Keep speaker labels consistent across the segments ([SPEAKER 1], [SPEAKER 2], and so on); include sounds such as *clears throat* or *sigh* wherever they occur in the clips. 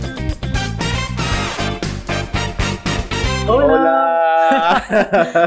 [SPEAKER 1] *laughs*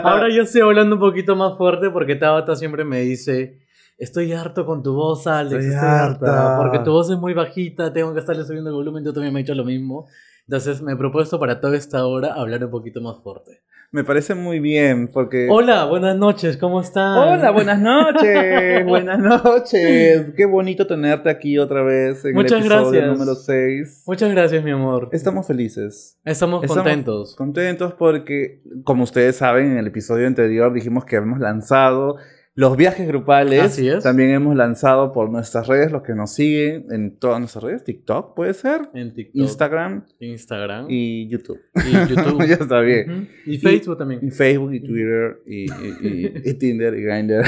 [SPEAKER 1] Ahora yo estoy hablando un poquito más fuerte porque Tabata siempre me dice, estoy harto con tu voz, Alex,
[SPEAKER 2] Estoy
[SPEAKER 1] estoy,
[SPEAKER 2] harta.
[SPEAKER 1] harta, porque tu voz es muy bajita, tengo que estarle subiendo el volumen, tú también me has dicho lo mismo. Entonces me he propuesto para toda esta hora hablar un poquito más fuerte.
[SPEAKER 2] Me parece muy bien porque...
[SPEAKER 1] Hola, buenas noches, ¿cómo están?
[SPEAKER 2] Hola,
[SPEAKER 1] *laughs*
[SPEAKER 2] buenas noches, buenas noches. Qué bonito tenerte aquí otra vez en el
[SPEAKER 1] Muchas
[SPEAKER 2] episodio
[SPEAKER 1] gracias.
[SPEAKER 2] número 6.
[SPEAKER 1] Muchas gracias, mi amor.
[SPEAKER 2] Estamos felices.
[SPEAKER 1] Estamos
[SPEAKER 2] Estamos
[SPEAKER 1] contentos.
[SPEAKER 2] Contentos porque, como ustedes saben, en el episodio anterior dijimos que habíamos lanzado los viajes grupales.
[SPEAKER 1] Así es.
[SPEAKER 2] También hemos lanzado por nuestras redes, los que nos siguen en todas nuestras redes, TikTok puede ser,
[SPEAKER 1] En TikTok,
[SPEAKER 2] Instagram
[SPEAKER 1] Instagram y,
[SPEAKER 2] y YouTube. *laughs*
[SPEAKER 1] YouTube.
[SPEAKER 2] ya está bien.
[SPEAKER 1] Ujú. Y Facebook también.
[SPEAKER 2] Y Facebook y Twitter y, y-
[SPEAKER 1] *laughs*
[SPEAKER 2] y- y Tinder y Grindr.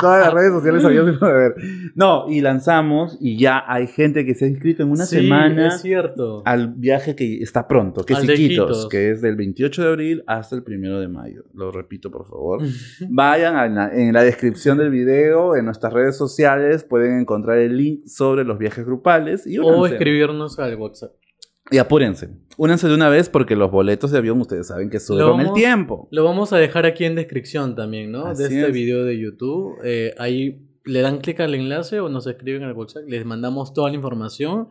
[SPEAKER 2] Todas las redes sociales habían sido ver. No, y lanzamos y ya hay gente que se ha inscrito en una
[SPEAKER 1] Sí,
[SPEAKER 2] semana
[SPEAKER 1] Es cierto.
[SPEAKER 2] al viaje que está pronto, que es
[SPEAKER 1] Al de
[SPEAKER 2] Iquitos,
[SPEAKER 1] Iquitos.
[SPEAKER 2] que es del 28 de abril hasta el 1 de mayo. Lo repito, por
[SPEAKER 1] *laughs*
[SPEAKER 2] favor. Vayan a la- en la descripción del video, en nuestras redes sociales, pueden encontrar el link sobre los viajes grupales y
[SPEAKER 1] o
[SPEAKER 2] únanse.
[SPEAKER 1] escribirnos al WhatsApp.
[SPEAKER 2] Y apúrense. Únanse de una vez porque los boletos de avión ustedes saben que suben
[SPEAKER 1] Lo
[SPEAKER 2] con el
[SPEAKER 1] vamos-
[SPEAKER 2] tiempo.
[SPEAKER 1] Lo vamos a dejar aquí en descripción también, ¿no?
[SPEAKER 2] Así
[SPEAKER 1] de este
[SPEAKER 2] es.
[SPEAKER 1] video de YouTube. Eh, ahí le dan clic al enlace o nos escriben al WhatsApp. Les mandamos toda la información.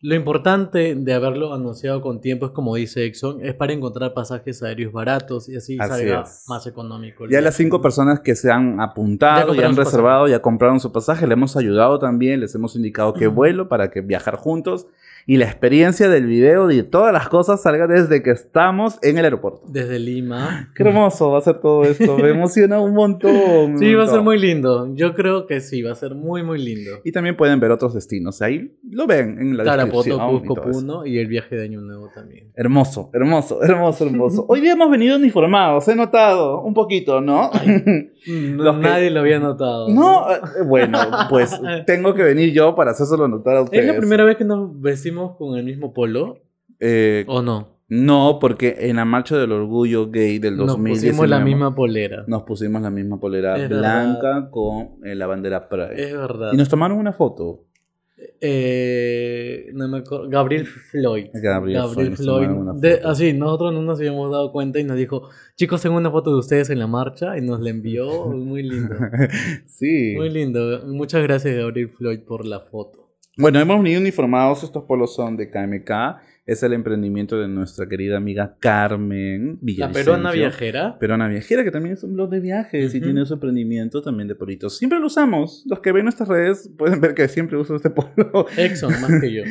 [SPEAKER 1] Lo importante de haberlo anunciado con tiempo es, como dice Exxon, es para encontrar pasajes aéreos baratos y así,
[SPEAKER 2] Así
[SPEAKER 1] salga
[SPEAKER 2] es.
[SPEAKER 1] más económico. el
[SPEAKER 2] Ya
[SPEAKER 1] viaje.
[SPEAKER 2] las cinco personas que se han
[SPEAKER 1] Ya
[SPEAKER 2] apuntado, ya,
[SPEAKER 1] compraron
[SPEAKER 2] han
[SPEAKER 1] su
[SPEAKER 2] reservado, ya compraron su pasaje, le hemos ayudado también, les hemos indicado qué
[SPEAKER 1] Ujú.
[SPEAKER 2] vuelo para que viajar juntos y la experiencia del video y de todas las cosas salga desde que estamos en el aeropuerto.
[SPEAKER 1] Desde Lima.
[SPEAKER 2] Qué hermoso va a ser todo esto,
[SPEAKER 1] *laughs*
[SPEAKER 2] me emociona un montón.
[SPEAKER 1] Sí, va a ser
[SPEAKER 2] No.
[SPEAKER 1] muy lindo. Yo creo que sí, va a ser muy, muy lindo.
[SPEAKER 2] Y también pueden ver otros destinos, ahí lo ven en la
[SPEAKER 1] Tarapoto,
[SPEAKER 2] descripción. y
[SPEAKER 1] Cusco,
[SPEAKER 2] todo eso.
[SPEAKER 1] Puno y el viaje de Año Nuevo también.
[SPEAKER 2] Hermoso, hermoso, hermoso,
[SPEAKER 1] *laughs*
[SPEAKER 2] hermoso. Hoy día hemos venido uniformados, he notado un poquito, ¿no? Los Mm, que-
[SPEAKER 1] Nadie lo había notado.
[SPEAKER 2] No, eh, bueno,
[SPEAKER 1] *laughs*
[SPEAKER 2] pues tengo que venir yo para hacérselo notar a
[SPEAKER 1] ¿Es
[SPEAKER 2] ustedes.
[SPEAKER 1] la primera vez que nos vestimos con el mismo polo?
[SPEAKER 2] Eh,
[SPEAKER 1] ¿O no?
[SPEAKER 2] no, porque en la marcha del orgullo gay del
[SPEAKER 1] Nos
[SPEAKER 2] 2019
[SPEAKER 1] pusimos la misma polera.
[SPEAKER 2] nos pusimos la misma polera
[SPEAKER 1] Es
[SPEAKER 2] blanca con eh, la bandera Pride.
[SPEAKER 1] Es verdad.
[SPEAKER 2] Y nos tomaron una foto.
[SPEAKER 1] Eh, no me acuerdo. Gabriel Floyd.
[SPEAKER 2] Gabriel Floyd, nos
[SPEAKER 1] Floyd.
[SPEAKER 2] tomaron una
[SPEAKER 1] De-
[SPEAKER 2] foto.
[SPEAKER 1] así, nosotros no nos habíamos dado cuenta y nos dijo, chicos, tengo una foto de ustedes en la marcha y nos la
[SPEAKER 2] *laughs*
[SPEAKER 1] envió. Muy lindo.
[SPEAKER 2] sí.
[SPEAKER 1] Muy lindo. Muchas gracias, Gabriel Floyd, por la foto.
[SPEAKER 2] Bueno, hemos venido uniformados. Estos polos son de KMK. Es el emprendimiento de nuestra querida amiga Carmen
[SPEAKER 1] La
[SPEAKER 2] Villavicencio.
[SPEAKER 1] peruana viajera.
[SPEAKER 2] Peruana Viajera, que también es un blog de viajes y
[SPEAKER 1] Ujú.
[SPEAKER 2] tiene su emprendimiento también de politos. Siempre lo usamos. Los que ven nuestras redes pueden ver que siempre uso este *laughs* polo.
[SPEAKER 1] Exxon, más
[SPEAKER 2] *laughs*
[SPEAKER 1] que yo.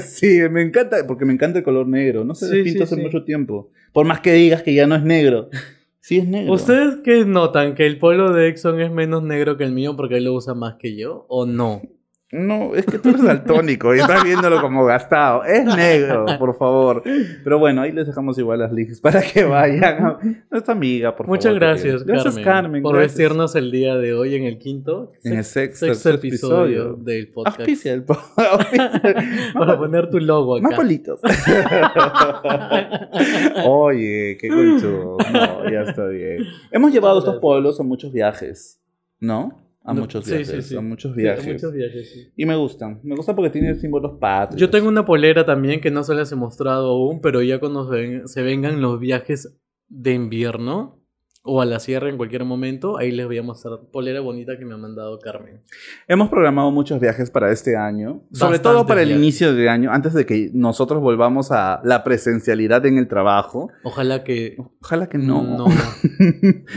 [SPEAKER 2] sí, me encanta, porque me encanta el color negro. No se
[SPEAKER 1] Sí,
[SPEAKER 2] despinta
[SPEAKER 1] sí,
[SPEAKER 2] hace
[SPEAKER 1] sí.
[SPEAKER 2] mucho tiempo. Por más que digas que ya no es negro. Sí es negro.
[SPEAKER 1] ¿Ustedes qué notan? ¿Que el polo de Exxon es menos negro que el mío porque él lo usa más que yo? ¿O no?
[SPEAKER 2] No, es que tú eres daltónico y estás viéndolo como gastado. Es negro, por favor. Pero bueno, ahí les dejamos igual las links para que vayan. a- Nuestra amiga, por
[SPEAKER 1] Muchas
[SPEAKER 2] favor. que
[SPEAKER 1] gracias,
[SPEAKER 2] viene. Gracias,
[SPEAKER 1] Carmen,
[SPEAKER 2] Carmen.
[SPEAKER 1] por
[SPEAKER 2] gracias.
[SPEAKER 1] vestirnos el día de hoy en el quinto,
[SPEAKER 2] En el
[SPEAKER 1] sex-
[SPEAKER 2] sexto,
[SPEAKER 1] sexto
[SPEAKER 2] sexto
[SPEAKER 1] episodio,
[SPEAKER 2] episodio. Ah,
[SPEAKER 1] del podcast.
[SPEAKER 2] Auspicia el *laughs* po- auspicia.
[SPEAKER 1] *laughs* Para poner tu logo
[SPEAKER 2] Más
[SPEAKER 1] acá. *laughs*
[SPEAKER 2] politos. Oye, qué conchudo. No, ya está bien. Hemos llevado estos pueblos a muchos viajes, ¿no? A
[SPEAKER 1] No,
[SPEAKER 2] muchos
[SPEAKER 1] sí,
[SPEAKER 2] viajes,
[SPEAKER 1] sí, sí.
[SPEAKER 2] a muchos
[SPEAKER 1] Sí,
[SPEAKER 2] viajes.
[SPEAKER 1] muchos viajes, sí.
[SPEAKER 2] Y me gustan. Me gustan porque tienen símbolos patrios.
[SPEAKER 1] Yo tengo una polera también que no se las he mostrado aún, pero ya cuando se, ven- se vengan los viajes de invierno o a la sierra en cualquier momento, ahí les voy a mostrar polera bonita que me ha mandado Carmen.
[SPEAKER 2] Hemos programado muchos viajes para este año, sobre
[SPEAKER 1] Bastantes
[SPEAKER 2] todo para el
[SPEAKER 1] viajes.
[SPEAKER 2] inicio de año, antes de que nosotros volvamos a la presencialidad en el trabajo.
[SPEAKER 1] Ojalá que
[SPEAKER 2] Ojalá que no.
[SPEAKER 1] no,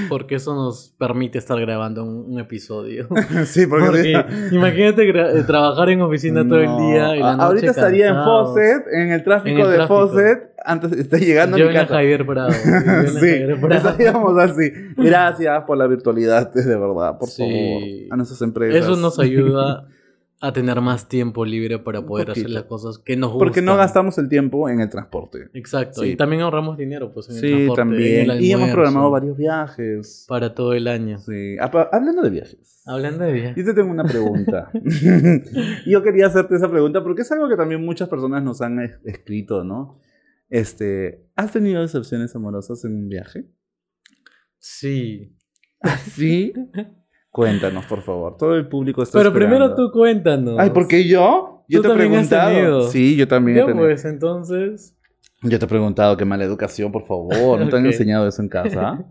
[SPEAKER 1] porque eso nos permite estar grabando un- un episodio.
[SPEAKER 2] *laughs* sí, porque,
[SPEAKER 1] Porque imagínate gra- eh, trabajar en oficina todo el
[SPEAKER 2] No.
[SPEAKER 1] día y la
[SPEAKER 2] A-
[SPEAKER 1] noche
[SPEAKER 2] Ahorita estaría en
[SPEAKER 1] cansado.
[SPEAKER 2] Fawcett, en el tráfico
[SPEAKER 1] En el
[SPEAKER 2] de
[SPEAKER 1] tráfico.
[SPEAKER 2] Fawcett, antes está llegando a
[SPEAKER 1] Yo
[SPEAKER 2] mi
[SPEAKER 1] en la
[SPEAKER 2] casa.
[SPEAKER 1] Javier
[SPEAKER 2] *laughs*
[SPEAKER 1] Bravo. yo en la
[SPEAKER 2] sí,
[SPEAKER 1] Javier
[SPEAKER 2] *laughs*
[SPEAKER 1] Bravo.
[SPEAKER 2] estaríamos así. Gracias por la virtualidad, *laughs* de verdad, por
[SPEAKER 1] Sí.
[SPEAKER 2] favor. A nuestras empresas.
[SPEAKER 1] Eso nos ayuda a tener más tiempo libre para
[SPEAKER 2] Un
[SPEAKER 1] poder hacer
[SPEAKER 2] poquito.
[SPEAKER 1] las cosas que nos gustan.
[SPEAKER 2] Porque no gastamos el tiempo en el transporte.
[SPEAKER 1] Exacto.
[SPEAKER 2] Sí.
[SPEAKER 1] Y también ahorramos dinero, pues en el
[SPEAKER 2] Sí,
[SPEAKER 1] transporte, en
[SPEAKER 2] también.
[SPEAKER 1] el
[SPEAKER 2] Y hemos
[SPEAKER 1] almuerzo,
[SPEAKER 2] programado varios viajes.
[SPEAKER 1] para todo el año.
[SPEAKER 2] Sí. Apa- Hablando de viajes.
[SPEAKER 1] Hablando de viajes.
[SPEAKER 2] Yo te tengo una pregunta. *laughs* Yo quería hacerte esa pregunta porque es algo que también muchas personas nos han es- escrito, ¿no? Este, ¿has tenido decepciones amorosas en un viaje?
[SPEAKER 1] Sí.
[SPEAKER 2] Sí. Cuéntanos, por favor. Todo el público está
[SPEAKER 1] Pero primero
[SPEAKER 2] esperando.
[SPEAKER 1] tú cuéntanos.
[SPEAKER 2] Ay, ¿por qué yo? Yo
[SPEAKER 1] Tú
[SPEAKER 2] te he
[SPEAKER 1] también has
[SPEAKER 2] preguntado.
[SPEAKER 1] tenido.
[SPEAKER 2] Sí, yo también he
[SPEAKER 1] Ya
[SPEAKER 2] tenido.
[SPEAKER 1] pues, entonces.
[SPEAKER 2] Yo te he preguntado qué mala educación, por favor. ¿No te
[SPEAKER 1] *laughs*
[SPEAKER 2] han
[SPEAKER 1] Ok.
[SPEAKER 2] enseñado eso en casa?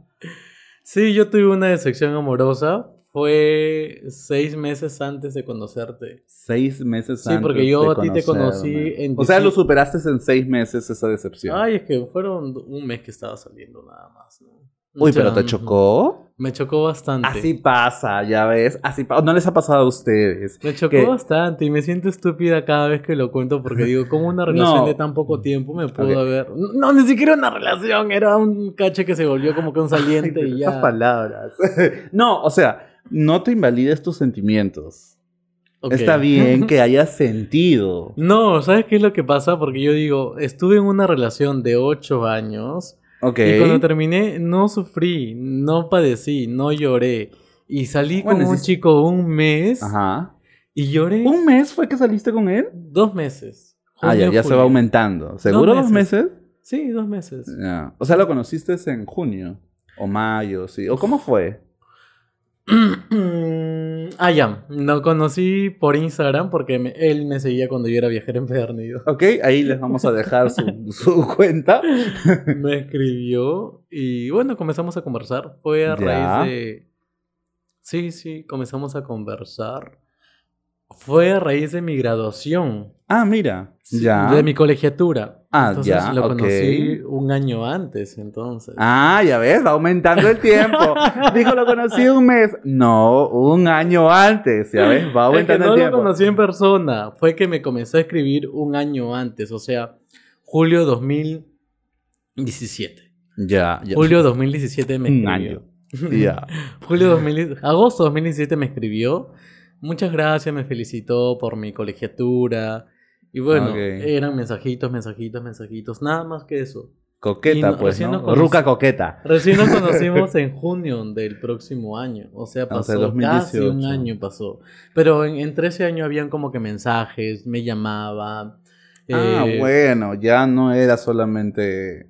[SPEAKER 1] Sí, yo tuve una decepción amorosa. Fue seis meses antes de conocerte.
[SPEAKER 2] Seis meses
[SPEAKER 1] Sí,
[SPEAKER 2] antes.
[SPEAKER 1] porque yo
[SPEAKER 2] de
[SPEAKER 1] a ti te conocí
[SPEAKER 2] conocerme.
[SPEAKER 1] en
[SPEAKER 2] O sea, lo
[SPEAKER 1] dieci-
[SPEAKER 2] superaste en seis meses esa decepción.
[SPEAKER 1] Ay, es que fueron un mes que estaba saliendo nada más. ¿no?
[SPEAKER 2] Uy,
[SPEAKER 1] O sea,
[SPEAKER 2] pero te chocó. Ah,
[SPEAKER 1] Me chocó bastante.
[SPEAKER 2] Así pasa, ya ves. Así pa- no les ha pasado
[SPEAKER 1] *laughs*
[SPEAKER 2] a ustedes.
[SPEAKER 1] Me chocó
[SPEAKER 2] que-
[SPEAKER 1] bastante y me siento estúpida cada vez que lo cuento porque digo, ¿cómo
[SPEAKER 2] *laughs*
[SPEAKER 1] una relación
[SPEAKER 2] No.
[SPEAKER 1] de tan poco tiempo me pudo
[SPEAKER 2] Ok.
[SPEAKER 1] haber? No, ni siquiera una relación, era un cache que se volvió como que un saliente y
[SPEAKER 2] Esas *laughs*
[SPEAKER 1] ya.
[SPEAKER 2] palabras. no, o sea, no te invalides tus sentimientos.
[SPEAKER 1] Ok.
[SPEAKER 2] Está bien
[SPEAKER 1] *laughs*
[SPEAKER 2] que hayas sentido.
[SPEAKER 1] No, ¿sabes qué es lo que pasa? Porque yo digo, estuve en una relación de ocho años
[SPEAKER 2] Ok.
[SPEAKER 1] y cuando terminé no sufrí, no padecí, no lloré. Y salí
[SPEAKER 2] Bueno,
[SPEAKER 1] con un
[SPEAKER 2] es-
[SPEAKER 1] chico un mes
[SPEAKER 2] Ajá.
[SPEAKER 1] y lloré
[SPEAKER 2] ¿Un mes fue que saliste con él?
[SPEAKER 1] dos meses.
[SPEAKER 2] Ah, ya,
[SPEAKER 1] Junio,
[SPEAKER 2] ya se va
[SPEAKER 1] julio.
[SPEAKER 2] aumentando. ¿Seguro
[SPEAKER 1] Dos
[SPEAKER 2] dos meses?
[SPEAKER 1] Sí, dos meses. *clears throat*
[SPEAKER 2] Ya. O sea, lo conociste en junio. O mayo, sí. ¿O cómo fue?
[SPEAKER 1] ah, ya. Lo conocí por Instagram porque me- él me seguía cuando yo era viajero *laughs* empedernido.
[SPEAKER 2] Ok, ahí les vamos a dejar
[SPEAKER 1] *laughs*
[SPEAKER 2] su, su cuenta.
[SPEAKER 1] Me escribió y bueno, comenzamos a conversar. Fue a
[SPEAKER 2] Ya.
[SPEAKER 1] raíz de. Sí, sí, comenzamos a conversar. Fue a raíz de mi graduación,
[SPEAKER 2] Ah, mira.
[SPEAKER 1] sí,
[SPEAKER 2] Ya.
[SPEAKER 1] de mi colegiatura.
[SPEAKER 2] Ah,
[SPEAKER 1] entonces
[SPEAKER 2] ya,
[SPEAKER 1] lo
[SPEAKER 2] ok.
[SPEAKER 1] conocí un año antes, entonces.
[SPEAKER 2] Ah, ya ves, va aumentando el
[SPEAKER 1] *laughs*
[SPEAKER 2] tiempo. Dijo, lo conocí un mes. No, un año antes, ya ves, va
[SPEAKER 1] Es que no
[SPEAKER 2] aumentando el
[SPEAKER 1] lo
[SPEAKER 2] tiempo.
[SPEAKER 1] conocí en persona, fue que me comenzó a escribir un año antes, o sea, julio 2017.
[SPEAKER 2] Ya, ya.
[SPEAKER 1] Julio 2017 me
[SPEAKER 2] Un
[SPEAKER 1] escribió.
[SPEAKER 2] año. Ya.
[SPEAKER 1] *laughs* Julio 2000, agosto 2017 me escribió. Muchas gracias, me felicitó por mi colegiatura. Y bueno,
[SPEAKER 2] Ok.
[SPEAKER 1] eran mensajitos, mensajitos, mensajitos, nada más que eso.
[SPEAKER 2] Coqueta,
[SPEAKER 1] Y no-
[SPEAKER 2] pues,
[SPEAKER 1] recién
[SPEAKER 2] ¿no?
[SPEAKER 1] nos conocí-
[SPEAKER 2] Ruca coqueta.
[SPEAKER 1] Recién
[SPEAKER 2] *laughs*
[SPEAKER 1] nos conocimos en junio del próximo año. O sea,
[SPEAKER 2] Ah, O
[SPEAKER 1] pasó
[SPEAKER 2] sea,
[SPEAKER 1] casi un
[SPEAKER 2] 2018.
[SPEAKER 1] año pasó. Pero en, entre ese año habían como que mensajes, me llamaba.
[SPEAKER 2] Ah,
[SPEAKER 1] eh,
[SPEAKER 2] bueno, ya no era solamente.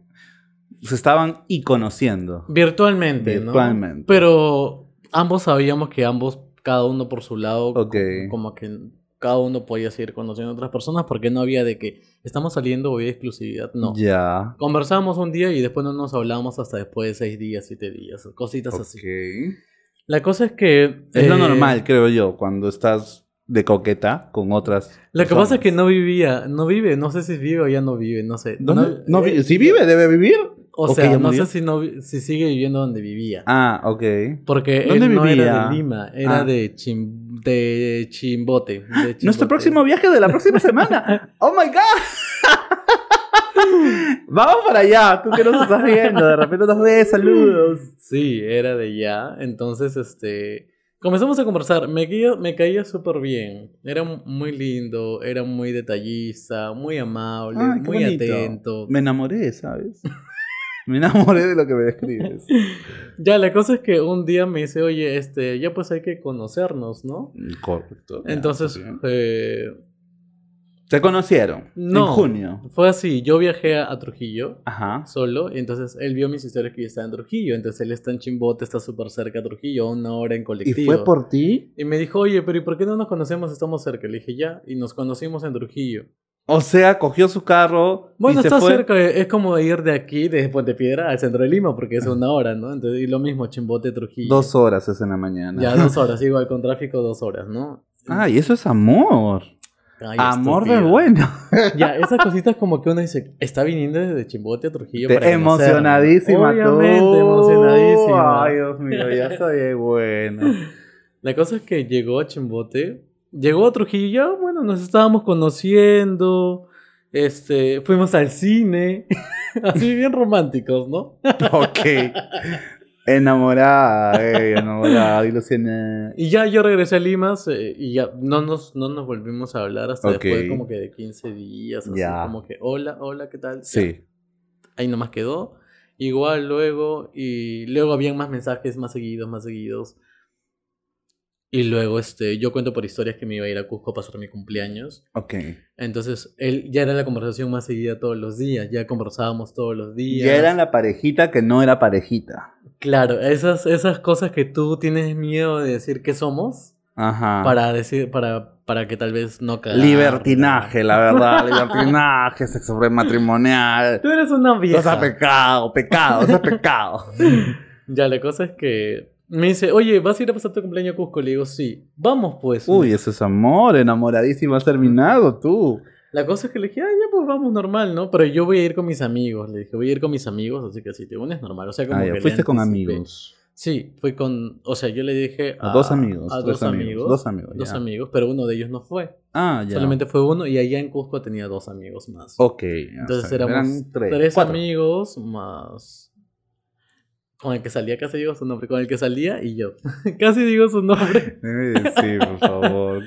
[SPEAKER 2] Se estaban y conociendo.
[SPEAKER 1] Virtualmente, ¿no?
[SPEAKER 2] Virtualmente.
[SPEAKER 1] Pero ambos sabíamos que ambos, cada uno por su lado,
[SPEAKER 2] Ok.
[SPEAKER 1] co- como que cada uno podía seguir conociendo a otras personas porque no había de que estamos saliendo o había exclusividad. No.
[SPEAKER 2] Ya.
[SPEAKER 1] Conversábamos un día y después no nos hablábamos hasta después de seis días, siete días, cositas así.
[SPEAKER 2] Ok.
[SPEAKER 1] La cosa es que...
[SPEAKER 2] Es lo
[SPEAKER 1] eh,
[SPEAKER 2] normal, creo yo, cuando estás de coqueta con otras.
[SPEAKER 1] Lo que pasa es que
[SPEAKER 2] personas.
[SPEAKER 1] no vivía, no vive, no sé si vive o ya no vive, no sé.
[SPEAKER 2] ¿Dónde?
[SPEAKER 1] No-
[SPEAKER 2] No vi-
[SPEAKER 1] eh,
[SPEAKER 2] si vive, debe vivir.
[SPEAKER 1] O
[SPEAKER 2] ¿O que
[SPEAKER 1] sea,
[SPEAKER 2] ya
[SPEAKER 1] no
[SPEAKER 2] murió?
[SPEAKER 1] sé si, no, vi- si sigue viviendo donde vivía.
[SPEAKER 2] Ah, ok.
[SPEAKER 1] Porque
[SPEAKER 2] ¿Dónde
[SPEAKER 1] él no era
[SPEAKER 2] vivía?
[SPEAKER 1] de Lima, era
[SPEAKER 2] Ah.
[SPEAKER 1] de, Chim- de Chimbote. de Chimbote.
[SPEAKER 2] Nuestro próximo viaje de la próxima *laughs* semana. ¡Oh my god! Vamos para allá. Tú que nos estás viendo, de repente nos ves. Saludos.
[SPEAKER 1] Sí, era de ya. Entonces, este. Comenzamos a conversar. Me, guía- me caía súper bien. Era mu- muy lindo, era muy detallista, muy amable,
[SPEAKER 2] Ay, qué
[SPEAKER 1] muy
[SPEAKER 2] bonito.
[SPEAKER 1] atento.
[SPEAKER 2] Me enamoré, ¿sabes? Me enamoré de lo que me describes.
[SPEAKER 1] Ya, la cosa es que un día me dice, oye, este, ya pues hay que conocernos, ¿no?
[SPEAKER 2] Correcto. ya, pues,
[SPEAKER 1] Entonces,
[SPEAKER 2] bien.
[SPEAKER 1] eh,
[SPEAKER 2] se conocieron
[SPEAKER 1] No.
[SPEAKER 2] en junio.
[SPEAKER 1] fue así. Yo viajé a, a Trujillo
[SPEAKER 2] Ajá.
[SPEAKER 1] solo y entonces él vio mis historias que yo estaba en Trujillo. Entonces él está en Chimbote, está súper cerca a Trujillo, a una hora en
[SPEAKER 2] ¿Y
[SPEAKER 1] colectivo.
[SPEAKER 2] fue por ti?
[SPEAKER 1] Y me dijo, oye, pero ¿y por qué no nos conocemos? Estamos cerca. Le dije, ya. Y nos conocimos en Trujillo.
[SPEAKER 2] O sea, cogió su carro.
[SPEAKER 1] Bueno,
[SPEAKER 2] y se
[SPEAKER 1] está
[SPEAKER 2] fue.
[SPEAKER 1] cerca. Es como ir de aquí, de Puente Piedra, al centro de Lima, porque es una hora, ¿no? Entonces, y lo mismo, Chimbote, Trujillo.
[SPEAKER 2] Dos horas es en la mañana.
[SPEAKER 1] Ya dos horas, igual con tráfico, dos horas, ¿no?
[SPEAKER 2] Ah, y eso es amor.
[SPEAKER 1] Ay,
[SPEAKER 2] amor de
[SPEAKER 1] estúpida.
[SPEAKER 2] bueno.
[SPEAKER 1] Ya, esas cositas como que uno dice, está viniendo desde Chimbote a Trujillo.
[SPEAKER 2] Te-
[SPEAKER 1] para conocerme.
[SPEAKER 2] emocionadísima tú.
[SPEAKER 1] Obviamente, emocionadísima.
[SPEAKER 2] Ay, Dios mío, ya soy bueno.
[SPEAKER 1] La cosa es que llegó a Chimbote, llegó a Trujillo, y ya, bueno, nos estábamos conociendo, este, fuimos al cine, *laughs* así bien románticos, ¿no?
[SPEAKER 2] ok. Enamorada, eh, enamorada, ilusionada.
[SPEAKER 1] Y ya yo regresé a Lima se- y ya no nos, no nos volvimos a hablar hasta después
[SPEAKER 2] Ok.
[SPEAKER 1] como que de 15 días, así
[SPEAKER 2] Ya.
[SPEAKER 1] como que, hola, hola, ¿qué tal? Ya,
[SPEAKER 2] Sí.
[SPEAKER 1] ahí nomás quedó. Igual luego, y luego habían más mensajes más seguidos, más seguidos. Y luego, este, yo cuento por historias que me iba a ir a Cusco a pasar mi cumpleaños.
[SPEAKER 2] Ok.
[SPEAKER 1] Entonces, él ya era la conversación más seguida todos los días, ya conversábamos todos los días.
[SPEAKER 2] Ya eran la parejita que no era parejita.
[SPEAKER 1] Claro, esas, esas cosas que tú tienes miedo de decir que somos
[SPEAKER 2] Ajá.
[SPEAKER 1] para decir, para, para que tal vez no caiga.
[SPEAKER 2] libertinaje, la verdad. libertinaje, sexo prematrimonial.
[SPEAKER 1] Tú eres una vieja. *laughs*
[SPEAKER 2] O sea, pecado, pecado, eso es pecado.
[SPEAKER 1] Ya, la cosa es que me dice, oye, ¿vas a ir a pasar tu cumpleaños a Cusco? Le digo, sí. Vamos pues.
[SPEAKER 2] Uy, eso es amor, enamoradísimo, has terminado tú.
[SPEAKER 1] La cosa es que le dije, ah, ya pues vamos normal, ¿no? Pero yo voy a ir con mis amigos. Le dije, voy a ir con mis amigos, así que si te unes normal. O sea, como
[SPEAKER 2] Ah,
[SPEAKER 1] que
[SPEAKER 2] ya,
[SPEAKER 1] le
[SPEAKER 2] fuiste con
[SPEAKER 1] anticipé.
[SPEAKER 2] amigos.
[SPEAKER 1] Sí, fui con, o sea, yo le dije a,
[SPEAKER 2] A dos amigos,
[SPEAKER 1] a
[SPEAKER 2] tres
[SPEAKER 1] dos amigos,
[SPEAKER 2] Dos amigos,
[SPEAKER 1] dos
[SPEAKER 2] ya.
[SPEAKER 1] amigos, pero uno de ellos no fue.
[SPEAKER 2] Ah, ya.
[SPEAKER 1] Solamente fue uno y allá en Cusco tenía dos amigos más.
[SPEAKER 2] Ok. ya,
[SPEAKER 1] Entonces
[SPEAKER 2] o sea,
[SPEAKER 1] éramos
[SPEAKER 2] eran
[SPEAKER 1] tres,
[SPEAKER 2] cuatro.
[SPEAKER 1] amigos más con el que salía, casi digo su nombre, con el que salía y yo. *laughs* casi digo su nombre.
[SPEAKER 2] Eh, Sí,
[SPEAKER 1] *laughs*
[SPEAKER 2] por favor.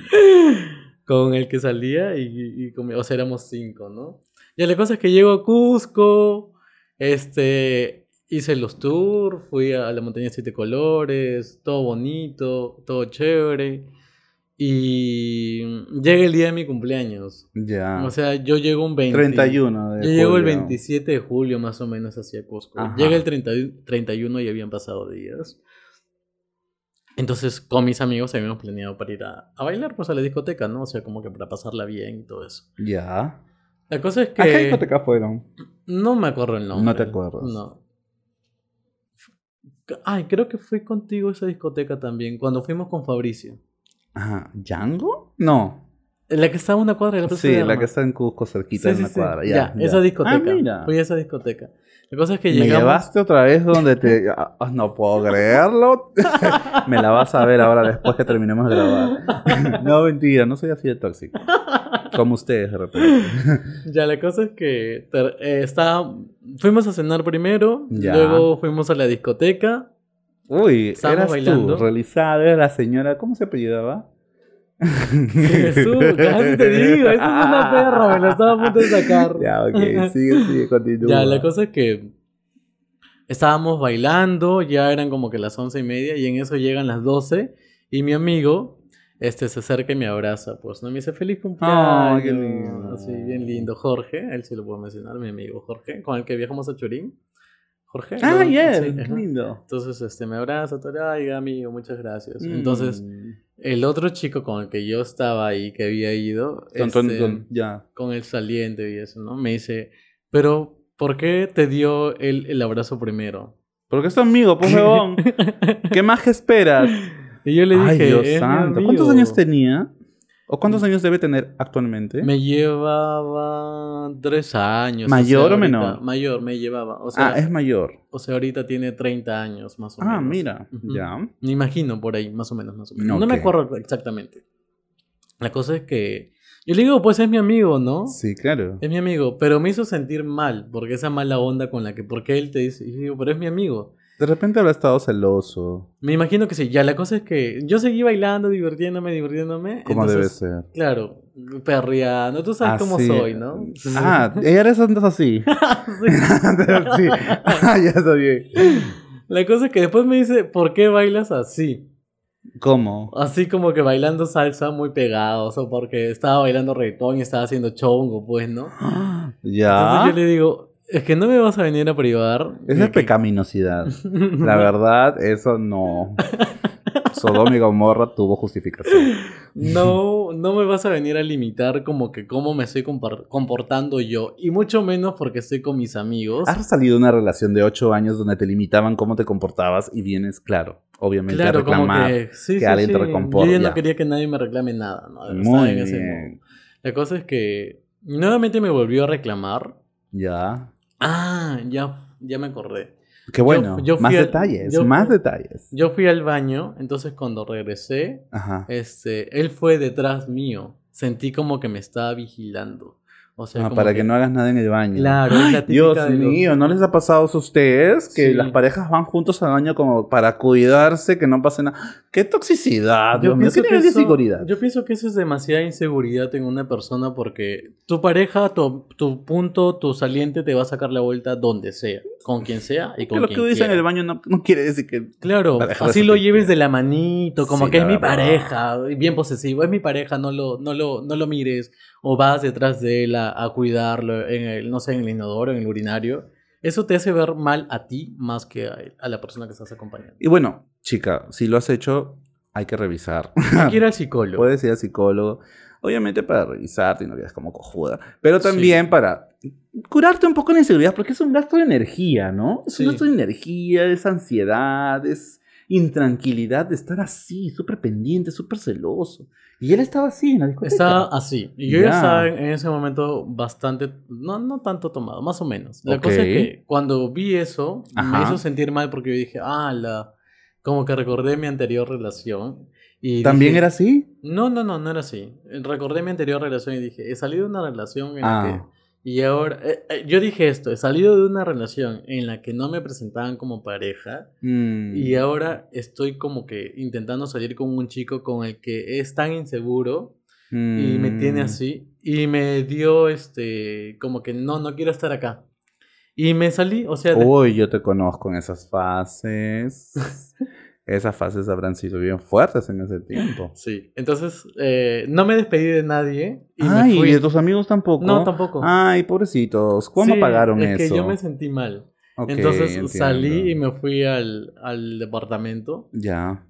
[SPEAKER 1] con el que salía y, y conmigo, o sea, éramos cinco, ¿no? Y la cosa es que llego a Cusco, este, hice los tours, fui a la montaña de siete colores, todo bonito, todo chévere. Y llega el día de mi cumpleaños.
[SPEAKER 2] Ya.
[SPEAKER 1] O sea, yo llego un 20.
[SPEAKER 2] 31 de
[SPEAKER 1] Yo llego el
[SPEAKER 2] julio.
[SPEAKER 1] 27 de julio más o menos hacia Cusco.
[SPEAKER 2] Ajá.
[SPEAKER 1] Llega el 30 y- 31 y habían pasado días. Entonces con mis amigos habíamos planeado para ir a, a bailar pues a la discoteca, ¿no? O sea, como que para pasarla bien y todo eso.
[SPEAKER 2] Ya.
[SPEAKER 1] La cosa es
[SPEAKER 2] ¿A qué
[SPEAKER 1] que
[SPEAKER 2] discoteca fueron?
[SPEAKER 1] no me acuerdo el nombre.
[SPEAKER 2] No te acuerdas.
[SPEAKER 1] No. Ay, creo que fui contigo a esa discoteca también, cuando fuimos con Fabricio.
[SPEAKER 2] Ajá. ¿Django? Ah, No.
[SPEAKER 1] En la que estaba a una cuadra de la plaza
[SPEAKER 2] Sí,
[SPEAKER 1] de
[SPEAKER 2] la
[SPEAKER 1] Armas.
[SPEAKER 2] que está en Cusco, cerquita
[SPEAKER 1] Sí,
[SPEAKER 2] de
[SPEAKER 1] sí,
[SPEAKER 2] una
[SPEAKER 1] sí.
[SPEAKER 2] cuadra.
[SPEAKER 1] Ya,
[SPEAKER 2] Ya, ya.
[SPEAKER 1] esa discoteca.
[SPEAKER 2] Ah, mira.
[SPEAKER 1] Fui a esa discoteca. La cosa es que
[SPEAKER 2] Me
[SPEAKER 1] llegamos.
[SPEAKER 2] llevaste otra vez
[SPEAKER 1] *laughs*
[SPEAKER 2] donde te... Ah, ah, no puedo creerlo. *laughs* Me la vas a ver ahora después que terminemos de grabar. *laughs* no, mentira. No soy así de tóxico. Como ustedes, de repente.
[SPEAKER 1] Ya, la cosa es que ter- eh, estaba- fuimos a cenar primero,
[SPEAKER 2] Ya.
[SPEAKER 1] luego fuimos a la
[SPEAKER 2] *laughs*
[SPEAKER 1] discoteca.
[SPEAKER 2] Uy,
[SPEAKER 1] Estábamos
[SPEAKER 2] eras
[SPEAKER 1] bailando.
[SPEAKER 2] tú. Realizada, eras la señora... ¿Cómo se apellidaba?
[SPEAKER 1] Jesús, casi te digo, esa es una perra, me la estaba a punto de sacar.
[SPEAKER 2] *laughs* Ya, ok. Sigue, sigue, continúa.
[SPEAKER 1] Ya, la cosa es que estábamos bailando, ya eran como que las once y media, y en eso llegan las doce, y mi amigo este, se acerca y me abraza, pues, ¿no? Me dice, feliz cumpleaños.
[SPEAKER 2] qué lindo.
[SPEAKER 1] Así, bien lindo. Jorge, a él sí lo puedo mencionar, mi amigo Jorge, con el que viajamos a Churín. Jorge.
[SPEAKER 2] Ah,
[SPEAKER 1] ¿no?
[SPEAKER 2] ya,
[SPEAKER 1] Sí,
[SPEAKER 2] qué
[SPEAKER 1] ajá.
[SPEAKER 2] lindo.
[SPEAKER 1] Entonces, este, me abraza, todo, ay, amigo, muchas gracias. Entonces,
[SPEAKER 2] Mm.
[SPEAKER 1] el otro chico con el que yo estaba ahí, que había ido,
[SPEAKER 2] Ton, ton,
[SPEAKER 1] este,
[SPEAKER 2] ton, ya.
[SPEAKER 1] con el saliente y eso, ¿no? Me dice, pero, ¿por qué te dio el, el abrazo primero?
[SPEAKER 2] Porque es tu
[SPEAKER 1] *laughs*
[SPEAKER 2] amigo, pues huevón. ¿Qué más esperas?
[SPEAKER 1] Y yo le dije,
[SPEAKER 2] Ay, Dios
[SPEAKER 1] "Es mi
[SPEAKER 2] santo.
[SPEAKER 1] amigo". Mm.
[SPEAKER 2] ¿Cuántos años tenía? ¿O cuántos años debe tener actualmente?
[SPEAKER 1] Me llevaba tres años.
[SPEAKER 2] ¿Mayor o
[SPEAKER 1] ahorita-
[SPEAKER 2] menor?
[SPEAKER 1] Mayor, me llevaba. O sea,
[SPEAKER 2] ah, es mayor.
[SPEAKER 1] o sea, ahorita tiene 30 años más o menos.
[SPEAKER 2] Ah, mira.
[SPEAKER 1] Ujú.
[SPEAKER 2] Ya.
[SPEAKER 1] Me imagino por ahí, más o menos, más o menos.
[SPEAKER 2] Ok.
[SPEAKER 1] No me acuerdo exactamente. La cosa es que. Yo le digo, pues es mi amigo, ¿no?
[SPEAKER 2] Sí, claro.
[SPEAKER 1] Es mi amigo, pero me hizo sentir mal, porque esa mala onda con la que, porque él te dice, y yo digo, pero es mi amigo.
[SPEAKER 2] De repente habrá estado celoso.
[SPEAKER 1] Me imagino que sí, ya la cosa es que yo seguí bailando, divirtiéndome, divirtiéndome.
[SPEAKER 2] Como debe
[SPEAKER 1] entonces,
[SPEAKER 2] ser.
[SPEAKER 1] Claro, perreando, tú sabes cómo
[SPEAKER 2] Así.
[SPEAKER 1] soy, ¿no?
[SPEAKER 2] Ah, ella eres antes así.
[SPEAKER 1] *laughs* Sí.
[SPEAKER 2] sí. Ah, ya sabía.
[SPEAKER 1] La cosa es que después me dice, ¿por qué bailas así?
[SPEAKER 2] ¿Cómo?
[SPEAKER 1] Así como que bailando salsa muy pegado, o sea, porque estaba bailando reggaetón y estaba haciendo chongo, pues, ¿no?
[SPEAKER 2] Ya.
[SPEAKER 1] Entonces yo le digo, es que no me vas a venir a privar.
[SPEAKER 2] Esa ¿Ah? es
[SPEAKER 1] de que- *laughs*
[SPEAKER 2] pecaminosidad. La verdad, eso no. Sodoma y Gomorra
[SPEAKER 1] *laughs*
[SPEAKER 2] tuvo justificación.
[SPEAKER 1] No, no me vas a venir a limitar como que cómo me estoy compar- comportando yo. Y mucho menos porque estoy con mis amigos.
[SPEAKER 2] Has salido de una relación de ocho años donde te limitaban cómo te comportabas y vienes, claro, obviamente a
[SPEAKER 1] claro, como
[SPEAKER 2] reclamar.
[SPEAKER 1] que, sí,
[SPEAKER 2] que
[SPEAKER 1] sí,
[SPEAKER 2] alguien te
[SPEAKER 1] sí.
[SPEAKER 2] recompor-
[SPEAKER 1] Yo ya no
[SPEAKER 2] ya.
[SPEAKER 1] quería que nadie me reclame nada. ¿no? Estaba
[SPEAKER 2] Muy
[SPEAKER 1] en ese modo.
[SPEAKER 2] bien.
[SPEAKER 1] La cosa es que nuevamente me volvió a reclamar.
[SPEAKER 2] Ya.
[SPEAKER 1] Ah, ya, ya me acordé.
[SPEAKER 2] Qué bueno.
[SPEAKER 1] yo fui
[SPEAKER 2] más
[SPEAKER 1] al-
[SPEAKER 2] detalles,
[SPEAKER 1] yo-
[SPEAKER 2] más detalles.
[SPEAKER 1] Yo fui al baño, entonces cuando regresé,
[SPEAKER 2] Ajá.
[SPEAKER 1] este, él fue detrás mío. Sentí como que me estaba vigilando. O sea,
[SPEAKER 2] Ah,
[SPEAKER 1] como
[SPEAKER 2] para que... no hagas nada en el baño.
[SPEAKER 1] Claro, es la típica
[SPEAKER 2] Dios
[SPEAKER 1] de los-
[SPEAKER 2] mío, ¿no les ha pasado a ustedes que
[SPEAKER 1] Sí.
[SPEAKER 2] las parejas van juntos al baño como para cuidarse, que no pase nada? ¡Qué
[SPEAKER 1] Ah,
[SPEAKER 2] toxicidad! Dios mío, ¿qué nivel de
[SPEAKER 1] eso-
[SPEAKER 2] seguridad?
[SPEAKER 1] yo pienso que eso es demasiada inseguridad en una persona porque tu pareja, tu, tu punto, tu saliente te va a sacar la vuelta donde sea, con quien sea y
[SPEAKER 2] Que
[SPEAKER 1] con
[SPEAKER 2] lo
[SPEAKER 1] quien
[SPEAKER 2] que dicen en
[SPEAKER 1] quiera.
[SPEAKER 2] el baño no, no quiere decir que.
[SPEAKER 1] Claro,
[SPEAKER 2] Para dejarlo
[SPEAKER 1] así lo
[SPEAKER 2] sentir.
[SPEAKER 1] lleves de la manito, como
[SPEAKER 2] Sí,
[SPEAKER 1] que es
[SPEAKER 2] la
[SPEAKER 1] mi
[SPEAKER 2] verdad.
[SPEAKER 1] pareja, y bien posesivo, es mi pareja, no lo, no lo, no lo mires, o vas detrás de él a, a cuidarlo, en el, no sé, en el inodoro, en el urinario. Eso te hace ver mal a ti más que a, a la persona que estás acompañando.
[SPEAKER 2] Y bueno, chica, si lo has hecho, hay que revisar. *clears throat*
[SPEAKER 1] Hay que ir al psicólogo.
[SPEAKER 2] Puedes ir al psicólogo. Obviamente para revisarte y no quedas como cojuda. Pero también para curarte un poco la inseguridad, porque es un gasto de energía, ¿no? Es
[SPEAKER 1] Sí.
[SPEAKER 2] un gasto de energía, es ansiedad, es intranquilidad de estar así, súper pendiente, súper celoso. Y él estaba así en la discoteca.
[SPEAKER 1] Estaba así. Y yo ya
[SPEAKER 2] Ya.
[SPEAKER 1] estaba en, en ese momento bastante, no, no tanto tomado, más o menos. La cosa es
[SPEAKER 2] Ok.
[SPEAKER 1] que cuando vi eso, me
[SPEAKER 2] Ajá.
[SPEAKER 1] hizo sentir mal porque yo dije, ah, la... como que recordé mi anterior relación. Y
[SPEAKER 2] ¿También
[SPEAKER 1] dije,
[SPEAKER 2] era así?
[SPEAKER 1] No, no, no, no era así. Recordé mi anterior relación y dije, he salido de una relación en la
[SPEAKER 2] Ah,
[SPEAKER 1] que... Y ahora, eh, eh, yo dije esto, he salido de una relación en la que no me presentaban como pareja.
[SPEAKER 2] mm.
[SPEAKER 1] Y ahora estoy como que intentando salir con un chico con el que es tan inseguro y me tiene
[SPEAKER 2] Mm.
[SPEAKER 1] así. Y me dio este, como que no, no quiero estar acá. Y me salí, o sea, de-
[SPEAKER 2] Uy, yo te conozco en esas
[SPEAKER 1] *laughs*
[SPEAKER 2] fases. esas fases habrán sido bien fuertes en ese tiempo.
[SPEAKER 1] sí. Entonces, eh, no me despedí de nadie y me
[SPEAKER 2] Ay,
[SPEAKER 1] fui.
[SPEAKER 2] ¿y de tus amigos tampoco?
[SPEAKER 1] No, tampoco.
[SPEAKER 2] Ay, pobrecitos. ¿Cuándo
[SPEAKER 1] Sí,
[SPEAKER 2] pagaron
[SPEAKER 1] es
[SPEAKER 2] eso?
[SPEAKER 1] que yo me sentí mal.
[SPEAKER 2] Ok,
[SPEAKER 1] Entonces salí y
[SPEAKER 2] entiendo.
[SPEAKER 1] me fui al, al departamento.
[SPEAKER 2] Ya.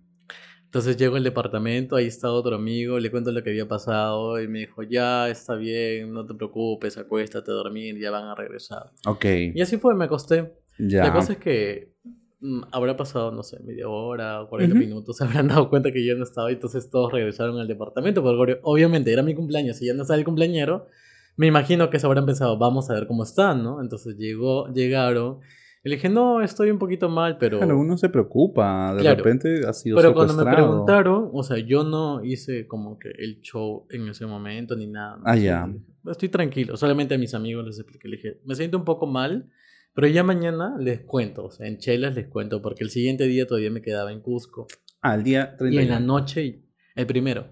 [SPEAKER 1] Entonces llego al departamento, ahí está otro amigo, le cuento lo que había pasado y me dijo, ya está bien, no te preocupes, acuéstate a dormir, ya van a regresar.
[SPEAKER 2] Ok.
[SPEAKER 1] Y así fue, me acosté.
[SPEAKER 2] Ya.
[SPEAKER 1] La cosa es que mm, habrá pasado, no sé, media hora, 40
[SPEAKER 2] Ujú.
[SPEAKER 1] minutos, *laughs* se habrán dado cuenta que yo no estaba, y entonces todos regresaron al departamento, porque obviamente era mi cumpleaños, si ya no estaba el cumpleañero, me imagino que se habrán pensado, vamos a ver cómo están, ¿no? Entonces llegó, llegaron, y le dije, no, estoy un poquito mal, pero...
[SPEAKER 2] *laughs* Claro, uno se preocupa. De
[SPEAKER 1] Claro.
[SPEAKER 2] repente ha sido
[SPEAKER 1] Pero cuando me
[SPEAKER 2] secuestrado.
[SPEAKER 1] preguntaron, o sea, yo no hice como que el show en ese momento ni nada. ¿no?
[SPEAKER 2] Ah,
[SPEAKER 1] Sí,
[SPEAKER 2] ya.
[SPEAKER 1] "Pues, Estoy tranquilo. Solamente a mis amigos les expliqué. Les dije, me siento un poco mal, pero ya mañana les cuento. O sea, en chelas les cuento, porque el siguiente día todavía me quedaba en Cusco.
[SPEAKER 2] Al día
[SPEAKER 1] Y
[SPEAKER 2] 30.
[SPEAKER 1] en la noche, el primero.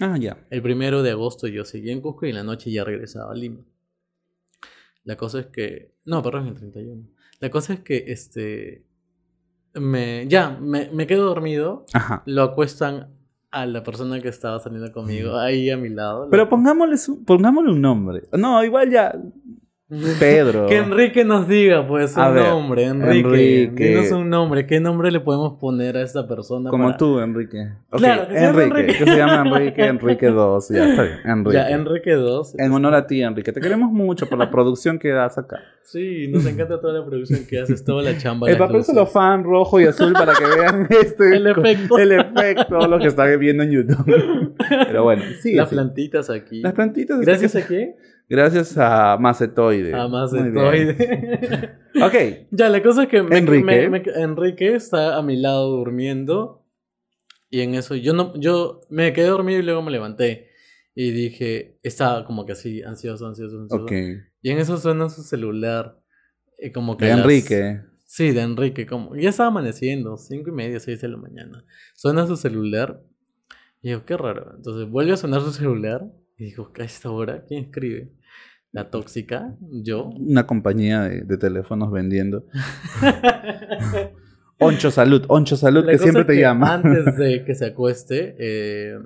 [SPEAKER 2] Ah, ya.
[SPEAKER 1] El primero de agosto yo seguía en Cusco y en la noche ya regresaba a Lima. La cosa es que. No, perdón, el 31. La cosa es que este. Me, ya, me, me quedo dormido
[SPEAKER 2] Ajá.
[SPEAKER 1] lo acuestan a la persona que estaba saliendo conmigo ahí a mi lado.
[SPEAKER 2] Pero pongámosle, su- pongámosle un nombre. No,
[SPEAKER 1] *laughs*
[SPEAKER 2] igual ya. Pedro.
[SPEAKER 1] que Enrique nos diga, pues, un
[SPEAKER 2] A ver,
[SPEAKER 1] nombre, Enrique.
[SPEAKER 2] Enrique.
[SPEAKER 1] Dinos un nombre. ¿Qué nombre le podemos poner a esta persona?
[SPEAKER 2] Como
[SPEAKER 1] para-
[SPEAKER 2] tú, Enrique. Ok,
[SPEAKER 1] Claro, que se llama
[SPEAKER 2] Enrique.
[SPEAKER 1] Enrique.
[SPEAKER 2] Que se llama Enrique,
[SPEAKER 1] *laughs*
[SPEAKER 2] Enrique 2. Ya, está bien. Enrique.
[SPEAKER 1] Ya, Enrique 2.
[SPEAKER 2] En honor a ti, Enrique. Te queremos mucho por la producción que das acá.
[SPEAKER 1] Sí, nos encanta toda la producción que haces, toda la chamba.
[SPEAKER 2] El
[SPEAKER 1] las
[SPEAKER 2] papel
[SPEAKER 1] luces.
[SPEAKER 2] celofán rojo y azul para que
[SPEAKER 1] *laughs*
[SPEAKER 2] vean este.
[SPEAKER 1] El efecto.
[SPEAKER 2] el efecto, lo que están viendo en YouTube. *laughs* Pero bueno, sí.
[SPEAKER 1] Las
[SPEAKER 2] sí.
[SPEAKER 1] plantitas aquí.
[SPEAKER 2] Las plantitas. están-
[SPEAKER 1] Gracias a quién?
[SPEAKER 2] Gracias a Macetoide.
[SPEAKER 1] A más de
[SPEAKER 2] Muy
[SPEAKER 1] todo.
[SPEAKER 2] bien.
[SPEAKER 1] *laughs*
[SPEAKER 2] Ok.
[SPEAKER 1] Ya, la cosa es que me-
[SPEAKER 2] Enrique.
[SPEAKER 1] me- me- Enrique está a mi lado durmiendo. Y en eso yo no, yo me quedé dormido y luego me levanté. Y dije, estaba como que así, ansioso, ansioso, ansioso.
[SPEAKER 2] Ok.
[SPEAKER 1] Y en eso suena su celular. eh, como que
[SPEAKER 2] De
[SPEAKER 1] a las-
[SPEAKER 2] Enrique.
[SPEAKER 1] Sí, de Enrique. Como, ya estaba amaneciendo, cinco y media, seis de la mañana. Suena su celular. Y digo, qué raro. Entonces vuelve a sonar su celular. Y digo, ¿qué a esta hora? ¿Quién escribe? ¿La tóxica? ¿Yo?
[SPEAKER 2] Una compañía de, de
[SPEAKER 1] *laughs*
[SPEAKER 2] teléfonos vendiendo. Oncho Salud, Oncho Salud,
[SPEAKER 1] La
[SPEAKER 2] que
[SPEAKER 1] cosa
[SPEAKER 2] siempre
[SPEAKER 1] es
[SPEAKER 2] te
[SPEAKER 1] que
[SPEAKER 2] llama.
[SPEAKER 1] Antes
[SPEAKER 2] *laughs*
[SPEAKER 1] de que se acueste, eh,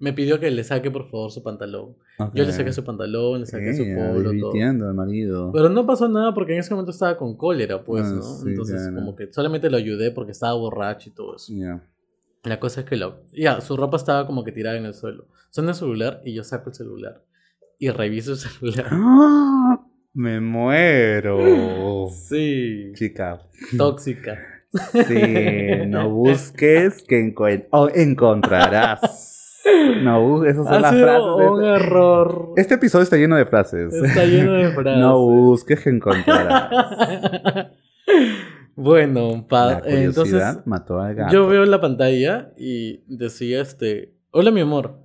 [SPEAKER 1] me pidió que le saque por favor su pantalón. Yo le
[SPEAKER 2] Ah.
[SPEAKER 1] saqué su pantalón, le saqué su polo, todo. Pues,
[SPEAKER 2] Entiendo, el marido.
[SPEAKER 1] Pero no pasó nada porque en ese momento estaba con cólera, pues,
[SPEAKER 2] Ah,
[SPEAKER 1] ¿no?
[SPEAKER 2] sí,
[SPEAKER 1] Entonces,
[SPEAKER 2] claro.
[SPEAKER 1] como que solamente lo ayudé porque estaba borracho y todo eso.
[SPEAKER 2] Ya.
[SPEAKER 1] La cosa es que lo. Ya, su ropa estaba como que tirada en el suelo. Suena el celular y yo saco el celular. Y reviso el
[SPEAKER 2] *laughs*
[SPEAKER 1] celular.
[SPEAKER 2] ¡Ah! Me muero.
[SPEAKER 1] *laughs* Sí,
[SPEAKER 2] Chica,
[SPEAKER 1] tóxica.
[SPEAKER 2] Sí,
[SPEAKER 1] *laughs*
[SPEAKER 2] no busques que encuent- o encontrarás. No busques, esas son
[SPEAKER 1] Ha
[SPEAKER 2] las
[SPEAKER 1] sido
[SPEAKER 2] frases. de
[SPEAKER 1] un
[SPEAKER 2] este-
[SPEAKER 1] error.
[SPEAKER 2] Este episodio está lleno de frases.
[SPEAKER 1] Está lleno de frases.
[SPEAKER 2] *laughs* No busques
[SPEAKER 1] *laughs*
[SPEAKER 2] que encontrarás.
[SPEAKER 1] bueno, pa-
[SPEAKER 2] La
[SPEAKER 1] eh, entonces
[SPEAKER 2] curiosidad mató al gato.
[SPEAKER 1] yo veo la pantalla y decía este, hola mi amor,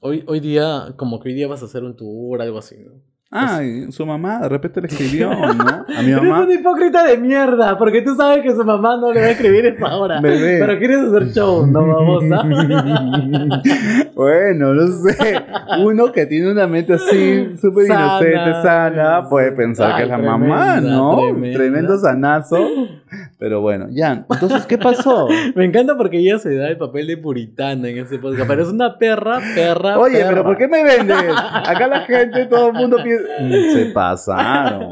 [SPEAKER 1] hoy, hoy día, como que hoy día vas a hacer un tour, algo así, ¿no?
[SPEAKER 2] Ay, su mamá de repente le escribió, ¿no? A mi
[SPEAKER 1] *laughs* Eres
[SPEAKER 2] mamá.
[SPEAKER 1] un hipócrita de mierda, porque tú sabes que su mamá no le va a escribir esa hora.
[SPEAKER 2] Bebé.
[SPEAKER 1] *laughs* Pero quieres hacer show,
[SPEAKER 2] *laughs*
[SPEAKER 1] no babosa.
[SPEAKER 2] bueno, no sé. Uno que tiene una mente así, súper
[SPEAKER 1] Sana.
[SPEAKER 2] inocente, sana, puede pensar
[SPEAKER 1] Ay,
[SPEAKER 2] que es la
[SPEAKER 1] tremenda,
[SPEAKER 2] mamá, ¿no?
[SPEAKER 1] tremenda.
[SPEAKER 2] Tremendo sanazo. Pero bueno, ya. Entonces,
[SPEAKER 1] *laughs*
[SPEAKER 2] ¿qué pasó?
[SPEAKER 1] Me encanta porque ella se da el papel de puritana en ese podcast. Pero es una perra, perra.
[SPEAKER 2] Oye,
[SPEAKER 1] perra.
[SPEAKER 2] pero ¿por qué me vendes? Acá la gente, todo el mundo piensa.
[SPEAKER 1] *laughs*
[SPEAKER 2] Mm, Se pasaron.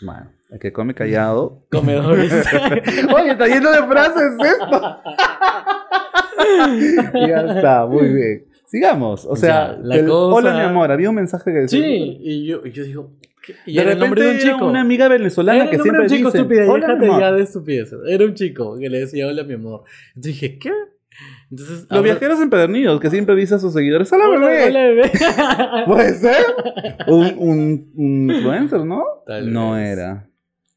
[SPEAKER 2] Bueno, el que come callado.
[SPEAKER 1] Comedores.
[SPEAKER 2] *laughs* Oye, está *laughs* lleno de frases esto. ya está, muy bien. Sigamos. O sea,
[SPEAKER 1] Ya, la
[SPEAKER 2] el,
[SPEAKER 1] cosa-
[SPEAKER 2] hola mi amor, había un mensaje que decía.
[SPEAKER 1] Sí, y yo, y yo digo. ¿qué? Y
[SPEAKER 2] de
[SPEAKER 1] era el nombre
[SPEAKER 2] repente
[SPEAKER 1] de un
[SPEAKER 2] era
[SPEAKER 1] chico.
[SPEAKER 2] una amiga venezolana
[SPEAKER 1] Era
[SPEAKER 2] que
[SPEAKER 1] el nombre
[SPEAKER 2] siempre
[SPEAKER 1] de un chico
[SPEAKER 2] dice,
[SPEAKER 1] estúpido, ya
[SPEAKER 2] hola, mi
[SPEAKER 1] déjate
[SPEAKER 2] amor.
[SPEAKER 1] ya de estupideces. Era un chico que le decía hola mi amor. Entonces dije, ¿qué? Entonces,
[SPEAKER 2] Los
[SPEAKER 1] ahora-
[SPEAKER 2] viajeros empedernidos que siempre dice a sus seguidores, Ah, hola,
[SPEAKER 1] Hola,
[SPEAKER 2] bebé.
[SPEAKER 1] hola,
[SPEAKER 2] *laughs*
[SPEAKER 1] bebé. *laughs*
[SPEAKER 2] ¿Puede ser? un, un, un influencer, ¿no?
[SPEAKER 1] Tal
[SPEAKER 2] no
[SPEAKER 1] vez.
[SPEAKER 2] era.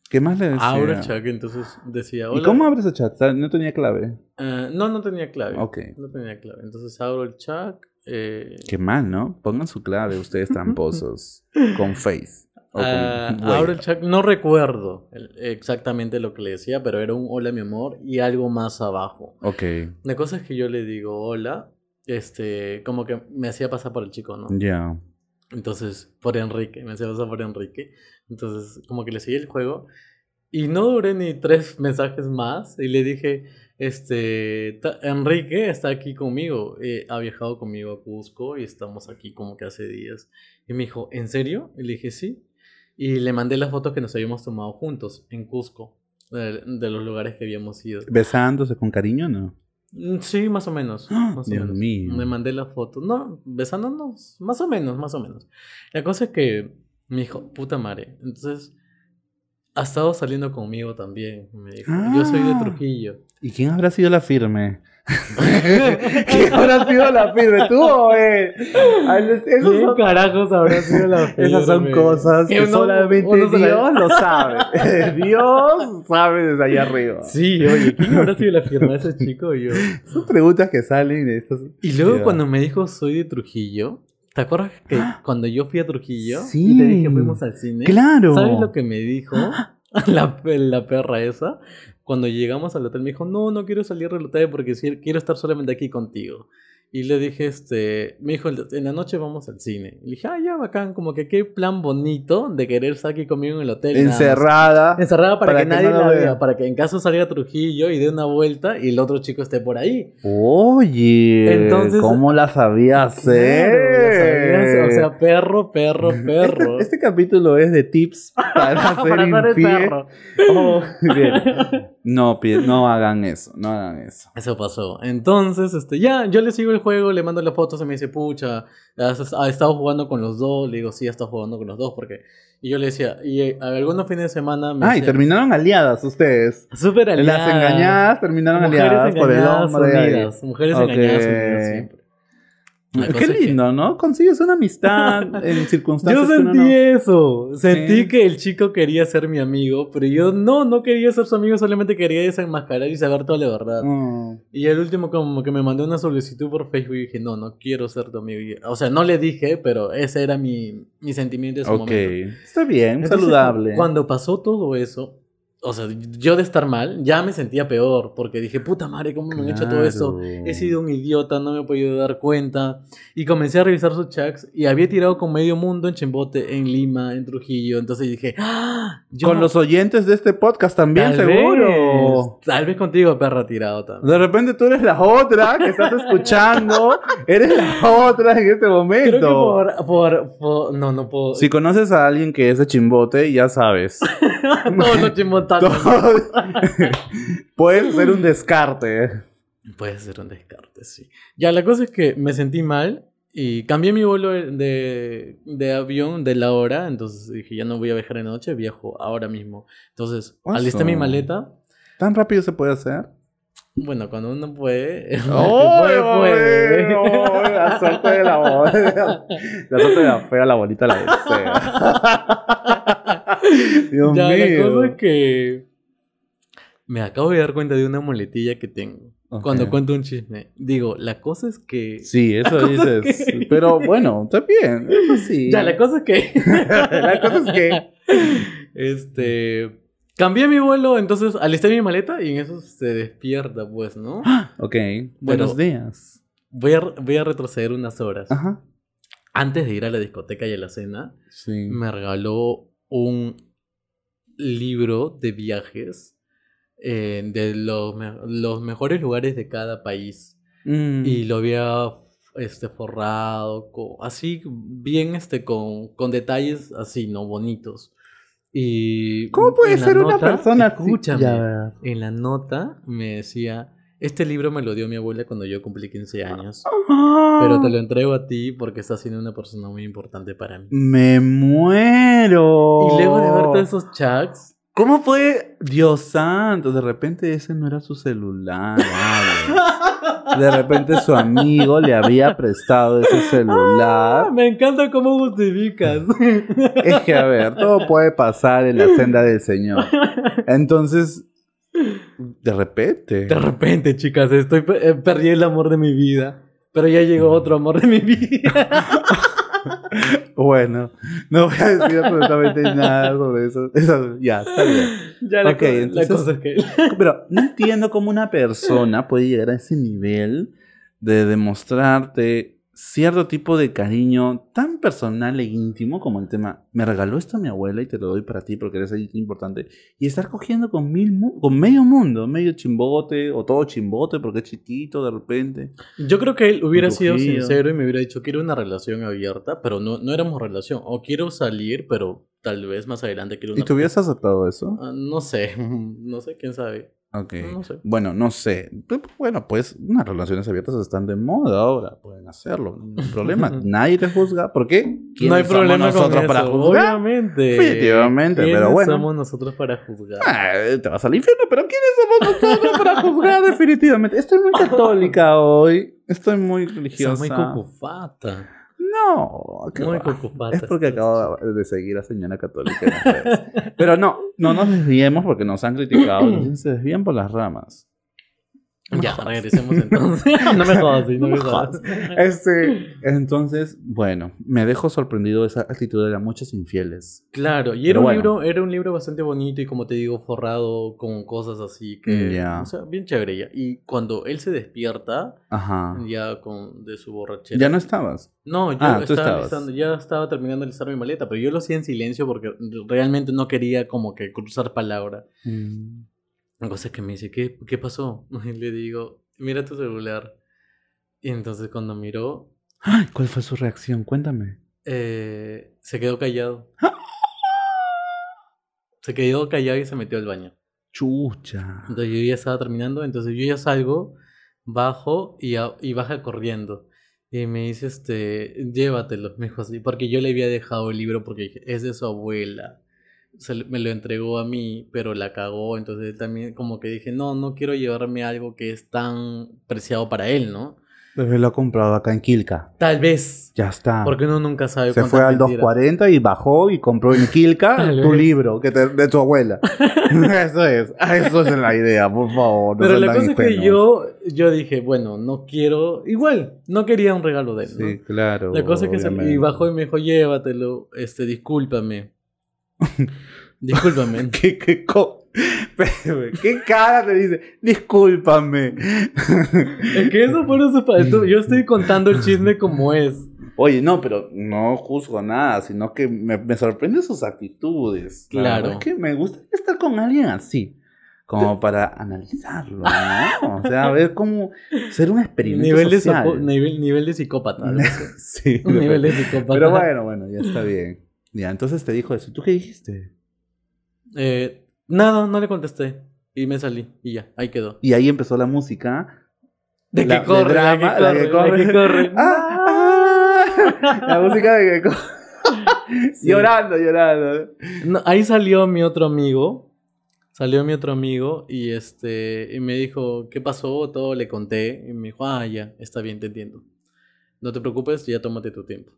[SPEAKER 2] ¿Qué más le decía?
[SPEAKER 1] Abro el chat, entonces decía hola.
[SPEAKER 2] ¿Y cómo abres el chat? O sea, No tenía clave.
[SPEAKER 1] Eh, no, no tenía clave.
[SPEAKER 2] Ok.
[SPEAKER 1] No tenía clave. Entonces abro el chat. eh,
[SPEAKER 2] Qué mal, ¿no? Pongan su clave
[SPEAKER 1] *laughs*
[SPEAKER 2] ustedes tramposos. con Face. o con
[SPEAKER 1] ah,
[SPEAKER 2] Wave.
[SPEAKER 1] abro el chat. No recuerdo el- exactamente lo que le decía, pero era un hola mi amor y algo más abajo.
[SPEAKER 2] Ok,
[SPEAKER 1] La cosa es que yo le digo hola. Este, como que me hacía pasar por el chico, ¿no?
[SPEAKER 2] ya.
[SPEAKER 1] Entonces, por Enrique, me hacía pasar por Enrique. Entonces, como que le seguí el juego. Y no duré ni tres mensajes más. Y le dije, este, ta- Enrique está aquí conmigo. eh, ha viajado conmigo a Cusco y estamos aquí como que hace días. Y me dijo, ¿en serio? Y le dije, sí. Y le mandé las fotos que nos habíamos tomado juntos en Cusco, de, de los lugares que habíamos ido.
[SPEAKER 2] ¿Besándose con cariño no?
[SPEAKER 1] Mm, Sí, más o menos.
[SPEAKER 2] ¡Ah!
[SPEAKER 1] Más o
[SPEAKER 2] Dios
[SPEAKER 1] menos.
[SPEAKER 2] mío.
[SPEAKER 1] Me mandé la foto. No, besándonos. Más o menos, más o menos. La cosa es que me dijo, puta madre. Entonces, ha estado saliendo conmigo también. Me dijo, yo soy de
[SPEAKER 2] Ah.
[SPEAKER 1] Trujillo.
[SPEAKER 2] ¿Y quién habrá sido la firme? *laughs* ¿Quién habrá sido la firme? ¿Tú o él? Al- esos
[SPEAKER 1] ¿Qué
[SPEAKER 2] son-
[SPEAKER 1] carajos habrá sido la
[SPEAKER 2] *laughs* Esas son
[SPEAKER 1] firme?
[SPEAKER 2] cosas que
[SPEAKER 1] uno-
[SPEAKER 2] solamente
[SPEAKER 1] uno se la-
[SPEAKER 2] Dios lo sabe. Dios sabe desde allá arriba.
[SPEAKER 1] *laughs* Sí, oye, ¿quién habrá sido la firma de
[SPEAKER 2] *laughs*
[SPEAKER 1] ese chico? Y Yo.
[SPEAKER 2] Son preguntas que salen de estas.
[SPEAKER 1] Y luego
[SPEAKER 2] Ya. ¡Ah!
[SPEAKER 1] cuando me dijo, soy de Trujillo. ¿Te acuerdas que cuando yo fui a Trujillo
[SPEAKER 2] Sí.
[SPEAKER 1] y te dije fuimos al cine?
[SPEAKER 2] ¡Claro!
[SPEAKER 1] ¿Sabes lo que me dijo *laughs* la, pe- la perra esa? Cuando llegamos al hotel me dijo, no, no quiero salir del hotel porque sí- quiero estar solamente aquí contigo. Y le dije, este, me dijo, en la noche vamos al cine. Y le dije, ah, ya, bacán, como que qué plan bonito de querer estar aquí conmigo en el hotel. nada más".
[SPEAKER 2] Encerrada.
[SPEAKER 1] Encerrada para,
[SPEAKER 2] para
[SPEAKER 1] que,
[SPEAKER 2] que
[SPEAKER 1] nadie
[SPEAKER 2] no la
[SPEAKER 1] la
[SPEAKER 2] vea.
[SPEAKER 1] vea, para que en caso salga Trujillo y dé una vuelta y el otro chico esté por ahí.
[SPEAKER 2] Oye,
[SPEAKER 1] Entonces-
[SPEAKER 2] ¿cómo la sabía hacer?
[SPEAKER 1] Claro, ya sabías, o sea, perro, perro, perro.
[SPEAKER 2] Este, *laughs* este capítulo es
[SPEAKER 1] *laughs*
[SPEAKER 2] de tips para hacer
[SPEAKER 1] para ser el
[SPEAKER 2] infiel.
[SPEAKER 1] perro.
[SPEAKER 2] *laughs* Oh, bien. No, pi- no hagan eso, no hagan eso.
[SPEAKER 1] Eso pasó. Entonces, este, ya, yo le sigo el juego, le mando las fotos y me dice, pucha, has, has estado jugando con los dos. Le digo, sí, has estado jugando con los dos, porque. Y yo le decía, y eh, algunos fines de semana me.
[SPEAKER 2] Ah, y
[SPEAKER 1] decía,
[SPEAKER 2] terminaron aliadas ustedes.
[SPEAKER 1] Súper
[SPEAKER 2] Las
[SPEAKER 1] aliadas.
[SPEAKER 2] engañadas terminaron
[SPEAKER 1] Mujeres
[SPEAKER 2] aliadas pues, por el
[SPEAKER 1] engañadas
[SPEAKER 2] hombre. ahí.
[SPEAKER 1] unidas, Mujeres
[SPEAKER 2] Ok.
[SPEAKER 1] engañadas unidas siempre. La cosa
[SPEAKER 2] Qué
[SPEAKER 1] es que-
[SPEAKER 2] lindo, ¿no? Consigues una amistad
[SPEAKER 1] *laughs*
[SPEAKER 2] en
[SPEAKER 1] Yo
[SPEAKER 2] circunstancias que uno
[SPEAKER 1] sentí
[SPEAKER 2] no-
[SPEAKER 1] eso. Sentí
[SPEAKER 2] Sí.
[SPEAKER 1] que el chico quería ser mi amigo, pero yo no, no quería ser su amigo, solamente quería desenmascarar y saber toda la verdad.
[SPEAKER 2] Oh.
[SPEAKER 1] Y el último como que me mandó una solicitud por Facebook y dije, no, no quiero ser tu amigo. Y- O sea, no le dije, pero ese era mi, mi sentimiento en su
[SPEAKER 2] Ok,
[SPEAKER 1] momento.
[SPEAKER 2] está bien,
[SPEAKER 1] Entonces,
[SPEAKER 2] saludable.
[SPEAKER 1] Cuando pasó todo eso, o sea, yo de estar mal, ya me sentía peor, porque dije, puta madre, ¿cómo me han hecho todo eso?
[SPEAKER 2] Claro.
[SPEAKER 1] He sido un idiota, no me he podido dar cuenta. Y comencé a revisar sus chats y había tirado con medio mundo en Chimbote, en Lima, en Trujillo. Entonces dije, ¡Ah! yo
[SPEAKER 2] Con
[SPEAKER 1] no-
[SPEAKER 2] los oyentes de este podcast también,
[SPEAKER 1] tal
[SPEAKER 2] seguro.
[SPEAKER 1] vez- tal vez contigo, perra, tirado también.
[SPEAKER 2] De repente tú eres la otra que
[SPEAKER 1] *laughs*
[SPEAKER 2] estás escuchando. eres la otra en
[SPEAKER 1] Creo
[SPEAKER 2] este
[SPEAKER 1] que
[SPEAKER 2] momento.
[SPEAKER 1] por, por, por- No, no puedo.
[SPEAKER 2] Si conoces a alguien que es de chimbote, ya sabes.
[SPEAKER 1] *laughs* Todos
[SPEAKER 2] *laughs*
[SPEAKER 1] los chimbotanos.
[SPEAKER 2] Todo- Puedes hacer un descarte.
[SPEAKER 1] Puede ser un descarte, sí. Ya, la cosa es que me sentí mal y cambié mi vuelo de, de avión de la hora. Entonces dije, ya no voy a viajar en la noche, viajo ahora mismo. Entonces,
[SPEAKER 2] Eso.
[SPEAKER 1] alisté mi maleta.
[SPEAKER 2] ¿Tan rápido se puede hacer?
[SPEAKER 1] Bueno, cuando uno puede. *laughs* el que
[SPEAKER 2] ¡Ay,
[SPEAKER 1] puede, puede.
[SPEAKER 2] ay, ay! La suerte de la bo- La suerte de la fea, la bonita
[SPEAKER 1] *laughs*
[SPEAKER 2] la desea. Dios
[SPEAKER 1] ya, la
[SPEAKER 2] mío.
[SPEAKER 1] cosa es que. Me acabo de dar cuenta de una muletilla que tengo.
[SPEAKER 2] Ok.
[SPEAKER 1] Cuando cuento un chisme. Digo, la cosa es que.
[SPEAKER 2] Sí, eso
[SPEAKER 1] cosa es
[SPEAKER 2] dices.
[SPEAKER 1] que- *laughs*
[SPEAKER 2] Pero bueno, está bien. eso sí.
[SPEAKER 1] Ya, la cosa es que.
[SPEAKER 2] La cosa es que.
[SPEAKER 1] Este. Cambié mi vuelo, entonces alisté mi maleta y en eso se despierta, pues, ¿no?
[SPEAKER 2] Ok, buenos días.
[SPEAKER 1] Voy a, voy a retroceder unas horas.
[SPEAKER 2] Ajá.
[SPEAKER 1] Antes de ir a la discoteca y a la cena,
[SPEAKER 2] Sí.
[SPEAKER 1] me regaló un libro de viajes eh, de los, me- los mejores lugares de cada país.
[SPEAKER 2] Mm.
[SPEAKER 1] Y lo había este, forrado, co- así, bien este, con, con detalles así, ¿no? Bonitos. Y
[SPEAKER 2] ¿Cómo puede
[SPEAKER 1] en la
[SPEAKER 2] ser una
[SPEAKER 1] nota-
[SPEAKER 2] persona así?
[SPEAKER 1] Escúchame.
[SPEAKER 2] Ya.
[SPEAKER 1] En la nota me decía, Este libro me lo dio mi abuela cuando yo cumplí 15 años.
[SPEAKER 2] Ah.
[SPEAKER 1] Pero
[SPEAKER 2] Pero
[SPEAKER 1] te lo entrego a ti porque estás siendo una persona muy importante para mí.
[SPEAKER 2] Me muero.
[SPEAKER 1] Y luego de ver todos esos chats,
[SPEAKER 2] ¿Cómo fue? Dios santo, de repente ese no era su celular.
[SPEAKER 1] *laughs*
[SPEAKER 2] Alex. De repente su amigo le había prestado ese celular.
[SPEAKER 1] ah, me encanta cómo justificas.
[SPEAKER 2] *laughs* Es que, a ver, todo puede pasar en la senda del Señor. Entonces, de repente.
[SPEAKER 1] De repente, chicas, estoy pe- eh, perdí el amor de mi vida. Pero ya llegó otro amor de mi vida. *laughs*
[SPEAKER 2] Bueno, no voy a decir absolutamente nada sobre eso. Eso, ya, está bien.
[SPEAKER 1] ya la,
[SPEAKER 2] Ok,
[SPEAKER 1] co- la
[SPEAKER 2] entonces-
[SPEAKER 1] cosa es que.
[SPEAKER 2] Pero no entiendo cómo una persona puede llegar a ese nivel de demostrarte cierto tipo de cariño tan personal e íntimo como el tema, me regaló esto mi abuela y te lo doy para ti porque eres alguien importante, y estar cogiendo con, mil mu- con medio mundo, medio chimbote o todo chimbote porque es chiquito de repente.
[SPEAKER 1] Yo creo que él hubiera sido
[SPEAKER 2] Rugido.
[SPEAKER 1] sincero y me hubiera dicho: Quiero una relación abierta, pero no, no éramos relación. O quiero salir, pero tal vez más adelante quiero una.
[SPEAKER 2] ¿Y te hubieras aceptado eso?
[SPEAKER 1] Ah, No sé, *laughs* no sé, quién sabe.
[SPEAKER 2] Ok.
[SPEAKER 1] No sé.
[SPEAKER 2] Bueno, no sé. Pe- Bueno, pues unas relaciones abiertas están de moda ahora. Pueden hacerlo. No hay
[SPEAKER 1] *laughs*
[SPEAKER 2] problema. Nadie te juzga. ¿Por qué? ¿Quiénes
[SPEAKER 1] No hay
[SPEAKER 2] somos
[SPEAKER 1] problema
[SPEAKER 2] nosotros
[SPEAKER 1] con eso,
[SPEAKER 2] para juzgar?
[SPEAKER 1] Obviamente.
[SPEAKER 2] Definitivamente,
[SPEAKER 1] ¿Quiénes
[SPEAKER 2] pero bueno.
[SPEAKER 1] somos nosotros para juzgar?
[SPEAKER 2] Ah, te vas al infierno, pero ¿quiénes somos nosotros para juzgar? Definitivamente. Estoy muy católica hoy. Estoy muy
[SPEAKER 1] Esa
[SPEAKER 2] religiosa.
[SPEAKER 1] muy cucufata.
[SPEAKER 2] No, qué
[SPEAKER 1] Muy
[SPEAKER 2] va.
[SPEAKER 1] cucufata.
[SPEAKER 2] Es porque acabo de seguir a Señora Católica. en las redes. Pero no, no nos desviemos porque nos
[SPEAKER 1] *clears throat*
[SPEAKER 2] han criticado. Entonces se desvían por las ramas. No me
[SPEAKER 1] Ya,
[SPEAKER 2] jodas.
[SPEAKER 1] regresemos entonces. *laughs* no me jodas, sí, no,
[SPEAKER 2] No me
[SPEAKER 1] me jodas.
[SPEAKER 2] Este, entonces, bueno, me dejó sorprendido esa actitud de las muchas infieles.
[SPEAKER 1] Claro, y
[SPEAKER 2] Pero
[SPEAKER 1] era un,
[SPEAKER 2] bueno.
[SPEAKER 1] libro, era un libro bastante bonito y como te digo, forrado con cosas así que...
[SPEAKER 2] Ya.
[SPEAKER 1] O sea, bien chévere ya. Y cuando él se despierta,
[SPEAKER 2] Ajá.
[SPEAKER 1] ya con de su borrachera...
[SPEAKER 2] Ya no estabas.
[SPEAKER 1] No, yo
[SPEAKER 2] Ah, tú
[SPEAKER 1] estaba
[SPEAKER 2] estabas.
[SPEAKER 1] listando- ya estaba terminando de listar mi maleta, pero yo lo hacía en silencio porque realmente no quería como que cruzar palabra. Mm. La cosa es que me dice, ¿qué, qué pasó? *laughs* Y le digo, mira tu celular. Y entonces cuando miró,
[SPEAKER 2] Ay, ¿cuál fue su reacción? Cuéntame.
[SPEAKER 1] eh, se quedó
[SPEAKER 2] *laughs*
[SPEAKER 1] callado. Se quedó callado y se metió al baño.
[SPEAKER 2] Chucha.
[SPEAKER 1] Entonces yo ya estaba terminando, entonces yo ya salgo, bajo y, a- y baja corriendo. Y me dice, este, llévatelo, me dijo así, porque yo le había dejado el libro porque dije, es de su abuela. Se lo- me lo entregó a mí, pero la cagó, entonces también como que dije, no, no quiero llevarme algo que es tan preciado para él, ¿no?
[SPEAKER 2] Bebé lo ha comprado acá en Quilca.
[SPEAKER 1] Tal vez,
[SPEAKER 2] Ya está.
[SPEAKER 1] porque uno nunca sabe
[SPEAKER 2] Ah. se fue
[SPEAKER 1] cuántas
[SPEAKER 2] al
[SPEAKER 1] mentiras.
[SPEAKER 2] 240 y bajó y compró en
[SPEAKER 1] *laughs*
[SPEAKER 2] Quilca
[SPEAKER 1] Tal
[SPEAKER 2] tu
[SPEAKER 1] vez.
[SPEAKER 2] libro que te- de
[SPEAKER 1] *laughs*
[SPEAKER 2] tu abuela. eso es. Ah, Eso es la idea, por favor. no
[SPEAKER 1] Pero
[SPEAKER 2] sean
[SPEAKER 1] la
[SPEAKER 2] tan
[SPEAKER 1] cosa es que
[SPEAKER 2] ingenuos.
[SPEAKER 1] yo, yo dije, bueno, no quiero, igual, no quería un regalo de él, ¿no?
[SPEAKER 2] Sí, claro.
[SPEAKER 1] La cosa es que se, y
[SPEAKER 2] obviamente.
[SPEAKER 1] bajó y me dijo, llévatelo, este, discúlpame. discúlpame.
[SPEAKER 2] *laughs* ¿Qué, qué, co- *laughs* Espérame, ¿qué cara te dice? Discúlpame.
[SPEAKER 1] *laughs* es que eso fueron sus pa- tú- Yo estoy contando el chisme como es.
[SPEAKER 2] Oye, no, pero no juzgo nada, sino que me, me sorprende sus actitudes. La
[SPEAKER 1] Claro.
[SPEAKER 2] verdad Es que me gusta estar con alguien así. Como para analizarlo, ¿no? O sea, ver cómo ser un experimento
[SPEAKER 1] Nivel de,
[SPEAKER 2] social.
[SPEAKER 1] sapo- nivel, nivel de psicópata. algo así.
[SPEAKER 2] *laughs* sí,
[SPEAKER 1] Un nivel de psicópata.
[SPEAKER 2] Pero bueno, bueno, ya está bien. Ya, entonces te dijo eso. ¿Tú qué dijiste?
[SPEAKER 1] *laughs* Eh, nada, no le contesté. Y me salí. Y ya, ahí quedó.
[SPEAKER 2] Y ahí empezó la música.
[SPEAKER 1] De
[SPEAKER 2] La-
[SPEAKER 1] que corre,
[SPEAKER 2] de
[SPEAKER 1] la
[SPEAKER 2] drama,
[SPEAKER 1] que corre, la que
[SPEAKER 2] *laughs*
[SPEAKER 1] corre. *laughs*
[SPEAKER 2] Ah, ah, la música de que corre.
[SPEAKER 1] Sí.
[SPEAKER 2] Llorando, llorando.
[SPEAKER 1] No, ahí salió mi otro amigo. Salió mi otro amigo y este y me dijo, ¿qué pasó? Todo le conté. Y me dijo, ah, ya, está bien, te entiendo. No te preocupes, ya tómate tu tiempo.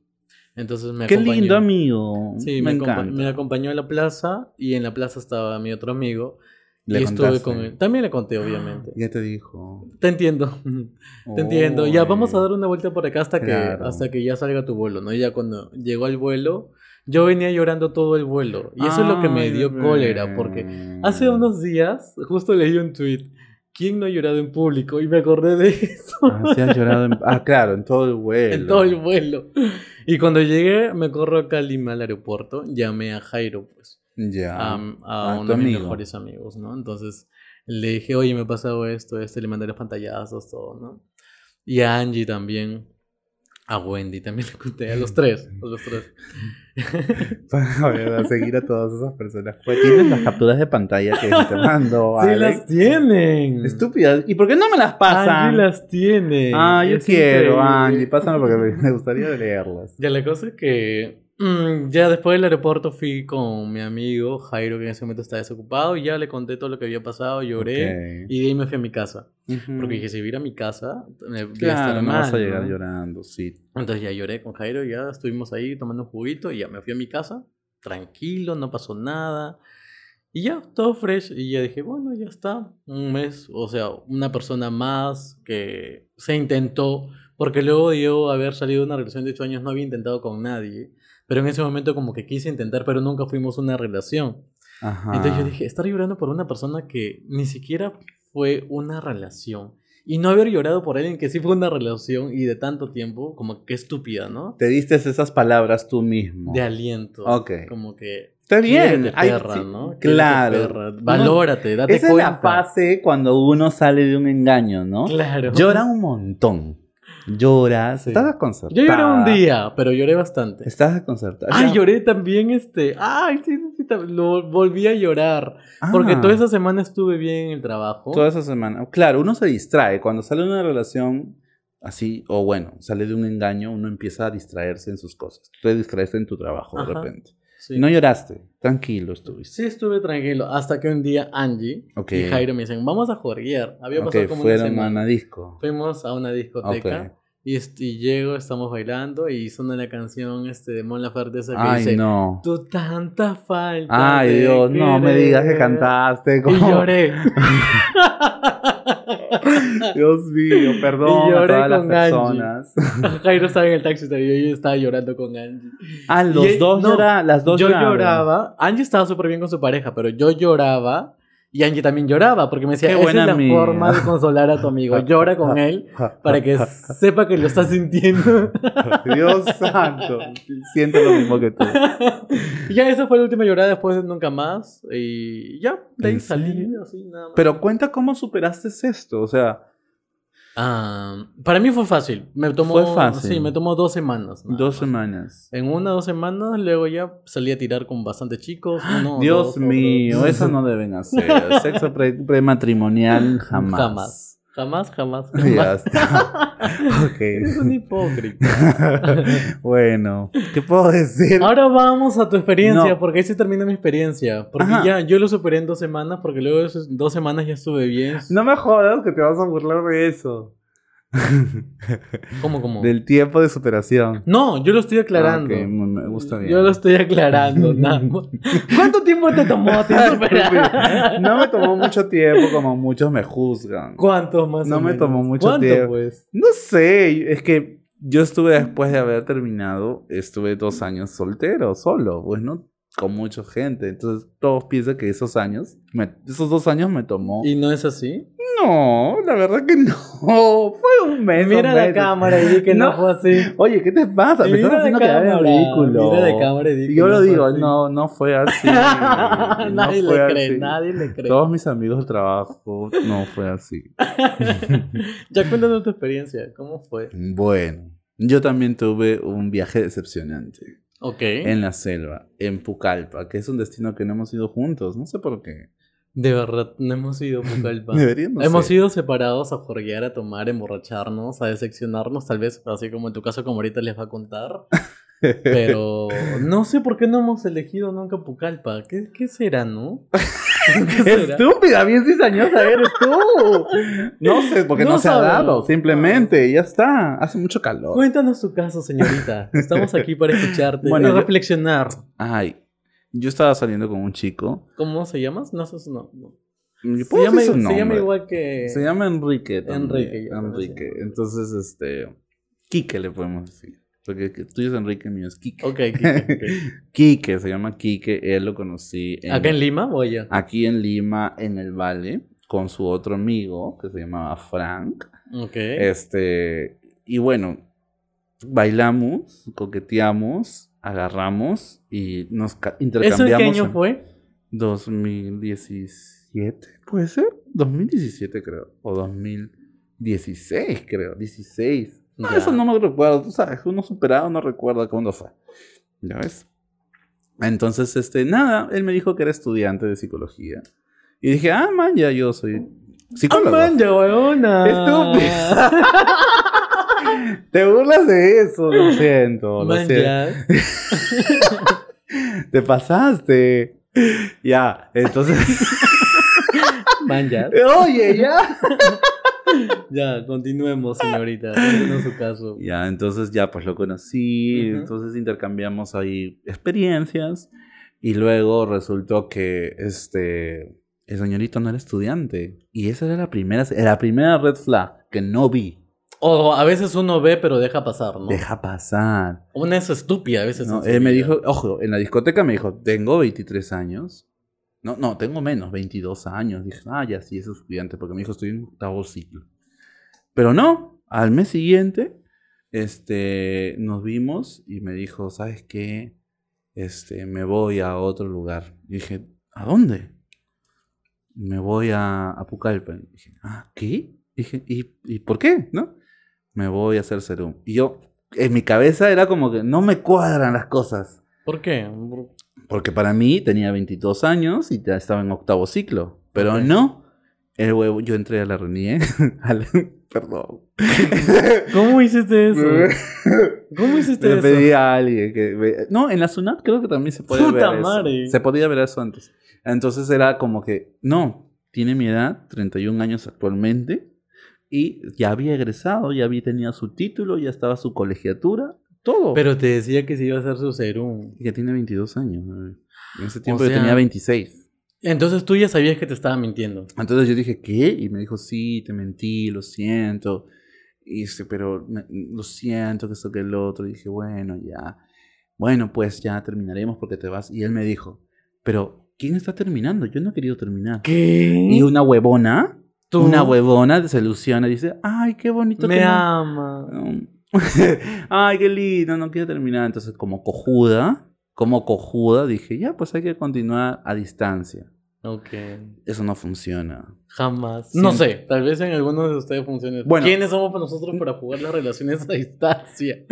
[SPEAKER 1] Entonces me
[SPEAKER 2] Qué
[SPEAKER 1] acompañó.
[SPEAKER 2] lindo amigo.
[SPEAKER 1] Sí,
[SPEAKER 2] me,
[SPEAKER 1] me, acompa-
[SPEAKER 2] encanta.
[SPEAKER 1] me acompañó a la plaza y en la plaza estaba mi otro amigo.
[SPEAKER 2] Le
[SPEAKER 1] y estuve
[SPEAKER 2] contaste.
[SPEAKER 1] con él. También le conté,
[SPEAKER 2] *gasps*
[SPEAKER 1] obviamente.
[SPEAKER 2] Ya te dijo. Oh,
[SPEAKER 1] Te entiendo. Te entiendo. Ya
[SPEAKER 2] Oy.
[SPEAKER 1] vamos a dar una vuelta por acá hasta que,
[SPEAKER 2] Claro.
[SPEAKER 1] hasta que ya salga tu vuelo, ¿no? Y ya cuando llegó al vuelo, yo venía llorando todo el vuelo. Y eso es lo que me
[SPEAKER 2] Ay,
[SPEAKER 1] dio
[SPEAKER 2] bebé.
[SPEAKER 1] cólera, porque hace unos días justo leí un tweet. ¿Quién no ha llorado en público? Y me acordé de eso
[SPEAKER 2] Ah, sí, has llorado en- Ah, claro, en todo el vuelo.
[SPEAKER 1] en todo el vuelo. Y cuando llegué, me corro acá a Lima al aeropuerto, llamé a Jairo, pues,
[SPEAKER 2] Ya.
[SPEAKER 1] a, a
[SPEAKER 2] Ah, tu
[SPEAKER 1] uno de mis
[SPEAKER 2] amigo.
[SPEAKER 1] mejores amigos, ¿no? Entonces le dije, oye, me ha pasado esto, esto, le mandé los pantallazos, todo, ¿no? *laughs* Y a Angie también, a Wendy también le conté, a los tres, a los tres.
[SPEAKER 2] *laughs* Para seguir a todas esas personas. Pues tienes las capturas de pantalla que te mando.
[SPEAKER 1] *laughs* *laughs* sí
[SPEAKER 2] Alex? Mm.
[SPEAKER 1] las tienen.
[SPEAKER 2] Estúpidas. ¿Y por qué no me las pasan?
[SPEAKER 1] Angie las tiene.
[SPEAKER 2] Ah, yo
[SPEAKER 1] Es
[SPEAKER 2] quiero,
[SPEAKER 1] increíble.
[SPEAKER 2] Angie. Pásame porque me me gustaría leerlas.
[SPEAKER 1] Ya la cosa es que mm, ya después del aeropuerto fui con mi amigo Jairo, que en ese momento estaba desocupado, y ya le conté todo lo que había pasado, lloré,
[SPEAKER 2] Ok.
[SPEAKER 1] y de ahí me fui a mi casa.
[SPEAKER 2] Ujú.
[SPEAKER 1] Porque dije, si voy a ir a mi casa, me voy a
[SPEAKER 2] Mm. Claro,
[SPEAKER 1] estar
[SPEAKER 2] no
[SPEAKER 1] mal.
[SPEAKER 2] vas a llegar
[SPEAKER 1] ¿no?
[SPEAKER 2] llorando, sí.
[SPEAKER 1] Entonces ya lloré con Jairo, ya estuvimos ahí tomando un juguito, y ya me fui a mi casa, tranquilo, no pasó nada. Y ya, todo fresh. Y ya dije, bueno, ya está. Un mes, o sea, una persona más que se intentó. Porque luego de yo haber salido de una relación de 8 años no había intentado con nadie. Pero en ese momento como que quise intentar, pero nunca fuimos una relación.
[SPEAKER 2] Ajá.
[SPEAKER 1] Entonces yo dije, estar llorando por una persona que ni siquiera fue una relación. Y no haber llorado por alguien que sí fue una relación y de tanto tiempo, como que estúpida, ¿no?
[SPEAKER 2] Te diste esas palabras tú mismo.
[SPEAKER 1] De aliento.
[SPEAKER 2] Ok.
[SPEAKER 1] Como que
[SPEAKER 2] Está bien.
[SPEAKER 1] Quiérete,
[SPEAKER 2] Ay,
[SPEAKER 1] perra,
[SPEAKER 2] sí,
[SPEAKER 1] ¿no? Quiérete,
[SPEAKER 2] Claro.
[SPEAKER 1] perra. Valórate, date
[SPEAKER 2] Esa
[SPEAKER 1] cuenta.
[SPEAKER 2] es la fase cuando uno sale de un engaño, ¿no?
[SPEAKER 1] Claro.
[SPEAKER 2] Llora un montón. Lloras.
[SPEAKER 1] Sí.
[SPEAKER 2] Estás desconcertada.
[SPEAKER 1] Yo lloré un día, pero lloré bastante.
[SPEAKER 2] Estás desconcertada.
[SPEAKER 1] Ay,
[SPEAKER 2] Ya.
[SPEAKER 1] lloré también este. Ay, sí, sí, sí, tam- lo volví a llorar.
[SPEAKER 2] Ah,
[SPEAKER 1] Porque toda esa semana estuve bien en el trabajo.
[SPEAKER 2] Toda esa semana. Claro, uno se distrae. Cuando sale de una relación así, o bueno, sale de un engaño, uno empieza a distraerse en sus cosas. Tú te distraes en tu trabajo de
[SPEAKER 1] Ajá.
[SPEAKER 2] repente.
[SPEAKER 1] Sí.
[SPEAKER 2] No lloraste. Tranquilo estuviste.
[SPEAKER 1] Sí, estuve tranquilo. Hasta que un día Angie
[SPEAKER 2] Ok.
[SPEAKER 1] y Jairo me dicen, vamos a jugar. Había
[SPEAKER 2] Ok,
[SPEAKER 1] pasado como una
[SPEAKER 2] fueron
[SPEAKER 1] semana.
[SPEAKER 2] a disco.
[SPEAKER 1] Fuimos a una discoteca. Y, est- y llego, estamos bailando y suena la canción este, de Mon Laferte esa que dice
[SPEAKER 2] Ay, no.
[SPEAKER 1] Tu tanta *laughs* falta.
[SPEAKER 2] Ay,
[SPEAKER 1] de
[SPEAKER 2] Dios, no me
[SPEAKER 1] querer".
[SPEAKER 2] digas que cantaste.
[SPEAKER 1] Y
[SPEAKER 2] como-
[SPEAKER 1] lloré.
[SPEAKER 2] *laughs*
[SPEAKER 1] *laughs*
[SPEAKER 2] Dios mío, perdón
[SPEAKER 1] Y
[SPEAKER 2] a
[SPEAKER 1] lloré
[SPEAKER 2] todas las
[SPEAKER 1] con Angie.
[SPEAKER 2] personas.
[SPEAKER 1] Jairo estaba en el taxi todavía y yo estaba llorando con Angie.
[SPEAKER 2] Ah, los
[SPEAKER 1] Y-
[SPEAKER 2] dos
[SPEAKER 1] no,
[SPEAKER 2] llora- las dos
[SPEAKER 1] yo
[SPEAKER 2] lloraron. *laughs*
[SPEAKER 1] lloraba. Angie estaba súper bien con su pareja, pero yo lloraba y Angie también lloraba porque me decía:
[SPEAKER 2] Qué
[SPEAKER 1] Esa es
[SPEAKER 2] buena
[SPEAKER 1] la
[SPEAKER 2] amiga".
[SPEAKER 1] forma de consolar a tu amigo. Llora con él para
[SPEAKER 2] *laughs*
[SPEAKER 1] que sepa que lo estás sintiendo. *laughs*
[SPEAKER 2] Dios santo, siento lo mismo que tú.
[SPEAKER 1] Y ya esa fue la última llorada después de nunca más. Y ya, de ahí
[SPEAKER 2] ¿En
[SPEAKER 1] salí
[SPEAKER 2] serio?
[SPEAKER 1] así, nada más.
[SPEAKER 2] Pero cuenta cómo superaste esto, o sea,
[SPEAKER 1] Ah, para mí fue fácil. Me tomó,
[SPEAKER 2] Fue fácil.
[SPEAKER 1] Sí, me tomó dos semanas. nada
[SPEAKER 2] dos
[SPEAKER 1] más.
[SPEAKER 2] semanas.
[SPEAKER 1] En una o dos semanas, luego ya salí a tirar con bastantes chicos. uno o
[SPEAKER 2] *gasps* Dios
[SPEAKER 1] dos, otro.
[SPEAKER 2] mío, eso no
[SPEAKER 1] *laughs*
[SPEAKER 2] deben hacer. Sexo pre- prematrimonial jamás.
[SPEAKER 1] Jamás. Jamás, jamás. jamás.
[SPEAKER 2] *laughs* Ya está.
[SPEAKER 1] *laughs* Eres
[SPEAKER 2] Ok. *laughs*
[SPEAKER 1] un hipócrita.
[SPEAKER 2] bueno, ¿qué puedo *laughs* decir?
[SPEAKER 1] Ahora vamos a tu experiencia,
[SPEAKER 2] No.
[SPEAKER 1] porque ahí se termina mi experiencia. Porque
[SPEAKER 2] Ajá.
[SPEAKER 1] ya, yo lo superé en dos semanas, porque luego de esas dos semanas ya estuve bien.
[SPEAKER 2] No me jodas que te vas a burlar de eso.
[SPEAKER 1] ¿Cómo, cómo?
[SPEAKER 2] Del tiempo de superación.
[SPEAKER 1] No, yo lo estoy aclarando.
[SPEAKER 2] Ah, ok, me me gusta bien.
[SPEAKER 1] Yo lo estoy
[SPEAKER 2] *laughs*
[SPEAKER 1] aclarando, Nango. ¿Cuánto tiempo te tomó a ti superar?
[SPEAKER 2] No me tomó mucho tiempo, como muchos me juzgan.
[SPEAKER 1] ¿Cuánto más
[SPEAKER 2] No
[SPEAKER 1] o
[SPEAKER 2] me
[SPEAKER 1] menos?
[SPEAKER 2] tomó mucho
[SPEAKER 1] ¿Cuánto,
[SPEAKER 2] tiempo.
[SPEAKER 1] pues?
[SPEAKER 2] No sé, es que yo estuve después de haber terminado, estuve dos años soltero, solo, pues no con mucha gente. Entonces todos piensan que esos años, me- esos dos años me tomó.
[SPEAKER 1] ¿Y no es así?
[SPEAKER 2] No, la verdad que no. Fue un mes.
[SPEAKER 1] Mira
[SPEAKER 2] dos
[SPEAKER 1] la
[SPEAKER 2] meses.
[SPEAKER 1] cámara y di que no,
[SPEAKER 2] No.
[SPEAKER 1] fue así.
[SPEAKER 2] Oye, ¿qué te pasa?
[SPEAKER 1] Y
[SPEAKER 2] Me
[SPEAKER 1] mira
[SPEAKER 2] estás
[SPEAKER 1] de
[SPEAKER 2] haciendo quedar de
[SPEAKER 1] cámara,
[SPEAKER 2] ridículo.
[SPEAKER 1] Mira de cámara y di
[SPEAKER 2] Y
[SPEAKER 1] que
[SPEAKER 2] yo lo
[SPEAKER 1] fue *laughs*
[SPEAKER 2] digo,
[SPEAKER 1] así.
[SPEAKER 2] no, no fue así.
[SPEAKER 1] nadie
[SPEAKER 2] No fue
[SPEAKER 1] le cree,
[SPEAKER 2] así.
[SPEAKER 1] nadie le cree.
[SPEAKER 2] Todos mis amigos del trabajo, no fue así.
[SPEAKER 1] ya cuéntanos tu experiencia, ¿cómo fue?
[SPEAKER 2] Bueno, yo también tuve un viaje decepcionante
[SPEAKER 1] Ok.
[SPEAKER 2] en la selva, en Pucallpa, que es un destino que no hemos ido juntos, no sé por qué.
[SPEAKER 1] De verdad, no hemos ido poco
[SPEAKER 2] *laughs*
[SPEAKER 1] al pan.
[SPEAKER 2] Deberíamos.
[SPEAKER 1] Hemos ido separados a jorgear, a tomar, a emborracharnos, a decepcionarnos, tal vez, así como en tu caso, como ahorita les va a contar.
[SPEAKER 2] *laughs*
[SPEAKER 1] Pero no sé por qué no hemos elegido nunca Pucallpa. ¿Qué, qué será, no?
[SPEAKER 2] *laughs*
[SPEAKER 1] ¿Qué será?
[SPEAKER 2] Estúpida, bien cizañosa eres tú. No sé, porque no,
[SPEAKER 1] No
[SPEAKER 2] se ha
[SPEAKER 1] sabemos.
[SPEAKER 2] dado, simplemente, ya está. Hace mucho calor.
[SPEAKER 1] Cuéntanos tu caso, señorita. Estamos aquí para escucharte
[SPEAKER 2] Bueno,
[SPEAKER 1] y
[SPEAKER 2] yo-
[SPEAKER 1] reflexionar.
[SPEAKER 2] Ay, yo estaba saliendo con un chico.
[SPEAKER 1] ¿Cómo se llamas? No sé su nombre.
[SPEAKER 2] ¿Puedo
[SPEAKER 1] Se llama,
[SPEAKER 2] decir su
[SPEAKER 1] se llama
[SPEAKER 2] nombre?
[SPEAKER 1] igual que.
[SPEAKER 2] Se llama Enrique. también.
[SPEAKER 1] Enrique, ya,
[SPEAKER 2] Enrique.
[SPEAKER 1] sí.
[SPEAKER 2] Entonces, este. Quique le podemos decir. Porque que tuyo es Enrique, mío es Quique.
[SPEAKER 1] Ok,
[SPEAKER 2] *laughs*
[SPEAKER 1] Kike,
[SPEAKER 2] Quique, se llama Quique. Él lo conocí
[SPEAKER 1] ok. ¿Acá en Lima o allá?
[SPEAKER 2] aquí en Lima, en el Valle, con su otro amigo que se llamaba Frank.
[SPEAKER 1] Ok.
[SPEAKER 2] Este. Y bueno, bailamos, coqueteamos, agarramos y nos ca-
[SPEAKER 1] ¿Eso
[SPEAKER 2] intercambiamos.
[SPEAKER 1] en qué año
[SPEAKER 2] en
[SPEAKER 1] fue?
[SPEAKER 2] 2017, ¿puede ser? 2017 creo, o 2016 creo, 16. No,
[SPEAKER 1] Ya.
[SPEAKER 2] Ah, eso no me recuerdo, tú sabes, uno superado no recuerda cuándo fue. ¿Ya ves? Entonces, este, nada, él me dijo que era estudiante de psicología. Y dije, ah, man, ya yo soy psicólogo.
[SPEAKER 1] Oh, manja, ah. weona! *laughs*
[SPEAKER 2] Estúpido. Te burlas de eso, lo siento, lo siento.
[SPEAKER 1] Manja.
[SPEAKER 2] Te pasaste. *laughs* Ya, entonces.
[SPEAKER 1] *laughs*
[SPEAKER 2] *laughs*
[SPEAKER 1] Manja.
[SPEAKER 2] Oye, ya.
[SPEAKER 1] Ya, continuemos, señorita. Continuemos su caso.
[SPEAKER 2] Ya, entonces ya pues lo conocí,
[SPEAKER 1] Ujú.
[SPEAKER 2] entonces intercambiamos ahí experiencias y luego resultó que este el señorito no era estudiante y esa era la primera la primera red flag que no vi.
[SPEAKER 1] O a veces uno ve, pero deja pasar, ¿no?
[SPEAKER 2] Deja pasar.
[SPEAKER 1] Una es estúpida, a veces.
[SPEAKER 2] No,
[SPEAKER 1] es
[SPEAKER 2] él me
[SPEAKER 1] estúpida.
[SPEAKER 2] dijo, ojo, en la discoteca me dijo, tengo 23 años. No, no, tengo menos, 22 años. Dije, ah, ya sí, es estudiante, porque me dijo, estoy en octavo ciclo. Pero no, al mes siguiente, este, nos vimos y me dijo, ¿sabes qué? Este, me voy a otro lugar. Y dije, ¿a dónde? Me voy a Apucalpa. Y dije, ¿ah, qué? Dije, ¿y, y por qué? ¿No? Me voy a hacer serum. Y yo, en mi cabeza era como que no me cuadran las cosas.
[SPEAKER 1] ¿Por qué?
[SPEAKER 2] Porque para mí tenía 22 años y ya estaba en octavo ciclo. Pero
[SPEAKER 1] Ok.
[SPEAKER 2] no, el huevo, yo entré a la *laughs* reunión. Perdón.
[SPEAKER 1] ¿Cómo hiciste eso?
[SPEAKER 2] *laughs*
[SPEAKER 1] ¿Cómo hiciste
[SPEAKER 2] Le
[SPEAKER 1] eso?
[SPEAKER 2] pedí a alguien que... ve- No, en la SUNAT creo que también se podía
[SPEAKER 1] Puta
[SPEAKER 2] ver
[SPEAKER 1] madre.
[SPEAKER 2] eso. Se podía ver eso antes. Entonces era como que, no, tiene mi edad, 31 años actualmente, y ya había egresado, ya había tenido su título, ya estaba su colegiatura, todo.
[SPEAKER 1] Pero te decía que se iba a hacer su serum.
[SPEAKER 2] Ya tiene 22 años. bebé. En ese tiempo
[SPEAKER 1] sea-
[SPEAKER 2] yo tenía 26.
[SPEAKER 1] Entonces tú ya sabías que te estaba mintiendo.
[SPEAKER 2] Entonces yo dije, ¿qué? Y me dijo, sí, te mentí, lo siento. Y dice, pero me- lo siento, que esto, que el otro. Y dije, bueno, ya. Bueno, pues ya terminaremos porque te vas. Y él me dijo, pero ¿quién está terminando? Yo no he querido terminar. Y
[SPEAKER 1] ¿Qué?
[SPEAKER 2] una huevona,
[SPEAKER 1] ¿Tú?
[SPEAKER 2] una huevona se ilusiona y dice, ay, qué bonito.
[SPEAKER 1] Me
[SPEAKER 2] que no-
[SPEAKER 1] ama.
[SPEAKER 2] Um, *laughs* Ay, qué lindo, no quiero terminar. Entonces, como cojuda, como cojuda, dije, ya, pues hay que continuar a distancia.
[SPEAKER 1] Ok.
[SPEAKER 2] Eso no funciona.
[SPEAKER 1] Jamás.
[SPEAKER 2] Sí.
[SPEAKER 1] No sé. Tal vez en algunos de ustedes funcione.
[SPEAKER 2] Bueno.
[SPEAKER 1] ¿Quiénes somos para nosotros para jugar las relaciones a *laughs* distancia?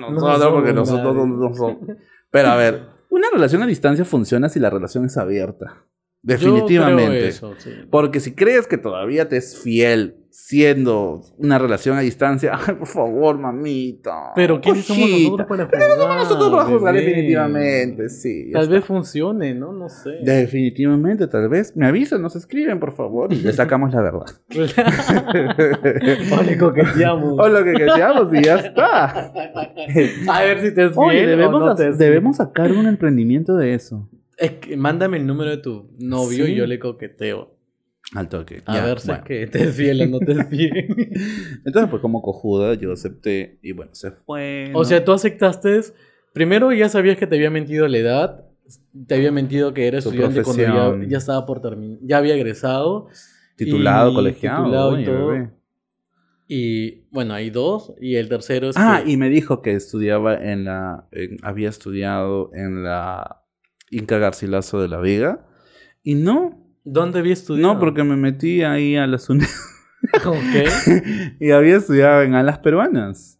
[SPEAKER 2] nosotros, porque
[SPEAKER 1] somos
[SPEAKER 2] nosotros no-
[SPEAKER 1] nadie.
[SPEAKER 2] no somos. Pero a ver, una relación a distancia funciona si la relación es abierta.
[SPEAKER 1] Yo creo
[SPEAKER 2] Definitivamente.
[SPEAKER 1] eso, sí.
[SPEAKER 2] Porque si crees que todavía te es fiel siendo una relación a distancia, *laughs* ay, por favor, mamita.
[SPEAKER 1] Pero ¿quiénes somos nosotros
[SPEAKER 2] cosita.
[SPEAKER 1] para juzgar?
[SPEAKER 2] Nosotros para juzgar,
[SPEAKER 1] bebé?
[SPEAKER 2] definitivamente, sí. ya
[SPEAKER 1] Tal
[SPEAKER 2] está.
[SPEAKER 1] vez funcione, ¿no? No sé. *laughs*
[SPEAKER 2] Definitivamente, tal vez. Me avisan, nos escriben, por favor. y Le sacamos
[SPEAKER 1] *laughs*
[SPEAKER 2] la verdad.
[SPEAKER 1] o le coqueteamos.
[SPEAKER 2] o lo que queramos y
[SPEAKER 1] *laughs*
[SPEAKER 2] ya está.
[SPEAKER 1] A ver si te es
[SPEAKER 2] Oye,
[SPEAKER 1] fiel o
[SPEAKER 2] debemos,
[SPEAKER 1] no
[SPEAKER 2] hac-
[SPEAKER 1] te es
[SPEAKER 2] debemos sacar un emprendimiento de eso.
[SPEAKER 1] fiel. Es que mándame el número de tu novio
[SPEAKER 2] Sí.
[SPEAKER 1] y yo le coqueteo.
[SPEAKER 2] Al toque.
[SPEAKER 1] A
[SPEAKER 2] ya,
[SPEAKER 1] ver si
[SPEAKER 2] bueno.
[SPEAKER 1] es que te es fiel o no *laughs* te es fiel.
[SPEAKER 2] Entonces, pues como cojuda, yo acepté y bueno, se fue.
[SPEAKER 1] O sea, tú aceptaste. Primero ya sabías que te había mentido la edad. Te había mentido que eres
[SPEAKER 2] Tu
[SPEAKER 1] estudiante cuando ya,
[SPEAKER 2] profesión.
[SPEAKER 1] ya estaba por terminar. Ya había egresado.
[SPEAKER 2] titulado,
[SPEAKER 1] y
[SPEAKER 2] colegiado.
[SPEAKER 1] titulado y
[SPEAKER 2] oye,
[SPEAKER 1] todo.
[SPEAKER 2] bebé.
[SPEAKER 1] Y bueno, hay dos. Y el tercero es.
[SPEAKER 2] Ah,
[SPEAKER 1] que-
[SPEAKER 2] y me dijo que estudiaba en la. en- había estudiado en la Inca Garcilaso de la Vega. Y no.
[SPEAKER 1] ¿Dónde había estudiado?
[SPEAKER 2] No, porque me metí ahí a la SUNY.
[SPEAKER 1] *laughs*
[SPEAKER 2] *laughs*
[SPEAKER 1] Ok.
[SPEAKER 2] y había estudiado en alas peruanas.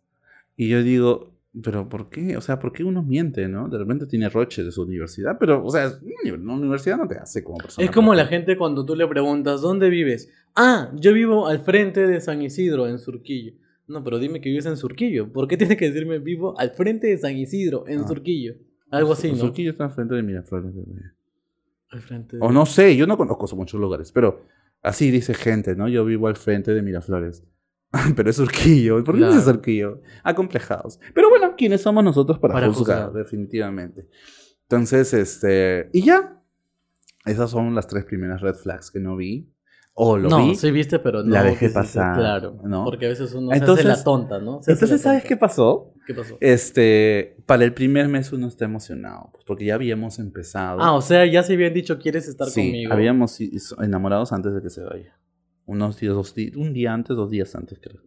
[SPEAKER 2] Y yo digo, pero ¿por qué? O sea, ¿por qué uno miente, no? De repente tiene roche de su universidad, pero, o sea, es- una universidad no te hace como persona.
[SPEAKER 1] Es como la
[SPEAKER 2] perfecta.
[SPEAKER 1] gente cuando tú le preguntas, ¿dónde vives? Ah, yo vivo al frente de San Isidro, en Surquillo. No, pero dime que vives en Surquillo. ¿Por qué tienes que decirme vivo al frente de San Isidro, en
[SPEAKER 2] Ah. Pues,
[SPEAKER 1] Surquillo? Algo así, ¿no?
[SPEAKER 2] Surquillo está frente de Miraflores. bebé.
[SPEAKER 1] Al frente de-
[SPEAKER 2] O no sé, yo no conozco muchos lugares, pero así dice gente, ¿no? Yo vivo al frente de Miraflores. *laughs* pero es Surquillo. ¿Por qué
[SPEAKER 1] Claro.
[SPEAKER 2] dice Surquillo? Acomplejados. Pero bueno, ¿quiénes somos nosotros para,
[SPEAKER 1] Para
[SPEAKER 2] juzgar?
[SPEAKER 1] juzgar.
[SPEAKER 2] Definitivamente. Entonces, este... Y ya. Esas son las tres primeras red flags que no vi. O lo
[SPEAKER 1] no,
[SPEAKER 2] vi.
[SPEAKER 1] sí viste, pero no.
[SPEAKER 2] la dejé
[SPEAKER 1] quisiste,
[SPEAKER 2] pasar,
[SPEAKER 1] Claro.
[SPEAKER 2] ¿no?
[SPEAKER 1] Porque a veces uno
[SPEAKER 2] Entonces-
[SPEAKER 1] se hace la tonta, ¿no? Se hace
[SPEAKER 2] Entonces,
[SPEAKER 1] la
[SPEAKER 2] ¿sabes qué
[SPEAKER 1] tonta.
[SPEAKER 2] pasó?
[SPEAKER 1] qué pasó?
[SPEAKER 2] Este, para el primer mes uno está emocionado, pues, porque ya habíamos empezado.
[SPEAKER 1] Ah, o sea, ya se habían dicho, ¿quieres estar
[SPEAKER 2] sí,
[SPEAKER 1] conmigo?
[SPEAKER 2] habíamos i- so- enamorados antes de que se vaya. Unos días, dos di- un día antes, dos días antes, creo.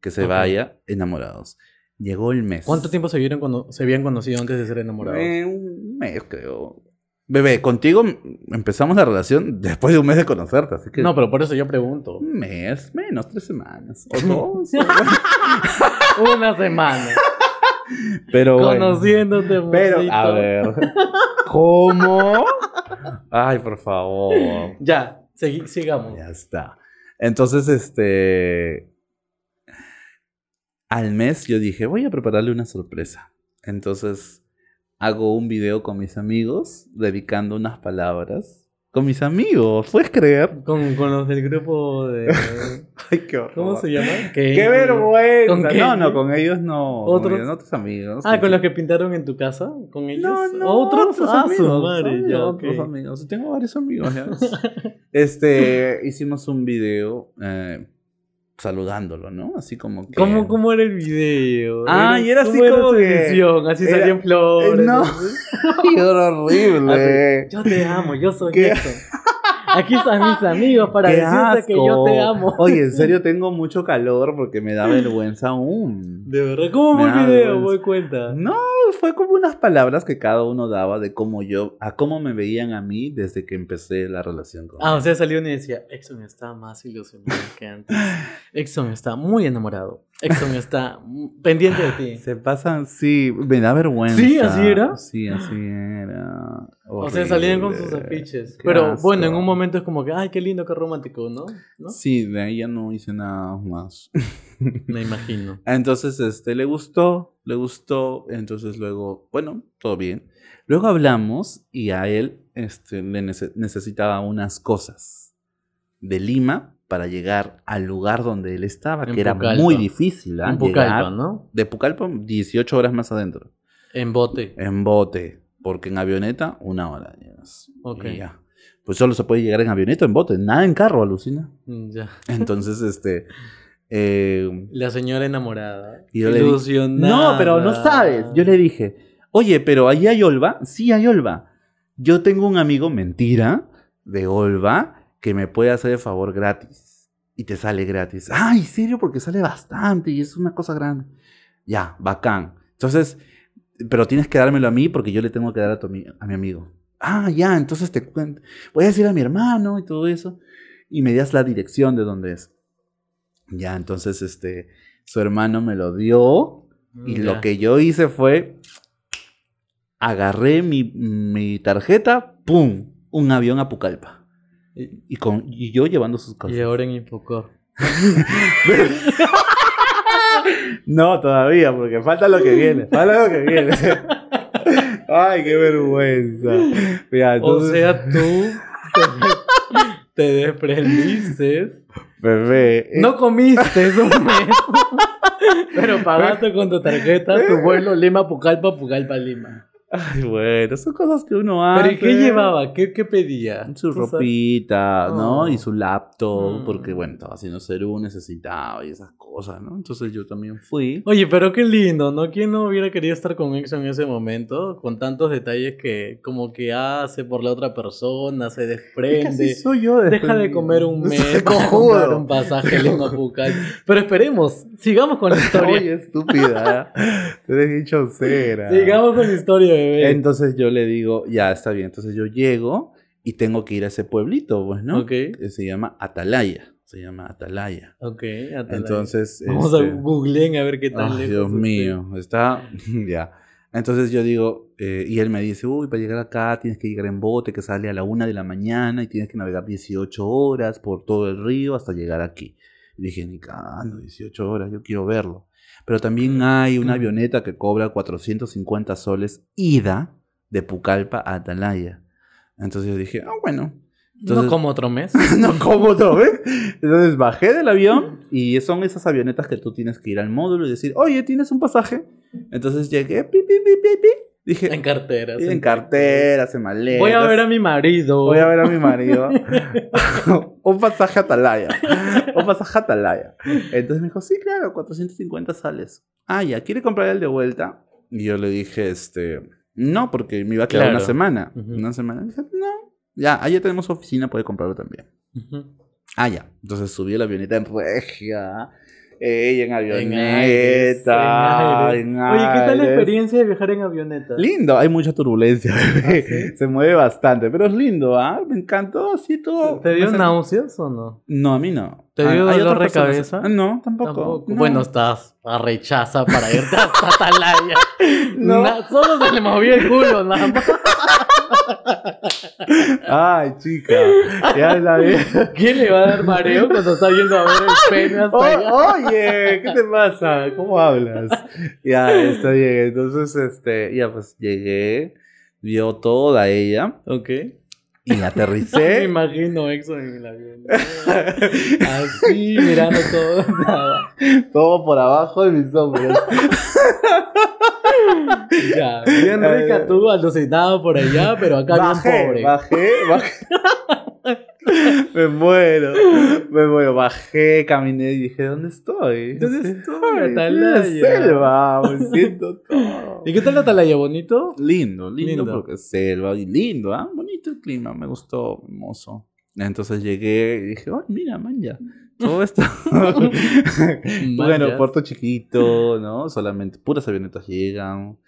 [SPEAKER 2] Que se
[SPEAKER 1] Ok.
[SPEAKER 2] vaya enamorados. Llegó el mes.
[SPEAKER 1] ¿Cuánto tiempo se, vieron cuando, se habían conocido antes de ser enamorados?
[SPEAKER 2] Eh, un mes, creo. Bebé, contigo mm, empezamos la relación después de un mes de conocerte, así que...
[SPEAKER 1] No, pero por eso yo
[SPEAKER 2] *laughs*
[SPEAKER 1] pregunto.
[SPEAKER 2] Un
[SPEAKER 1] *laughs*
[SPEAKER 2] mes, menos, tres semanas. O dos. o-
[SPEAKER 1] Una semana.
[SPEAKER 2] *laughs* Pero bueno.
[SPEAKER 1] Conociéndote,
[SPEAKER 2] Pero, a
[SPEAKER 1] mocito.
[SPEAKER 2] ver.
[SPEAKER 1] *laughs*
[SPEAKER 2] ¿Cómo? Ay, por favor.
[SPEAKER 1] Ya, segui- sigamos.
[SPEAKER 2] Ya está. Entonces, este. Al mes yo dije, voy a prepararle una sorpresa. Entonces, hago un video con mis amigos, dedicando unas palabras. Con mis amigos, ¿puedes creer?
[SPEAKER 1] Con, con los del grupo
[SPEAKER 2] *laughs*
[SPEAKER 1] de.
[SPEAKER 2] Ay, qué horror.
[SPEAKER 1] ¿Cómo se llama?
[SPEAKER 2] ¡Qué vergüenza!
[SPEAKER 1] ¿Con qué?
[SPEAKER 2] no, no, con ellos no.
[SPEAKER 1] ¿Otros?
[SPEAKER 2] Con ellos, no, otros amigos.
[SPEAKER 1] Ah, con los que pintaron en tu casa, con ellos.
[SPEAKER 2] No, no,
[SPEAKER 1] Otros, Ah, su
[SPEAKER 2] amigos,
[SPEAKER 1] madre,
[SPEAKER 2] obvio,
[SPEAKER 1] ya,
[SPEAKER 2] otros
[SPEAKER 1] ok.
[SPEAKER 2] amigos. Tengo varios amigos.
[SPEAKER 1] *laughs*
[SPEAKER 2] ya ves. este, hicimos un video eh, saludándolo, ¿no? Así como que. Eh,
[SPEAKER 1] ¿Cómo, ¿Cómo era el video?
[SPEAKER 2] Ah, y era así
[SPEAKER 1] ¿cómo
[SPEAKER 2] como
[SPEAKER 1] su
[SPEAKER 2] que-
[SPEAKER 1] edición? Así
[SPEAKER 2] era-
[SPEAKER 1] salían flores.
[SPEAKER 2] Eh, *laughs* no.
[SPEAKER 1] así.
[SPEAKER 2] Ay, era horrible.
[SPEAKER 1] Yo te amo, yo soy
[SPEAKER 2] ¿Qué?
[SPEAKER 1] eso. Aquí están mis amigos *laughs* para
[SPEAKER 2] Qué
[SPEAKER 1] decirte que yo te
[SPEAKER 2] asco.
[SPEAKER 1] amo.
[SPEAKER 2] Oye, en serio tengo mucho calor porque me da vergüenza aún.
[SPEAKER 1] De verdad, ¿cómo fue
[SPEAKER 2] Me da
[SPEAKER 1] el video?
[SPEAKER 2] vergüenza.
[SPEAKER 1] Voy cuenta.
[SPEAKER 2] No, fue como unas palabras que cada uno daba de cómo yo, a cómo me veían a mí desde que empecé la relación con
[SPEAKER 1] Ah, o sea, salió uno y decía, Exxon está más ilusionado que antes. Exxon está muy enamorado. Exxon está mm, pendiente de *laughs* ti.
[SPEAKER 2] Se pasan, sí, me da vergüenza.
[SPEAKER 1] ¿Sí? ¿Así era?
[SPEAKER 2] Sí, así era.
[SPEAKER 1] O sea, salían con sus
[SPEAKER 2] Horrible.
[SPEAKER 1] afiches.
[SPEAKER 2] Qué
[SPEAKER 1] Pero
[SPEAKER 2] asco.
[SPEAKER 1] bueno, en un momento es como que, ay, qué lindo, qué romántico, ¿no? *laughs* ¿No?
[SPEAKER 2] Sí, de ahí ya no hice nada más.
[SPEAKER 1] Me imagino.
[SPEAKER 2] Entonces, este, le gustó, le gustó. Entonces, luego, bueno, todo bien. Luego hablamos y a él este, le nece- necesitaba unas cosas de Lima para llegar al lugar donde él estaba,
[SPEAKER 1] En
[SPEAKER 2] que era
[SPEAKER 1] Pucallpa.
[SPEAKER 2] muy difícil. ¿ah?
[SPEAKER 1] Un
[SPEAKER 2] Llegar
[SPEAKER 1] Pucallpa, ¿no?
[SPEAKER 2] De Pucallpa, 18 horas más adentro.
[SPEAKER 1] En bote.
[SPEAKER 2] En bote, porque en avioneta una hora llegas.
[SPEAKER 1] Ok.
[SPEAKER 2] Y ya. Pues solo se puede llegar en avioneta o en bote, nada en carro, alucina.
[SPEAKER 1] Mm, Ya.
[SPEAKER 2] Entonces, *laughs* este... eh,
[SPEAKER 1] La señora enamorada.
[SPEAKER 2] Y yo le di-
[SPEAKER 1] Ilusionada.
[SPEAKER 2] no, pero no sabes. Yo le dije, oye, pero ahí hay Olva. Sí, hay Olva. Yo tengo un amigo, mentira, de Olva, que me puede hacer el favor gratis. Y te sale gratis. Ay, serio, porque sale bastante y es una cosa grande. Ya, bacán. Entonces, pero tienes que dármelo a mí porque yo le tengo que dar a, tu, ami- a mi amigo. Ah, ya, entonces te cuento. Voy a decir a mi hermano y todo eso. Y me das la dirección de dónde es. Ya, entonces, este, su hermano me lo dio.
[SPEAKER 1] Mm,
[SPEAKER 2] Y
[SPEAKER 1] ya.
[SPEAKER 2] lo que yo hice fue, agarré mi, mi tarjeta, ¡pum! Un avión a Pucallpa. Y, y con, y yo llevando sus cosas.
[SPEAKER 1] Y ahora en Infocor.
[SPEAKER 2] No, todavía, porque falta lo que viene. Falta lo que
[SPEAKER 1] *laughs*
[SPEAKER 2] viene. Ay, qué vergüenza. Mira,
[SPEAKER 1] O
[SPEAKER 2] entonces,
[SPEAKER 1] sea, tú te, te desprendiste.
[SPEAKER 2] Eh. bebé, eh, *laughs*
[SPEAKER 1] No comiste eso Pero pagaste con tu tarjeta tu vuelo Lima, Pucallpa, Pucallpa, Lima.
[SPEAKER 2] Ay, bueno, son cosas que uno hace.
[SPEAKER 1] ¿Pero y qué llevaba? ¿Qué, qué pedía?
[SPEAKER 2] Su
[SPEAKER 1] Tú sabes.
[SPEAKER 2] ropita,
[SPEAKER 1] Oh.
[SPEAKER 2] ¿no? Y su laptop,
[SPEAKER 1] Mm.
[SPEAKER 2] porque bueno, estaba haciendo cerú, necesitaba y esas cosas, ¿no? Entonces yo también fui.
[SPEAKER 1] Oye, pero qué lindo, ¿no? ¿Quién no hubiera querido estar con Exxon en ese momento? Con tantos detalles que como que hace por la otra persona, se
[SPEAKER 2] Es que así
[SPEAKER 1] desprende.
[SPEAKER 2] soy yo
[SPEAKER 1] Deja de comer
[SPEAKER 2] *laughs*
[SPEAKER 1] un mes para comprar
[SPEAKER 2] cojudo.
[SPEAKER 1] un
[SPEAKER 2] *laughs*
[SPEAKER 1] pasaje Lima Pucallpa. Pero esperemos, sigamos con la historia.
[SPEAKER 2] Oye, estúpida. Te dejé chocera.
[SPEAKER 1] Sigamos con la historia, bebé.
[SPEAKER 2] Entonces yo le digo, ya está bien. Entonces yo llego y tengo que ir a ese pueblito, pues, ¿no?
[SPEAKER 1] Ok,
[SPEAKER 2] Que se llama Atalaya. Se llama Atalaya.
[SPEAKER 1] ok. Atalaya.
[SPEAKER 2] Entonces.
[SPEAKER 1] Vamos
[SPEAKER 2] este,
[SPEAKER 1] a googleen a ver qué tan
[SPEAKER 2] ay,
[SPEAKER 1] lejos.
[SPEAKER 2] Dios
[SPEAKER 1] esté.
[SPEAKER 2] mío. Está. *laughs* ya. Entonces yo digo, eh, y él me dice, uy, para llegar acá tienes que llegar en bote que sale a la una de la mañana y tienes que navegar 18 horas por todo el río hasta llegar aquí. Y dije, ni cagando, 18 horas, yo quiero verlo. Pero también hay una avioneta que cobra 450 soles ida de Pucallpa a Atalaya. Entonces yo dije, ah, bueno.
[SPEAKER 1] no
[SPEAKER 2] Entonces-
[SPEAKER 1] como otro
[SPEAKER 2] *laughs*
[SPEAKER 1] mes.
[SPEAKER 2] no, ¿cómo no? ¿Ves? Entonces bajé del avión y son esas avionetas que tú tienes que ir al módulo y decir, oye, ¿tienes un pasaje? Entonces llegué, pi, pi, pi, pi, pi. Dije,
[SPEAKER 1] en carteras.
[SPEAKER 2] en carteras, en maletas.
[SPEAKER 1] Voy a ver a mi marido.
[SPEAKER 2] Voy a ver a mi marido.
[SPEAKER 1] *laughs*
[SPEAKER 2] un pasaje a Atalaya. Un pasaje a Atalaya. Entonces me dijo, sí, claro, 450 sales. Ah, ya, ¿quiere comprar el de vuelta? Y yo le dije, este, no, porque me iba a quedar
[SPEAKER 1] Claro.
[SPEAKER 2] una semana.
[SPEAKER 1] Ujú.
[SPEAKER 2] Una semana. Dije, no, ya, allá tenemos oficina, puede comprarlo también.
[SPEAKER 1] Ujú.
[SPEAKER 2] Ah, ya. Entonces subí a la avioneta en regia. Ey, en avioneta.
[SPEAKER 1] aire,
[SPEAKER 2] en
[SPEAKER 1] Oye, ¿qué tal la
[SPEAKER 2] aires.
[SPEAKER 1] experiencia de viajar en avioneta?
[SPEAKER 2] Lindo, hay mucha turbulencia.
[SPEAKER 1] sí?
[SPEAKER 2] *laughs* Se mueve bastante, pero es lindo, ¿ah? Me encantó así todo.
[SPEAKER 1] ¿Te dio
[SPEAKER 2] Me sent-
[SPEAKER 1] náuseas o no?
[SPEAKER 2] No, a mí no.
[SPEAKER 1] ¿Te
[SPEAKER 2] Ah,
[SPEAKER 1] dio
[SPEAKER 2] hay
[SPEAKER 1] dolor
[SPEAKER 2] otras
[SPEAKER 1] de
[SPEAKER 2] personas-
[SPEAKER 1] cabeza?
[SPEAKER 2] Ah, No, tampoco. No.
[SPEAKER 1] Bueno, estás a rechaza para irte hasta Atalaya.
[SPEAKER 2] *laughs* No.
[SPEAKER 1] Na- solo se le movió el culo, nada más.
[SPEAKER 2] Ay, chica. Ya
[SPEAKER 1] *laughs*
[SPEAKER 2] la vi.
[SPEAKER 1] ¿Quién le va a dar mareo cuando está yendo a ver el pene hasta
[SPEAKER 2] Oh,
[SPEAKER 1] allá?
[SPEAKER 2] oye, ¿qué te pasa? ¿Cómo hablas? ya, está bien. Entonces, este, ya pues llegué, vio toda ella
[SPEAKER 1] Ok.
[SPEAKER 2] y
[SPEAKER 1] *laughs* Me
[SPEAKER 2] aterricé.
[SPEAKER 1] imagino Exxon en el
[SPEAKER 2] *laughs*
[SPEAKER 1] avión. Así, mirando todo. Nada.
[SPEAKER 2] todo por abajo de mis hombros.
[SPEAKER 1] Ya, bien rica tú, alucinado por allá, pero acá bien pobre.
[SPEAKER 2] eh. bajé, bajé. *laughs* me muero, me muero. Bajé, caminé y dije, ¿dónde estoy?
[SPEAKER 1] ¿Dónde
[SPEAKER 2] Sí,
[SPEAKER 1] estoy?
[SPEAKER 2] estoy
[SPEAKER 1] Atalaya.
[SPEAKER 2] en la selva, me siento
[SPEAKER 1] *laughs*
[SPEAKER 2] todo.
[SPEAKER 1] ¿Y qué tal Atalaya? ¿Bonito?
[SPEAKER 2] Lindo, lindo,
[SPEAKER 1] Lindo.
[SPEAKER 2] porque es selva y lindo, ¿ah? Bonito el clima, me gustó, hermoso. Entonces llegué y dije, ay, mira, manja,
[SPEAKER 1] *laughs*
[SPEAKER 2] todo esto. *laughs*
[SPEAKER 1] Man,
[SPEAKER 2] bueno,
[SPEAKER 1] ya.
[SPEAKER 2] puerto chiquito, ¿no? Solamente puras avionetas llegan.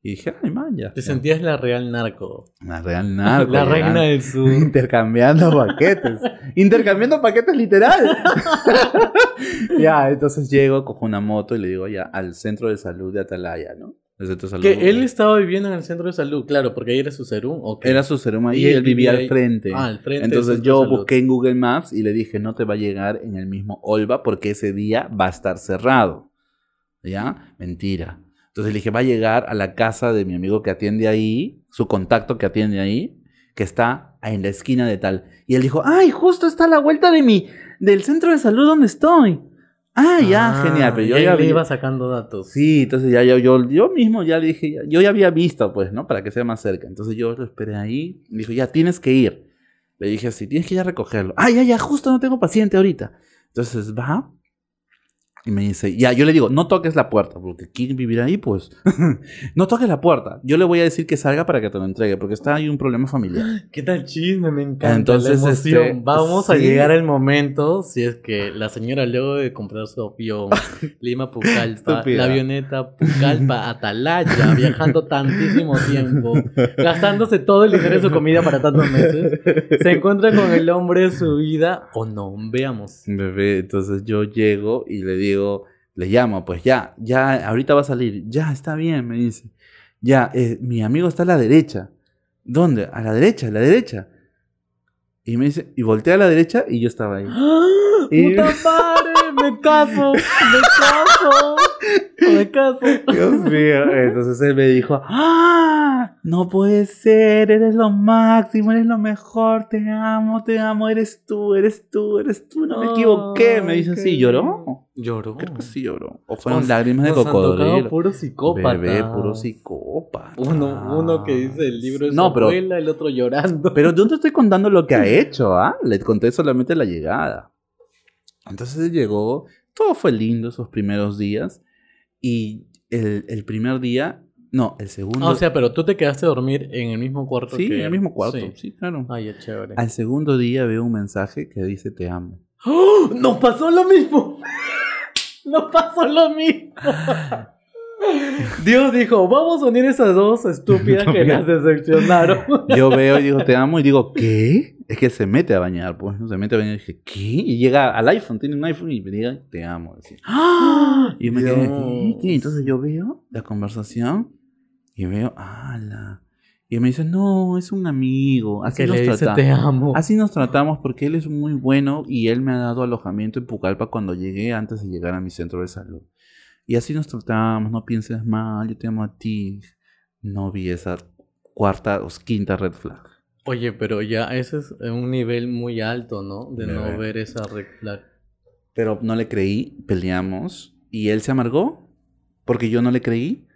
[SPEAKER 2] Y dije, ay, manja.
[SPEAKER 1] Te sentías la real narco. *laughs*
[SPEAKER 2] La Ah, real narco.
[SPEAKER 1] la
[SPEAKER 2] ya.
[SPEAKER 1] reina del
[SPEAKER 2] *laughs*
[SPEAKER 1] sur. *laughs*
[SPEAKER 2] Intercambiando paquetes. Intercambiando paquetes literal. ya, entonces llego, cojo una moto y le digo ya al centro de salud de Atalaya, ¿no? El centro de salud.
[SPEAKER 1] que él estaba viviendo en el centro de salud, claro, porque ahí era su serum. ok.
[SPEAKER 2] Era su serum ahí
[SPEAKER 1] Y
[SPEAKER 2] y
[SPEAKER 1] él
[SPEAKER 2] él vivía
[SPEAKER 1] vivía ahí.
[SPEAKER 2] al frente.
[SPEAKER 1] Ah, al frente.
[SPEAKER 2] Entonces
[SPEAKER 1] del centro
[SPEAKER 2] yo
[SPEAKER 1] de salud.
[SPEAKER 2] busqué en Google Maps y le dije, no te va a llegar en el mismo Olva porque ese día va a estar cerrado. ¿Ya? Mentira. Entonces le dije, va a llegar a la casa de mi amigo que atiende ahí, su contacto que atiende ahí, que está en la esquina de tal. Y él dijo, ay, justo está a la vuelta de mi, del centro de salud donde estoy. Ah, ya,
[SPEAKER 1] Ah,
[SPEAKER 2] genial. Pero
[SPEAKER 1] y
[SPEAKER 2] yo
[SPEAKER 1] ahí
[SPEAKER 2] ya
[SPEAKER 1] le
[SPEAKER 2] vi-
[SPEAKER 1] iba sacando
[SPEAKER 2] *laughs*
[SPEAKER 1] datos.
[SPEAKER 2] Sí, entonces ya, yo, yo, yo mismo ya le dije, ya- yo ya había visto, pues, ¿no? Para que sea más cerca. Entonces yo lo esperé ahí, me dijo, ya tienes que ir. Le dije así, tienes que ir a recogerlo. Ah, ya, ya, justo no tengo paciente ahorita. Entonces va y me dice, ya, yo le digo, no toques la puerta, porque ¿quién vivirá ahí? Pues, *laughs* no toques la puerta. Yo le voy a decir que salga para que te lo entregue, porque está ahí un problema familiar.
[SPEAKER 1] ¿Qué tal chisme? Me encanta
[SPEAKER 2] Entonces,
[SPEAKER 1] la emoción.
[SPEAKER 2] este,
[SPEAKER 1] Vamos a
[SPEAKER 2] sí.
[SPEAKER 1] llegar al momento, si es que la señora luego de comprar su
[SPEAKER 2] *laughs*
[SPEAKER 1] avión, Lima Pucallpa,
[SPEAKER 2] Estúpida.
[SPEAKER 1] la avioneta Pucallpa,
[SPEAKER 2] *laughs*
[SPEAKER 1] Atalaya, viajando tantísimo tiempo, gastándose todo el dinero de su comida para tantos meses, se encuentra con el hombre de su vida o no, veamos.
[SPEAKER 2] Bebé, entonces yo llego y le digo, le llamo, pues ya, ya, ahorita va a salir, ya, está bien, me dice. Ya, eh, mi amigo está a la derecha. ¿Dónde? A la derecha, a la derecha. Y me dice, y voltea a la derecha y yo estaba
[SPEAKER 1] *laughs*
[SPEAKER 2] ahí.
[SPEAKER 1] ¡Ah!
[SPEAKER 2] Y-
[SPEAKER 1] ¡Puta madre! ¡Me caso! ¡Me caso! ¡Me caso!
[SPEAKER 2] Dios mío. Entonces él me dijo, ¡Ah! No puede ser, eres lo máximo, eres lo mejor, te amo, te amo, eres tú, eres tú, eres tú, no me equivoqué. Me dice
[SPEAKER 1] Ay,
[SPEAKER 2] así,
[SPEAKER 1] qué
[SPEAKER 2] ¿lloró?
[SPEAKER 1] Lloró.
[SPEAKER 2] Creo que sí lloró. O fueron
[SPEAKER 1] Nos-
[SPEAKER 2] lágrimas de
[SPEAKER 1] Nos han tocado
[SPEAKER 2] cocodrilo.
[SPEAKER 1] puro psicópata.
[SPEAKER 2] Bebé, puro psicópata.
[SPEAKER 1] Uno, uno que dice el libro de su
[SPEAKER 2] No, pero,
[SPEAKER 1] abuela, el otro llorando.
[SPEAKER 2] pero yo no te estoy contando lo
[SPEAKER 1] *laughs*
[SPEAKER 2] que ha hecho, ¿ah? Le conté solamente la llegada. Entonces él llegó, todo fue lindo esos primeros días. Y el, el primer día, no, el segundo.
[SPEAKER 1] Ah, o sea, pero tú te quedaste a dormir en el mismo cuarto.
[SPEAKER 2] sí,
[SPEAKER 1] que
[SPEAKER 2] en el
[SPEAKER 1] él.
[SPEAKER 2] mismo cuarto. Sí,
[SPEAKER 1] Sí. Ah,
[SPEAKER 2] claro.
[SPEAKER 1] Ay, es chévere.
[SPEAKER 2] Al segundo día veo un mensaje que dice te amo.
[SPEAKER 1] ¡Oh! ¡Nos pasó lo mismo! *laughs* ¡Nos pasó lo
[SPEAKER 2] *laughs*
[SPEAKER 1] mismo! Dios dijo, vamos a unir esas dos estúpidas que las
[SPEAKER 2] *gasps*
[SPEAKER 1] decepcionaron.
[SPEAKER 2] Yo veo y digo te amo y digo, ¿qué? Es que se mete a bañar, pues. ¿no? Se mete a bañar y dije, ¿qué? Y llega al iPhone, tiene un iPhone y me diga, te amo. así. ¡Ah! Y yo me quedé, ¿qué? ¿Qué? Entonces yo veo la conversación y veo, ala. Y me dice, no, es un amigo. Así
[SPEAKER 1] que
[SPEAKER 2] nos
[SPEAKER 1] le dice
[SPEAKER 2] tratamos.
[SPEAKER 1] te amo.
[SPEAKER 2] Así nos tratamos porque él es muy bueno y él me ha dado alojamiento en Pucallpa cuando llegué antes de llegar a mi centro de salud. Y así nos tratamos, no pienses mal, yo te amo a ti. No vi esa cuarta o quinta red flag.
[SPEAKER 1] Oye, pero ya ese es eh, un nivel muy alto, ¿no? De
[SPEAKER 2] Bebé.
[SPEAKER 1] no ver esa red flag.
[SPEAKER 2] Pero no le creí, peleamos y él se amargó porque yo no le creí.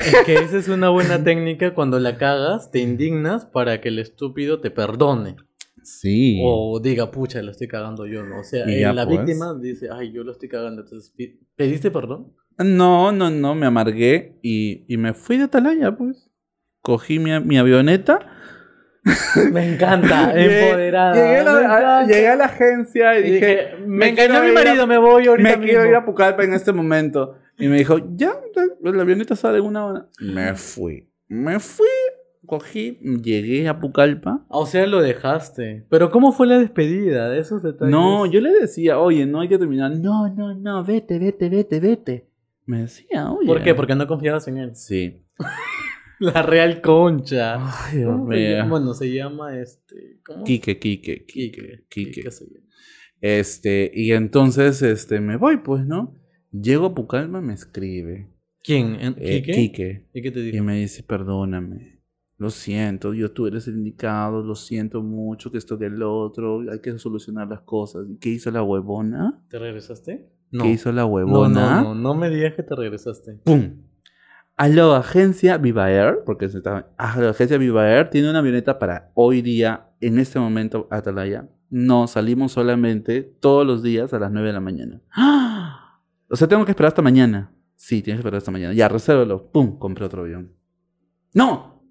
[SPEAKER 1] Es que esa es una
[SPEAKER 2] *laughs*
[SPEAKER 1] buena técnica cuando la cagas, te indignas para que el estúpido te perdone.
[SPEAKER 2] Sí.
[SPEAKER 1] O diga, pucha, lo estoy cagando yo, ¿no? O sea,
[SPEAKER 2] Y
[SPEAKER 1] eh,
[SPEAKER 2] ya,
[SPEAKER 1] la
[SPEAKER 2] pues.
[SPEAKER 1] víctima dice, ay, yo lo estoy cagando. Entonces, pi- ¿pediste
[SPEAKER 2] *laughs*
[SPEAKER 1] perdón?
[SPEAKER 2] No, no, no, me amargué y, y me fui de Atalaya, pues. Cogí mi, mi avioneta
[SPEAKER 1] Me encanta,
[SPEAKER 2] *laughs* Llegué-
[SPEAKER 1] empoderada.
[SPEAKER 2] Llegué a,
[SPEAKER 1] me
[SPEAKER 2] la, a-
[SPEAKER 1] encanta.
[SPEAKER 2] llegué a la agencia y
[SPEAKER 1] Y
[SPEAKER 2] dije,
[SPEAKER 1] dije, me engañó
[SPEAKER 2] quiero
[SPEAKER 1] mi
[SPEAKER 2] ir a-
[SPEAKER 1] marido, me voy ahorita
[SPEAKER 2] me quiero
[SPEAKER 1] mismo".
[SPEAKER 2] ir a Pucallpa en este momento. Y me dijo, ya, pues, la la avioneta sale en una hora. Me fui. Me fui, cogí, llegué a Pucallpa.
[SPEAKER 1] O sea, lo dejaste. Pero ¿cómo fue la despedida de esos detalles?
[SPEAKER 2] No, yo le decía, oye, no hay que terminar. No, no, no, vete, vete, vete, vete. Me decía, oye.
[SPEAKER 1] ¿Por qué? Porque no confiabas en él.
[SPEAKER 2] Sí.
[SPEAKER 1] La Real Concha.
[SPEAKER 2] Ay, Dios
[SPEAKER 1] ¿Cómo se llama?
[SPEAKER 2] mío.
[SPEAKER 1] Bueno, se llama este. ¿Cómo?
[SPEAKER 2] Quique, Quique,
[SPEAKER 1] Quique.
[SPEAKER 2] Quique, Quique.
[SPEAKER 1] Quique se llama.
[SPEAKER 2] Este, y entonces, este, me voy, pues, ¿no? Llego a Pucallpa, me escribe.
[SPEAKER 1] ¿Quién? ¿En-
[SPEAKER 2] eh,
[SPEAKER 1] ¿Quique?
[SPEAKER 2] Quique.
[SPEAKER 1] ¿Y qué te
[SPEAKER 2] Y
[SPEAKER 1] dijo?
[SPEAKER 2] me dice, perdóname, lo siento, yo tú eres el indicado, lo siento mucho, que esto que el otro, hay que solucionar las cosas. ¿Y ¿Qué hizo la huevona?
[SPEAKER 1] ¿Te regresaste? No.
[SPEAKER 2] ¿Qué hizo la
[SPEAKER 1] No,
[SPEAKER 2] huevona?
[SPEAKER 1] no, no, no me digas que te regresaste.
[SPEAKER 2] ¡Pum! Aló, agencia Viva Air, porque se está... Aló, agencia Viva Air tiene una avioneta para hoy día, en este momento, Atalaya. No, salimos solamente todos los días a las 9 de la mañana. ¡Ah! O sea, tengo que esperar hasta mañana. Sí, tienes que esperar hasta mañana. Ya, resérvalo. ¡Pum! Compré otro avión. ¡No!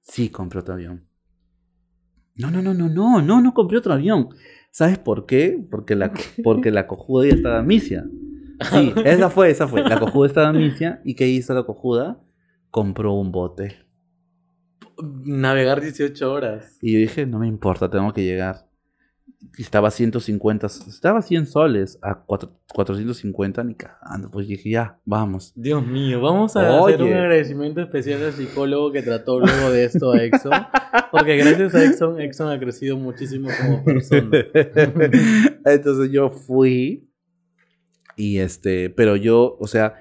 [SPEAKER 2] Sí, compré otro avión. No, no, no, no, no, no, no compré otro avión. ¿Sabes por qué? Porque la, porque la cojuda ya estaba misia. Sí, esa fue, esa fue. La cojuda estaba misia. ¿Y qué hizo la cojuda? Compró un bote.
[SPEAKER 1] Navegar 18 horas.
[SPEAKER 2] Y yo dije, no me importa, tengo que llegar. Y estaba a 150, estaba a 100 soles, a cuatro- 450 ni cagando. Pues dije, ya, vamos.
[SPEAKER 1] Dios mío, vamos a hacer un
[SPEAKER 2] Oye.
[SPEAKER 1] agradecimiento especial al psicólogo que trató luego de esto a Exxon. Porque gracias a Exxon, Exxon ha crecido muchísimo como
[SPEAKER 2] *laughs*
[SPEAKER 1] persona.
[SPEAKER 2] Entonces yo fui y este, pero yo, o sea,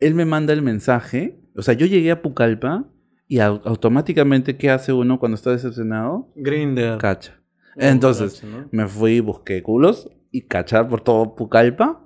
[SPEAKER 2] él me manda el mensaje, o sea, yo llegué a Pucallpa y au- automáticamente, ¿qué hace uno cuando está decepcionado?
[SPEAKER 1] Grinder.
[SPEAKER 2] Cacha. Entonces, Me fui, busqué culos y cachar por todo Pucallpa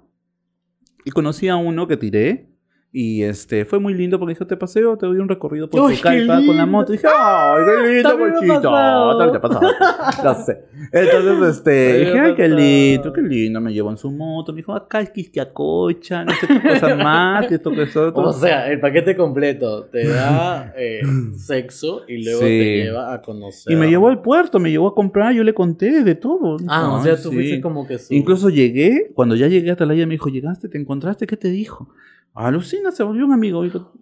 [SPEAKER 2] y conocí a uno que tiré. Y este, fue muy lindo porque dijo, te paseo, te doy un recorrido por
[SPEAKER 1] ¡Uy, qué
[SPEAKER 2] Pucallpa con la
[SPEAKER 1] lindo!
[SPEAKER 2] moto. Y dije, ay, qué lindo,
[SPEAKER 1] También me ha
[SPEAKER 2] cochito.
[SPEAKER 1] pasado.
[SPEAKER 2] También te ha pasado. Lo sé. Entonces, este,
[SPEAKER 1] También me
[SPEAKER 2] dije,
[SPEAKER 1] ha
[SPEAKER 2] ay, qué
[SPEAKER 1] pasado".
[SPEAKER 2] lindo, qué lindo. Me llevó en su moto. Me dijo, "Ah, acá es Quisquiacocha, no sé qué cosa más, que esto, que eso. otro.
[SPEAKER 1] *laughs* O sea, el paquete completo te da
[SPEAKER 2] *clears throat*
[SPEAKER 1] eh, sexo y luego
[SPEAKER 2] Sí.
[SPEAKER 1] te lleva a conocer.
[SPEAKER 2] y me llevó al puerto, me llevó a comprar, yo le conté de todo.
[SPEAKER 1] Ah, o
[SPEAKER 2] Ay,
[SPEAKER 1] sea, tú
[SPEAKER 2] sí.
[SPEAKER 1] fuiste como que su...
[SPEAKER 2] Incluso llegué, cuando ya llegué a Atalaya me dijo, llegaste, te encontraste, ¿qué te dijo? Alucina, se volvió un amigo. Y yo,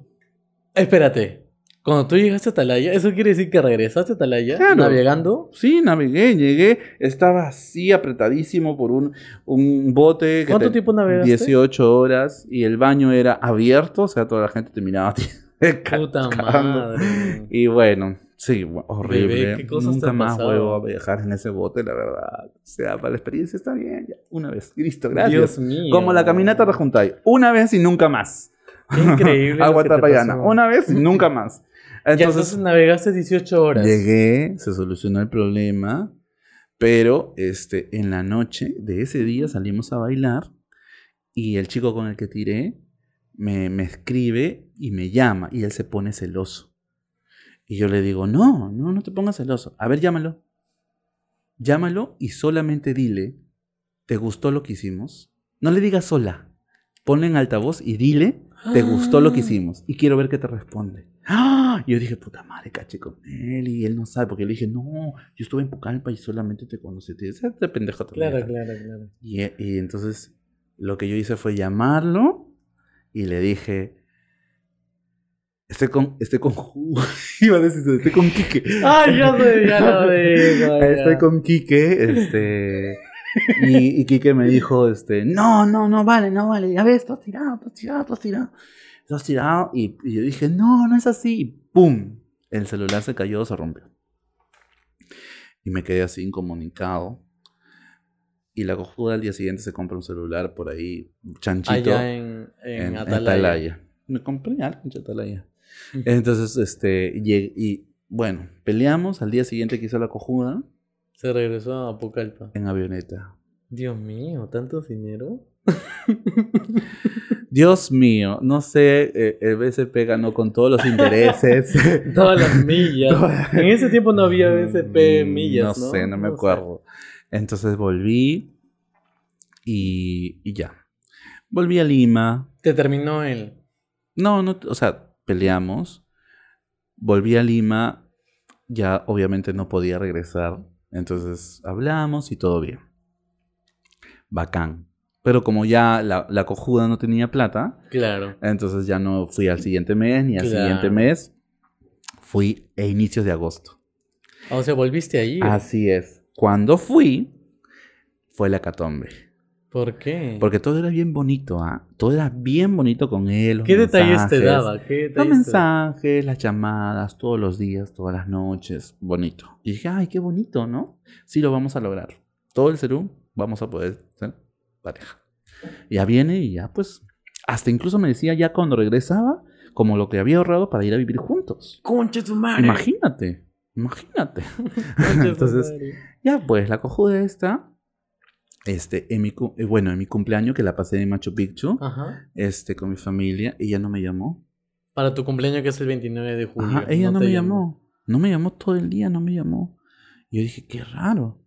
[SPEAKER 1] Espérate. Cuando tú llegaste a Atalaya, ¿eso quiere decir que regresaste a Atalaya
[SPEAKER 2] Claro.
[SPEAKER 1] navegando?
[SPEAKER 2] sí, navegué, llegué, estaba así apretadísimo por un, un bote. que
[SPEAKER 1] ¿Cuánto
[SPEAKER 2] te-
[SPEAKER 1] tiempo navegaste?
[SPEAKER 2] 18 horas y el baño era abierto, o sea, toda la gente te miraba. a ti, *laughs* ca-
[SPEAKER 1] Puta
[SPEAKER 2] cagando.
[SPEAKER 1] madre.
[SPEAKER 2] Y bueno, sí, bu- horrible.
[SPEAKER 1] Bebé, ¿qué cosas te
[SPEAKER 2] Nunca
[SPEAKER 1] han
[SPEAKER 2] más
[SPEAKER 1] pasado?
[SPEAKER 2] vuelvo a viajar en ese bote, la verdad. O sea, para la experiencia está bien, ya, una vez. Cristo, *laughs* gracias.
[SPEAKER 1] Dios mío.
[SPEAKER 2] Como la caminata a Rajuntay, una vez y nunca más.
[SPEAKER 1] Qué
[SPEAKER 2] *laughs*
[SPEAKER 1] increíble.
[SPEAKER 2] a
[SPEAKER 1] lo que te
[SPEAKER 2] Guatapayana.
[SPEAKER 1] pasó.
[SPEAKER 2] Una
[SPEAKER 1] *laughs*
[SPEAKER 2] vez y nunca más.
[SPEAKER 1] Ya, Entonces,
[SPEAKER 2] Entonces,
[SPEAKER 1] navegaste 18 horas.
[SPEAKER 2] llegué, se solucionó el problema, pero este, en la noche de ese día salimos a bailar y el chico con el que tiré me, me escribe y me llama y él se pone celoso. Y yo le digo, no, no, no te pongas celoso. A ver, llámalo. Llámalo y solamente dile, ¿te gustó lo que hicimos? No le digas sola. Ponle en altavoz y dile, ¿te gustó lo que
[SPEAKER 1] Ah.
[SPEAKER 2] hicimos? Y quiero ver qué te responde. ¡Ah! Yo dije, puta madre, caché con él y él no sabe, porque le dije, no, yo estuve en Pucallpa y solamente te conocí. a ti". Ese Este pendejo también
[SPEAKER 1] Claro,
[SPEAKER 2] está.
[SPEAKER 1] claro,
[SPEAKER 2] *laughs*
[SPEAKER 1] claro.
[SPEAKER 2] Y, e- y entonces lo que yo hice fue llamarlo y le dije, estoy con, estoy con, *laughs* iba a decir, estoy con Quique.
[SPEAKER 1] Ay, ya sé, ya
[SPEAKER 2] *laughs*
[SPEAKER 1] lo digo. ya.
[SPEAKER 2] Estoy con Quique, este. Y, y Quique me dijo, este, no, no, no vale, no vale. Ya ves, tú has tirado, tú has tirado, tú has tirado. Tú has tirado. Y, y yo dije, no, no es así. Y ¡pum! El celular se cayó, se rompió. Y me quedé así incomunicado. Y la cojuda al día siguiente se compra un celular por ahí, chanchito
[SPEAKER 1] Allá en, en,
[SPEAKER 2] en
[SPEAKER 1] Atalaya.
[SPEAKER 2] Atalaya. Me compré algo en Atalaya. Entonces, este, llegué- y bueno, peleamos. Al día siguiente que hizo la cojuda
[SPEAKER 1] Se regresó a Pucallpa.
[SPEAKER 2] en avioneta.
[SPEAKER 1] Dios mío, ¿tanto dinero? *laughs*
[SPEAKER 2] Dios mío, no sé, eh, el BCP ganó con todos los intereses.
[SPEAKER 1] Todas las millas.
[SPEAKER 2] *laughs* Todas.
[SPEAKER 1] en ese tiempo *laughs* no había BCP
[SPEAKER 2] Mm,
[SPEAKER 1] millas, ¿no?
[SPEAKER 2] sé, no me acuerdo. Entonces volví y, y ya. Volví a Lima.
[SPEAKER 1] Te terminó él.
[SPEAKER 2] No, no, o sea, peleamos. Volví a Lima. ya obviamente no podía regresar. Entonces hablamos y todo bien. Bacán. Pero como ya la, la cojuda no tenía plata,
[SPEAKER 1] Claro.
[SPEAKER 2] entonces ya no fui al siguiente mes ni al
[SPEAKER 1] Claro.
[SPEAKER 2] siguiente mes. Fui a inicios de agosto.
[SPEAKER 1] Ah, O sea, volviste ahí.
[SPEAKER 2] Así es. Cuando fui, fue la catombe.
[SPEAKER 1] ¿Por qué?
[SPEAKER 2] Porque todo era bien bonito, ¿ah? Todo era bien bonito con él. los
[SPEAKER 1] ¿Qué detalles te
[SPEAKER 2] mensajes.
[SPEAKER 1] daba? ¿Qué
[SPEAKER 2] Los
[SPEAKER 1] detalles te daba?
[SPEAKER 2] mensajes, las llamadas, todos los días, todas las noches. Bonito. Y dije, ay, qué bonito, ¿no? Sí, lo vamos a lograr. Todo el Cerú vamos a poder ser pareja. Y Ya viene y ya, pues. Hasta incluso me decía ya cuando regresaba, como lo que había ahorrado para ir a vivir juntos.
[SPEAKER 1] Concha tu madre.
[SPEAKER 2] Imagínate, imagínate.
[SPEAKER 1] Concha tu
[SPEAKER 2] Entonces,
[SPEAKER 1] madre.
[SPEAKER 2] Ya, pues la cojuda esta. Este, en mi, cu- eh, bueno, en mi cumpleaños que la pasé en Machu
[SPEAKER 1] Ah.
[SPEAKER 2] Picchu,
[SPEAKER 1] Ajá.
[SPEAKER 2] este, con mi familia, ella no me llamó.
[SPEAKER 1] Para tu cumpleaños que es el 29 de julio.
[SPEAKER 2] Ajá, ella no,
[SPEAKER 1] te
[SPEAKER 2] me llamó. No me llamó todo el día, no me llamó. Y yo dije, qué raro.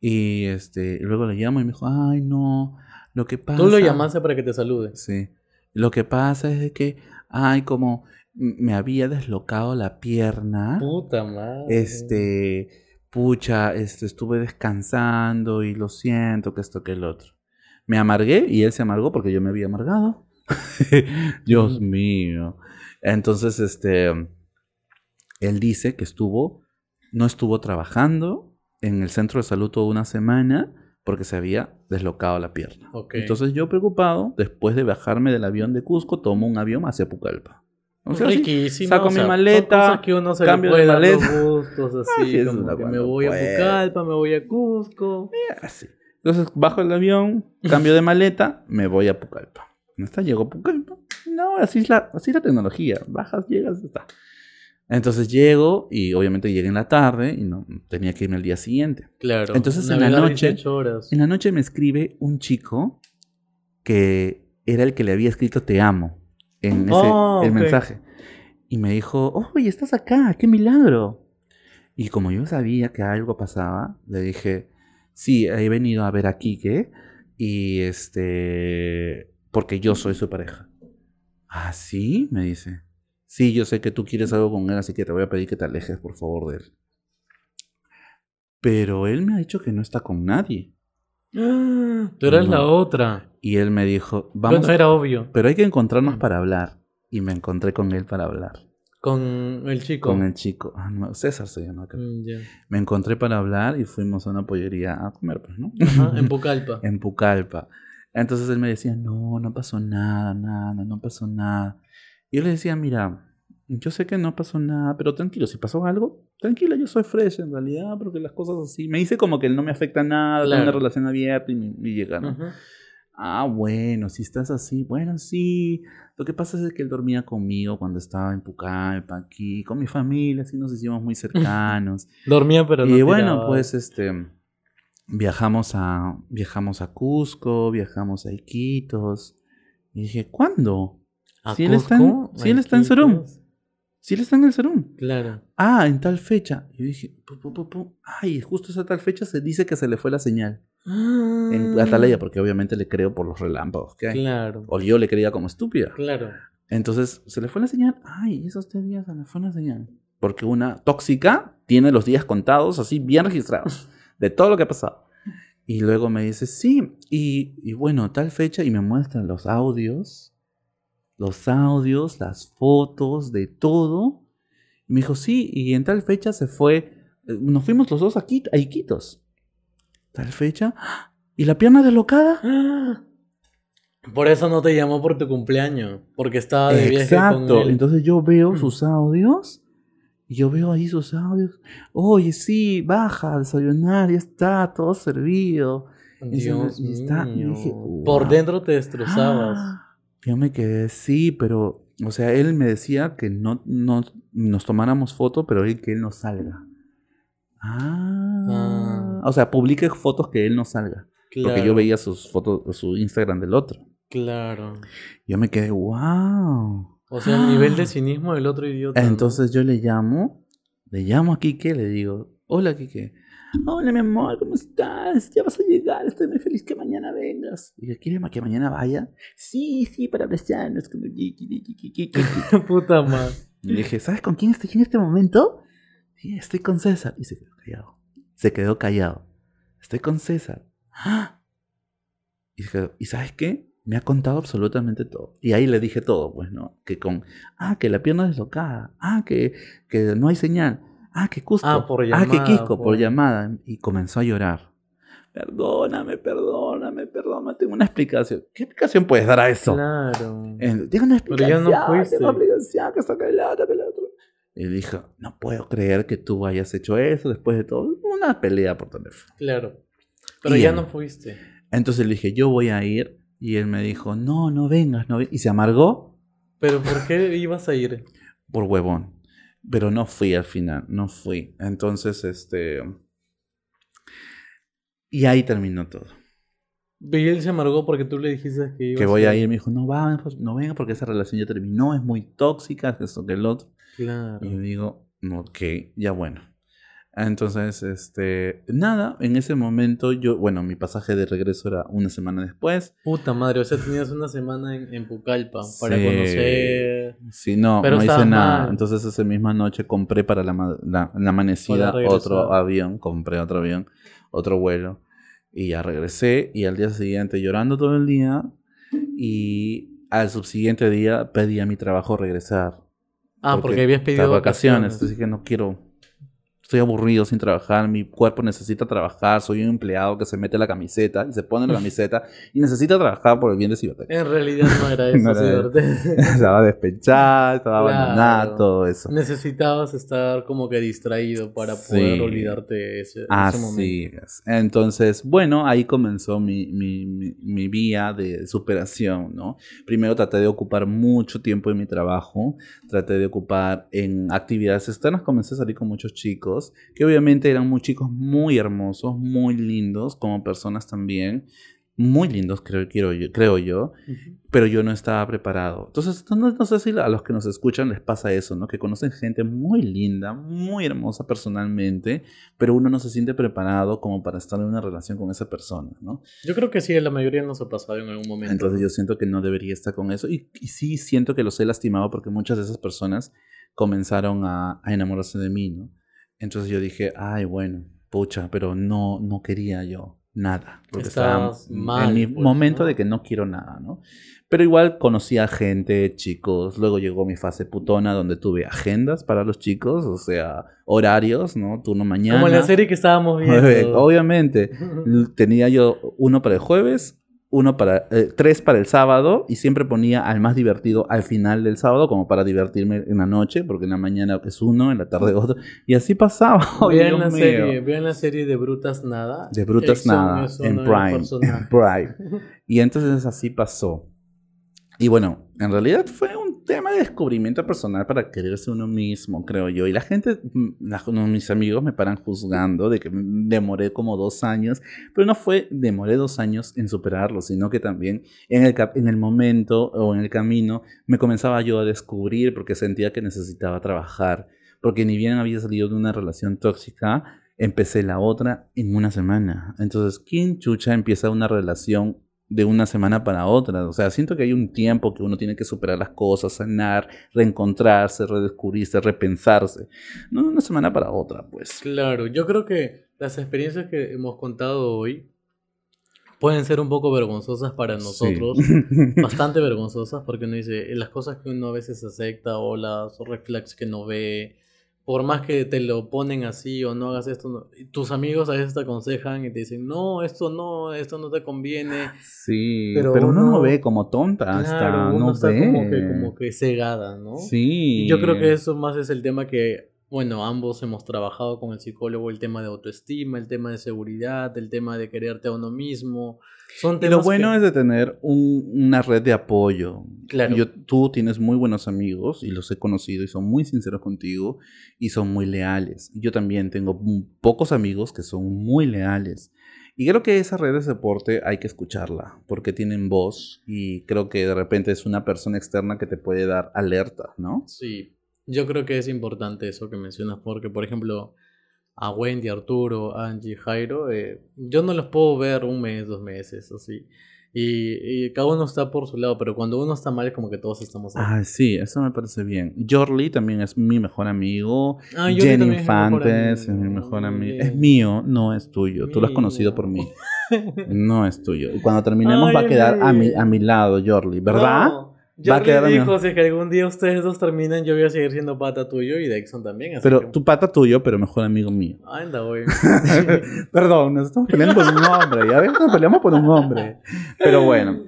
[SPEAKER 2] Y este, luego le llamo y me dijo, ay, no, lo que pasa.
[SPEAKER 1] Tú lo llamaste para que te salude.
[SPEAKER 2] Sí. Lo que pasa es de que, ay, como m- me había deslocado la pierna.
[SPEAKER 1] Puta madre.
[SPEAKER 2] ¿Ah? este, pucha, este, estuve descansando y lo siento, que esto, que el otro. Me amargué y él se amargó porque yo me había amargado. *laughs* Dios mío. Entonces, este, él dice que estuvo, no estuvo trabajando en el centro de salud toda una semana porque se había deslocado la pierna.
[SPEAKER 1] Ok.
[SPEAKER 2] Entonces yo preocupado, después de bajarme del avión de Cusco, tomo un avión hacia Pucallpa. O sea, sí,
[SPEAKER 1] Pues Riquísimo.
[SPEAKER 2] saco
[SPEAKER 1] o sea,
[SPEAKER 2] mi
[SPEAKER 1] son
[SPEAKER 2] maleta,
[SPEAKER 1] cosas que uno se le
[SPEAKER 2] cambio de
[SPEAKER 1] puede dar los
[SPEAKER 2] maleta. *laughs*
[SPEAKER 1] gustos
[SPEAKER 2] Así
[SPEAKER 1] así.
[SPEAKER 2] es,
[SPEAKER 1] como
[SPEAKER 2] uno
[SPEAKER 1] que me
[SPEAKER 2] cuando
[SPEAKER 1] voy
[SPEAKER 2] puede.
[SPEAKER 1] a Pucallpa, me voy a Cusco.
[SPEAKER 2] Así. Entonces bajo el avión, cambio de maleta, me voy a Pucallpa. ¿No está? Llego a Pucallpa. No, así es, la, así es la tecnología. Bajas, llegas, está. Entonces llego y obviamente llegué en la tarde y no tenía que irme al día siguiente.
[SPEAKER 1] Claro.
[SPEAKER 2] Entonces, en la
[SPEAKER 1] navegar
[SPEAKER 2] noche-
[SPEAKER 1] 18 horas.
[SPEAKER 2] En la noche me escribe un chico que era el que le había escrito te amo en ese
[SPEAKER 1] Oh,
[SPEAKER 2] el
[SPEAKER 1] ok.
[SPEAKER 2] mensaje. Y me dijo, oye, estás acá, qué milagro. Y como yo sabía que algo pasaba, le dije, sí, he venido a ver a Quique y este, porque yo soy su pareja. ¿Ah, sí? Me dice. Sí, yo sé que tú quieres algo con él, así que te voy a pedir que te alejes, por favor, de él. Pero él me ha dicho que no está con nadie.
[SPEAKER 1] Ah, *gasps* Tú eras
[SPEAKER 2] No.
[SPEAKER 1] la otra.
[SPEAKER 2] Y él me dijo, vamos,
[SPEAKER 1] Vamos. era Mm. obvio.
[SPEAKER 2] pero hay que encontrarnos para hablar. Y me encontré con él para hablar.
[SPEAKER 1] Con el chico.
[SPEAKER 2] Con el chico. Ah, no, César se llama. creo.
[SPEAKER 1] Mm,
[SPEAKER 2] *laughs*
[SPEAKER 1] ya.
[SPEAKER 2] Me encontré para hablar y fuimos a una pollería a comer, pues, ¿no? *laughs*
[SPEAKER 1] Ajá, en Pucallpa.
[SPEAKER 2] en Pucallpa. Entonces él me decía, no, no pasó nada, nada, no pasó nada. Y yo le decía, mira, yo sé que no pasó nada, pero tranquilo, si pasó algo, tranquila, yo soy fresh en realidad, porque las cosas así. Me dice como que no me afecta nada, tengo una
[SPEAKER 1] Claro.
[SPEAKER 2] relación abierta y, y llega, ¿no?
[SPEAKER 1] Ajá.
[SPEAKER 2] Ah, bueno, si estás así, bueno, sí. Lo que pasa es que él dormía conmigo cuando estaba en Pucallpa, aquí, con mi familia, así nos hicimos muy cercanos.
[SPEAKER 1] Dormía, *laughs* pero no.
[SPEAKER 2] y bueno,
[SPEAKER 1] tiraba.
[SPEAKER 2] pues este viajamos a viajamos a Cusco, viajamos a Iquitos. Y dije, ¿cuándo?
[SPEAKER 1] ¿A
[SPEAKER 2] si él está en-
[SPEAKER 1] Cusco?
[SPEAKER 2] si él está en
[SPEAKER 1] Iquitos.
[SPEAKER 2] Sorum. Si él está en el Cerún.
[SPEAKER 1] Claro.
[SPEAKER 2] Ah, en tal fecha. Y yo dije, pu, pu, pu, pu. ay, justo esa tal fecha se dice que se le fue la señal *gasps* en
[SPEAKER 1] Mm.
[SPEAKER 2] Atalaya, porque obviamente le creo por los relámpagos que hay.
[SPEAKER 1] *gasps* Claro.
[SPEAKER 2] O yo le creía como estúpida. *gasps*
[SPEAKER 1] Claro.
[SPEAKER 2] Entonces, se le fue la señal. Ay, esos tres días se le fue la señal. Porque una tóxica tiene los días contados, así bien registrados, de todo lo que ha pasado. Y luego me dice, sí, y, y bueno, tal fecha, y me muestran los audios, los audios, las fotos, de todo. Y me dijo, sí, y en tal fecha se fue, eh, nos fuimos los dos a, Quit- a Iquitos. Tal fecha, ¡ah! y la pierna deslocada.
[SPEAKER 1] Por eso no te llamó por tu cumpleaños. Porque estaba Ah, de viaje
[SPEAKER 2] Exacto.
[SPEAKER 1] con él.
[SPEAKER 2] Entonces yo veo
[SPEAKER 1] Mm.
[SPEAKER 2] sus audios. Y yo veo ahí sus audios. Oye, sí, baja a desayunar, ya está, todo servido.
[SPEAKER 1] Dios
[SPEAKER 2] y está- y
[SPEAKER 1] mío.
[SPEAKER 2] dije, "Wow".
[SPEAKER 1] Por dentro te destrozabas.
[SPEAKER 2] Ah. Yo me quedé, sí, pero. O sea, él me decía que no, no nos tomáramos foto, pero él que él no salga. Ah.
[SPEAKER 1] Ah.
[SPEAKER 2] O sea, publique fotos que él no salga.
[SPEAKER 1] claro.
[SPEAKER 2] *gasps* Porque yo veía sus fotos, su Instagram del otro.
[SPEAKER 1] Claro.
[SPEAKER 2] Yo me quedé, wow.
[SPEAKER 1] O sea, el nivel
[SPEAKER 2] *gasps*
[SPEAKER 1] de cinismo del otro idiota. ¿no?
[SPEAKER 2] Entonces yo le llamo, le llamo a Quique, le digo, hola Quique. Hola mi amor, ¿cómo estás? Ya vas a llegar, estoy muy feliz que mañana vengas. Y yo, ¿quieres ma- que mañana vaya? Sí, sí, para abrazarnos. como ki, ki, ki, ki, ki, ki, ki".
[SPEAKER 1] *laughs* Puta madre.
[SPEAKER 2] Y le dije, ¿sabes con quién estoy en este momento? "Sí, estoy con César. Y se quedó callado. Se quedó callado. Estoy con César. ¡Ah! Y, se quedó- ¿Y sabes qué? Me ha contado absolutamente todo. Y ahí le dije todo, pues, ¿no? Que con, ah, que la pierna deslocada, ah, que, que no hay señal, ah, que Cusco,
[SPEAKER 1] Ah, por
[SPEAKER 2] ah, que
[SPEAKER 1] llamada, pues.
[SPEAKER 2] Quisco, por
[SPEAKER 1] por-
[SPEAKER 2] llamada. Y comenzó a llorar. Perdóname, perdóname, perdóname. Tengo una explicación. ¿Qué explicación puedes dar a eso?
[SPEAKER 1] Claro.
[SPEAKER 2] Eh, Tengo una
[SPEAKER 1] Pero ya
[SPEAKER 2] explicación.
[SPEAKER 1] no fuiste.
[SPEAKER 2] Tengo una explicación, que esto, que el otro, que el otro. Y dijo, no puedo creer que tú hayas hecho eso después de todo. Una pelea por teléfono.
[SPEAKER 1] Claro. Pero
[SPEAKER 2] Y
[SPEAKER 1] ya
[SPEAKER 2] él.
[SPEAKER 1] no fuiste.
[SPEAKER 2] Entonces le dije, yo voy a ir. Y él me dijo, no, no vengas, no vengas. Y se amargó
[SPEAKER 1] Pero ¿por qué ibas a ir?
[SPEAKER 2] por huevón. Pero no fui al final, no fui. Entonces, este... Y ahí terminó todo.
[SPEAKER 1] Y él se amargó porque tú le dijiste que ibas
[SPEAKER 2] Que voy a ir, me dijo, no va, pues, no venga porque esa relación ya terminó, es muy tóxica, que esto que el otro.
[SPEAKER 1] Claro.
[SPEAKER 2] Y yo digo, ok, ya bueno. Entonces, este, nada, en ese momento yo, bueno, mi pasaje de regreso era una semana después.
[SPEAKER 1] Puta madre, o sea, tenías una semana en, en Pucallpa para
[SPEAKER 2] Sí.
[SPEAKER 1] conocer.
[SPEAKER 2] Si no,
[SPEAKER 1] Mm. Pero
[SPEAKER 2] no hice
[SPEAKER 1] estabas
[SPEAKER 2] nada.
[SPEAKER 1] mal.
[SPEAKER 2] Entonces, esa misma noche compré para la, ma- la- la amanecida
[SPEAKER 1] Para regresar.
[SPEAKER 2] otro avión, compré otro avión, otro vuelo. Y ya regresé y al día siguiente llorando todo el día y al subsiguiente día pedí a mi trabajo regresar.
[SPEAKER 1] Ah, porque, habías pedido
[SPEAKER 2] las vacaciones, así que no quiero. Estoy aburrido sin trabajar, mi cuerpo necesita trabajar, soy un empleado que se mete la camiseta y se
[SPEAKER 1] *laughs*
[SPEAKER 2] pone la camiseta y necesita trabajar por el bien de Cibertec.
[SPEAKER 1] En realidad no era eso,
[SPEAKER 2] No era
[SPEAKER 1] Cibertec.
[SPEAKER 2] *laughs* estaba despechada, estaba
[SPEAKER 1] Claro.
[SPEAKER 2] abandonada, todo eso.
[SPEAKER 1] *laughs* Necesitabas estar como que distraído para
[SPEAKER 2] Sí. Ah,
[SPEAKER 1] poder olvidarte de ese, de ese momento.
[SPEAKER 2] Así es. Entonces, bueno, ahí comenzó mi, mi, mi- mi vía de superación, ¿no? Primero traté de ocupar mucho tiempo en mi trabajo, traté de ocupar en actividades externas, comencé a salir con muchos chicos, que obviamente eran muy chicos muy hermosos, muy lindos, como personas también, muy lindos, creo, quiero yo- creo yo, pero yo no estaba preparado. Entonces, no, no sé si a los que nos escuchan les pasa eso, ¿no? Que conocen gente muy linda, muy hermosa personalmente, pero uno no se siente preparado como para estar en una relación con esa persona, ¿no?
[SPEAKER 1] Yo creo que sí, a la mayoría nos ha pasado en algún momento.
[SPEAKER 2] Entonces yo siento que no debería estar con eso y, y sí siento que los he lastimado porque muchas de esas personas comenzaron a, a enamorarse de mí, ¿no? Entonces yo dije, ay, bueno, pucha, pero no, no quería yo nada. Porque estaba
[SPEAKER 1] Estabas mal,
[SPEAKER 2] en mi
[SPEAKER 1] pues,
[SPEAKER 2] momento
[SPEAKER 1] ¿no?
[SPEAKER 2] de que no quiero nada, ¿no? Pero igual conocí a gente, chicos. Luego llegó mi fase putona donde tuve agendas para los chicos, o sea, horarios, ¿no? Turno mañana.
[SPEAKER 1] Como en la serie que
[SPEAKER 2] *laughs*
[SPEAKER 1] estábamos viendo.
[SPEAKER 2] Obviamente. L- tenía yo uno para el jueves, uno para eh, tres para el sábado y siempre ponía al más divertido al final del sábado como para divertirme en la noche, porque en la mañana es uno, en la tarde otro y así pasaba. *laughs*
[SPEAKER 1] *laughs*
[SPEAKER 2] Ay,
[SPEAKER 1] vean
[SPEAKER 2] Dios
[SPEAKER 1] la
[SPEAKER 2] mío.
[SPEAKER 1] serie, vean la serie de Brutas Nada.
[SPEAKER 2] De brutas
[SPEAKER 1] Exxon
[SPEAKER 2] nada
[SPEAKER 1] es
[SPEAKER 2] en
[SPEAKER 1] uno de los
[SPEAKER 2] Prime, en
[SPEAKER 1] personajes.
[SPEAKER 2] *laughs* Prime. Y entonces así pasó. Y bueno, en realidad fue un tema de descubrimiento personal para quererse uno mismo, creo yo. Y la gente, mm, la- no, mis amigos me paran juzgando de que mm, demoré como dos años, pero no fue demoré dos años en superarlo, sino que también en el, cap- en el momento o en el camino me comenzaba yo a descubrir porque sentía que necesitaba trabajar. Porque ni bien había salido de una relación tóxica, empecé la otra en una semana. Entonces, ¿quién chucha empieza una relación de una semana para otra? O sea, siento que hay un tiempo que uno tiene que superar las cosas, sanar, reencontrarse, redescubrirse, repensarse. No de una semana para otra, pues.
[SPEAKER 1] *laughs* Claro, yo creo que las experiencias que hemos contado hoy pueden ser un poco vergonzosas para nosotros.
[SPEAKER 2] *laughs* Sí.
[SPEAKER 1] bastante vergonzosas porque uno dice eh, las cosas que uno a veces acepta o las red flags que no ve, por más que te lo ponen así o no hagas esto, no- y tus amigos a veces te aconsejan y te dicen, no, esto no, esto no te conviene.
[SPEAKER 2] Sí, pero,
[SPEAKER 1] Pero
[SPEAKER 2] uno, no
[SPEAKER 1] uno-
[SPEAKER 2] ve como tonta.
[SPEAKER 1] claro,
[SPEAKER 2] hasta,
[SPEAKER 1] uno
[SPEAKER 2] no
[SPEAKER 1] está
[SPEAKER 2] ve.
[SPEAKER 1] como que, como que cegada, ¿no?
[SPEAKER 2] Sí.
[SPEAKER 1] Y yo creo que eso más es el tema que, bueno, ambos hemos trabajado con el psicólogo, el tema de autoestima, el tema de seguridad, el tema de quererte a uno mismo. Son
[SPEAKER 2] Y
[SPEAKER 1] temas
[SPEAKER 2] lo bueno
[SPEAKER 1] que-
[SPEAKER 2] es de tener un- una red de apoyo.
[SPEAKER 1] Claro.
[SPEAKER 2] Yo, tú tienes muy buenos amigos y los he conocido y son muy sinceros contigo y son muy leales. Yo también tengo m- pocos amigos que son muy leales. Y creo que esa red de soporte hay que escucharla porque tienen voz y creo que de repente es una persona externa que te puede dar alerta, ¿no?
[SPEAKER 1] Sí, yo creo que es importante eso que mencionas, porque por ejemplo, a Wendy, Arturo, Angie, Jairo, eh, yo no los puedo ver un mes, dos meses, así. Y, y cada uno está por su lado, pero cuando uno está mal es como que todos estamos mal.
[SPEAKER 2] Ah, sí, eso me parece bien. Jorly también es mi mejor amigo.
[SPEAKER 1] Ah, Jordi también es
[SPEAKER 2] Jenny
[SPEAKER 1] mi mejor
[SPEAKER 2] Infantes es
[SPEAKER 1] amigo.
[SPEAKER 2] mi mejor amigo.
[SPEAKER 1] Bien.
[SPEAKER 2] Es mío, no es tuyo. Tú lo has conocido
[SPEAKER 1] Mío.
[SPEAKER 2] por *laughs* mí. No es tuyo. Y cuando terminemos va a
[SPEAKER 1] Ay,
[SPEAKER 2] quedar a mi,
[SPEAKER 1] Jordi.
[SPEAKER 2] a mi lado, Jorly, ¿verdad?
[SPEAKER 1] No,
[SPEAKER 2] Va a
[SPEAKER 1] Jordi
[SPEAKER 2] quedar
[SPEAKER 1] dijo,
[SPEAKER 2] mejor.
[SPEAKER 1] si es que algún día ustedes dos terminan, yo voy a seguir siendo pata tuyo y Dexon también. así
[SPEAKER 2] Pero
[SPEAKER 1] que-
[SPEAKER 2] tu pata tuyo, pero mejor amigo mío.
[SPEAKER 1] Anda, güey.
[SPEAKER 2] *laughs*
[SPEAKER 1] *laughs*
[SPEAKER 2] Perdón, nos estamos peleando por un hombre. Ya ves, nos peleamos por un hombre. Pero bueno,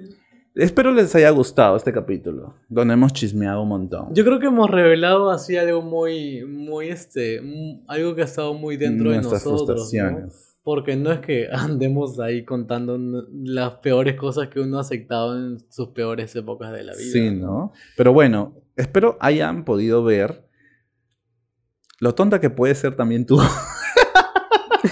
[SPEAKER 2] espero les haya gustado este capítulo, donde hemos chismeado un montón.
[SPEAKER 1] Yo creo que hemos revelado así algo muy, muy este, mm, algo que ha estado muy dentro
[SPEAKER 2] Nuestras
[SPEAKER 1] de nosotros. ¿no?
[SPEAKER 2] frustraciones.
[SPEAKER 1] Porque no es que *laughs* andemos ahí contando n- las peores cosas que uno ha aceptado en sus peores épocas de la vida.
[SPEAKER 2] Sí, ¿no? Pero bueno, espero hayan podido ver lo tonta que puede ser también tú *laughs*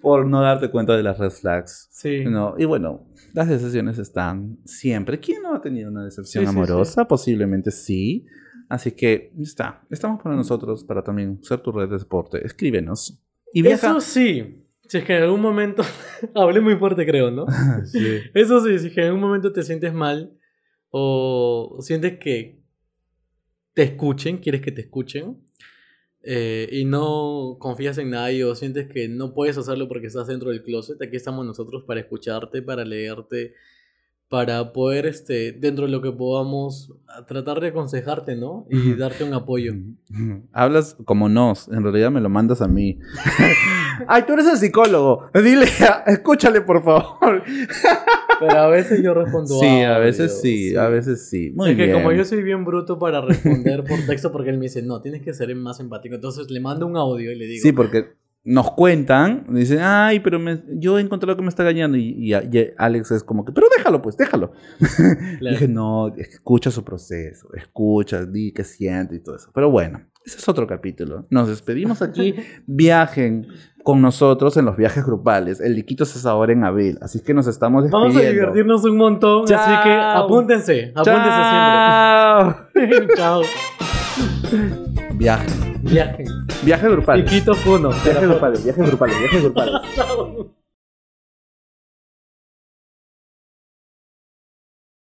[SPEAKER 2] por no darte cuenta de las red flags.
[SPEAKER 1] Sí.
[SPEAKER 2] No, y bueno, las decepciones están siempre. ¿Quién no ha tenido una decepción
[SPEAKER 1] Sí, sí,
[SPEAKER 2] amorosa? Posiblemente sí. Así que ya está. Estamos para nosotros para también ser tu red de deporte. Escríbenos. Y viaja.
[SPEAKER 1] Eso sí, si es que en algún momento, *laughs* hablé muy fuerte creo, ¿no?
[SPEAKER 2] *laughs* Sí.
[SPEAKER 1] Eso sí, si es que en algún momento te sientes mal o sientes que te escuchen, quieres que te escuchen eh, y no confías en nadie o sientes que no puedes hacerlo porque estás dentro del closet, aquí estamos nosotros para escucharte, para leerte, para poder, este, dentro de lo que podamos, a- tratar de aconsejarte, ¿no? Y
[SPEAKER 2] Ujú.
[SPEAKER 1] darte un apoyo.
[SPEAKER 2] Hablas como nos, en realidad me lo mandas a mí. *laughs* Ay, tú eres el psicólogo. Dile, *laughs* a- escúchale por favor.
[SPEAKER 1] Pero a veces yo respondo "Ah,
[SPEAKER 2] Sí, a veces
[SPEAKER 1] audios,
[SPEAKER 2] sí, a veces sí. Muy
[SPEAKER 1] es que
[SPEAKER 2] bien.
[SPEAKER 1] como yo soy bien bruto para responder
[SPEAKER 2] *laughs*
[SPEAKER 1] por texto porque él me dice, no, tienes que ser más empático. Entonces le mando un audio y le digo,
[SPEAKER 2] Sí, porque nos cuentan, dicen, ay, pero me- yo encontré lo que me está engañando. Y, y- y Alex es como que, pero déjalo, pues, déjalo.
[SPEAKER 1] "Claro,
[SPEAKER 2] Dije, no, escucha su proceso, escucha, di qué siente y todo eso. Pero bueno, ese es otro capítulo. Nos
[SPEAKER 1] *laughs*
[SPEAKER 2] despedimos aquí. Viajen con nosotros en los viajes grupales. El liquito es ahora en abril, así que nos estamos despidiendo.
[SPEAKER 1] vamos a divertirnos un montón, así que
[SPEAKER 2] Chao.
[SPEAKER 1] apúntense, apúntense
[SPEAKER 2] ¡Chao!
[SPEAKER 1] siempre. *laughs* Chao.
[SPEAKER 2] Viaje.
[SPEAKER 1] Viaje.
[SPEAKER 2] Viaje grupal.
[SPEAKER 1] Piquito Puno.
[SPEAKER 2] Viajes grupales, viajes grupales, viajes grupales.
[SPEAKER 1] Chao.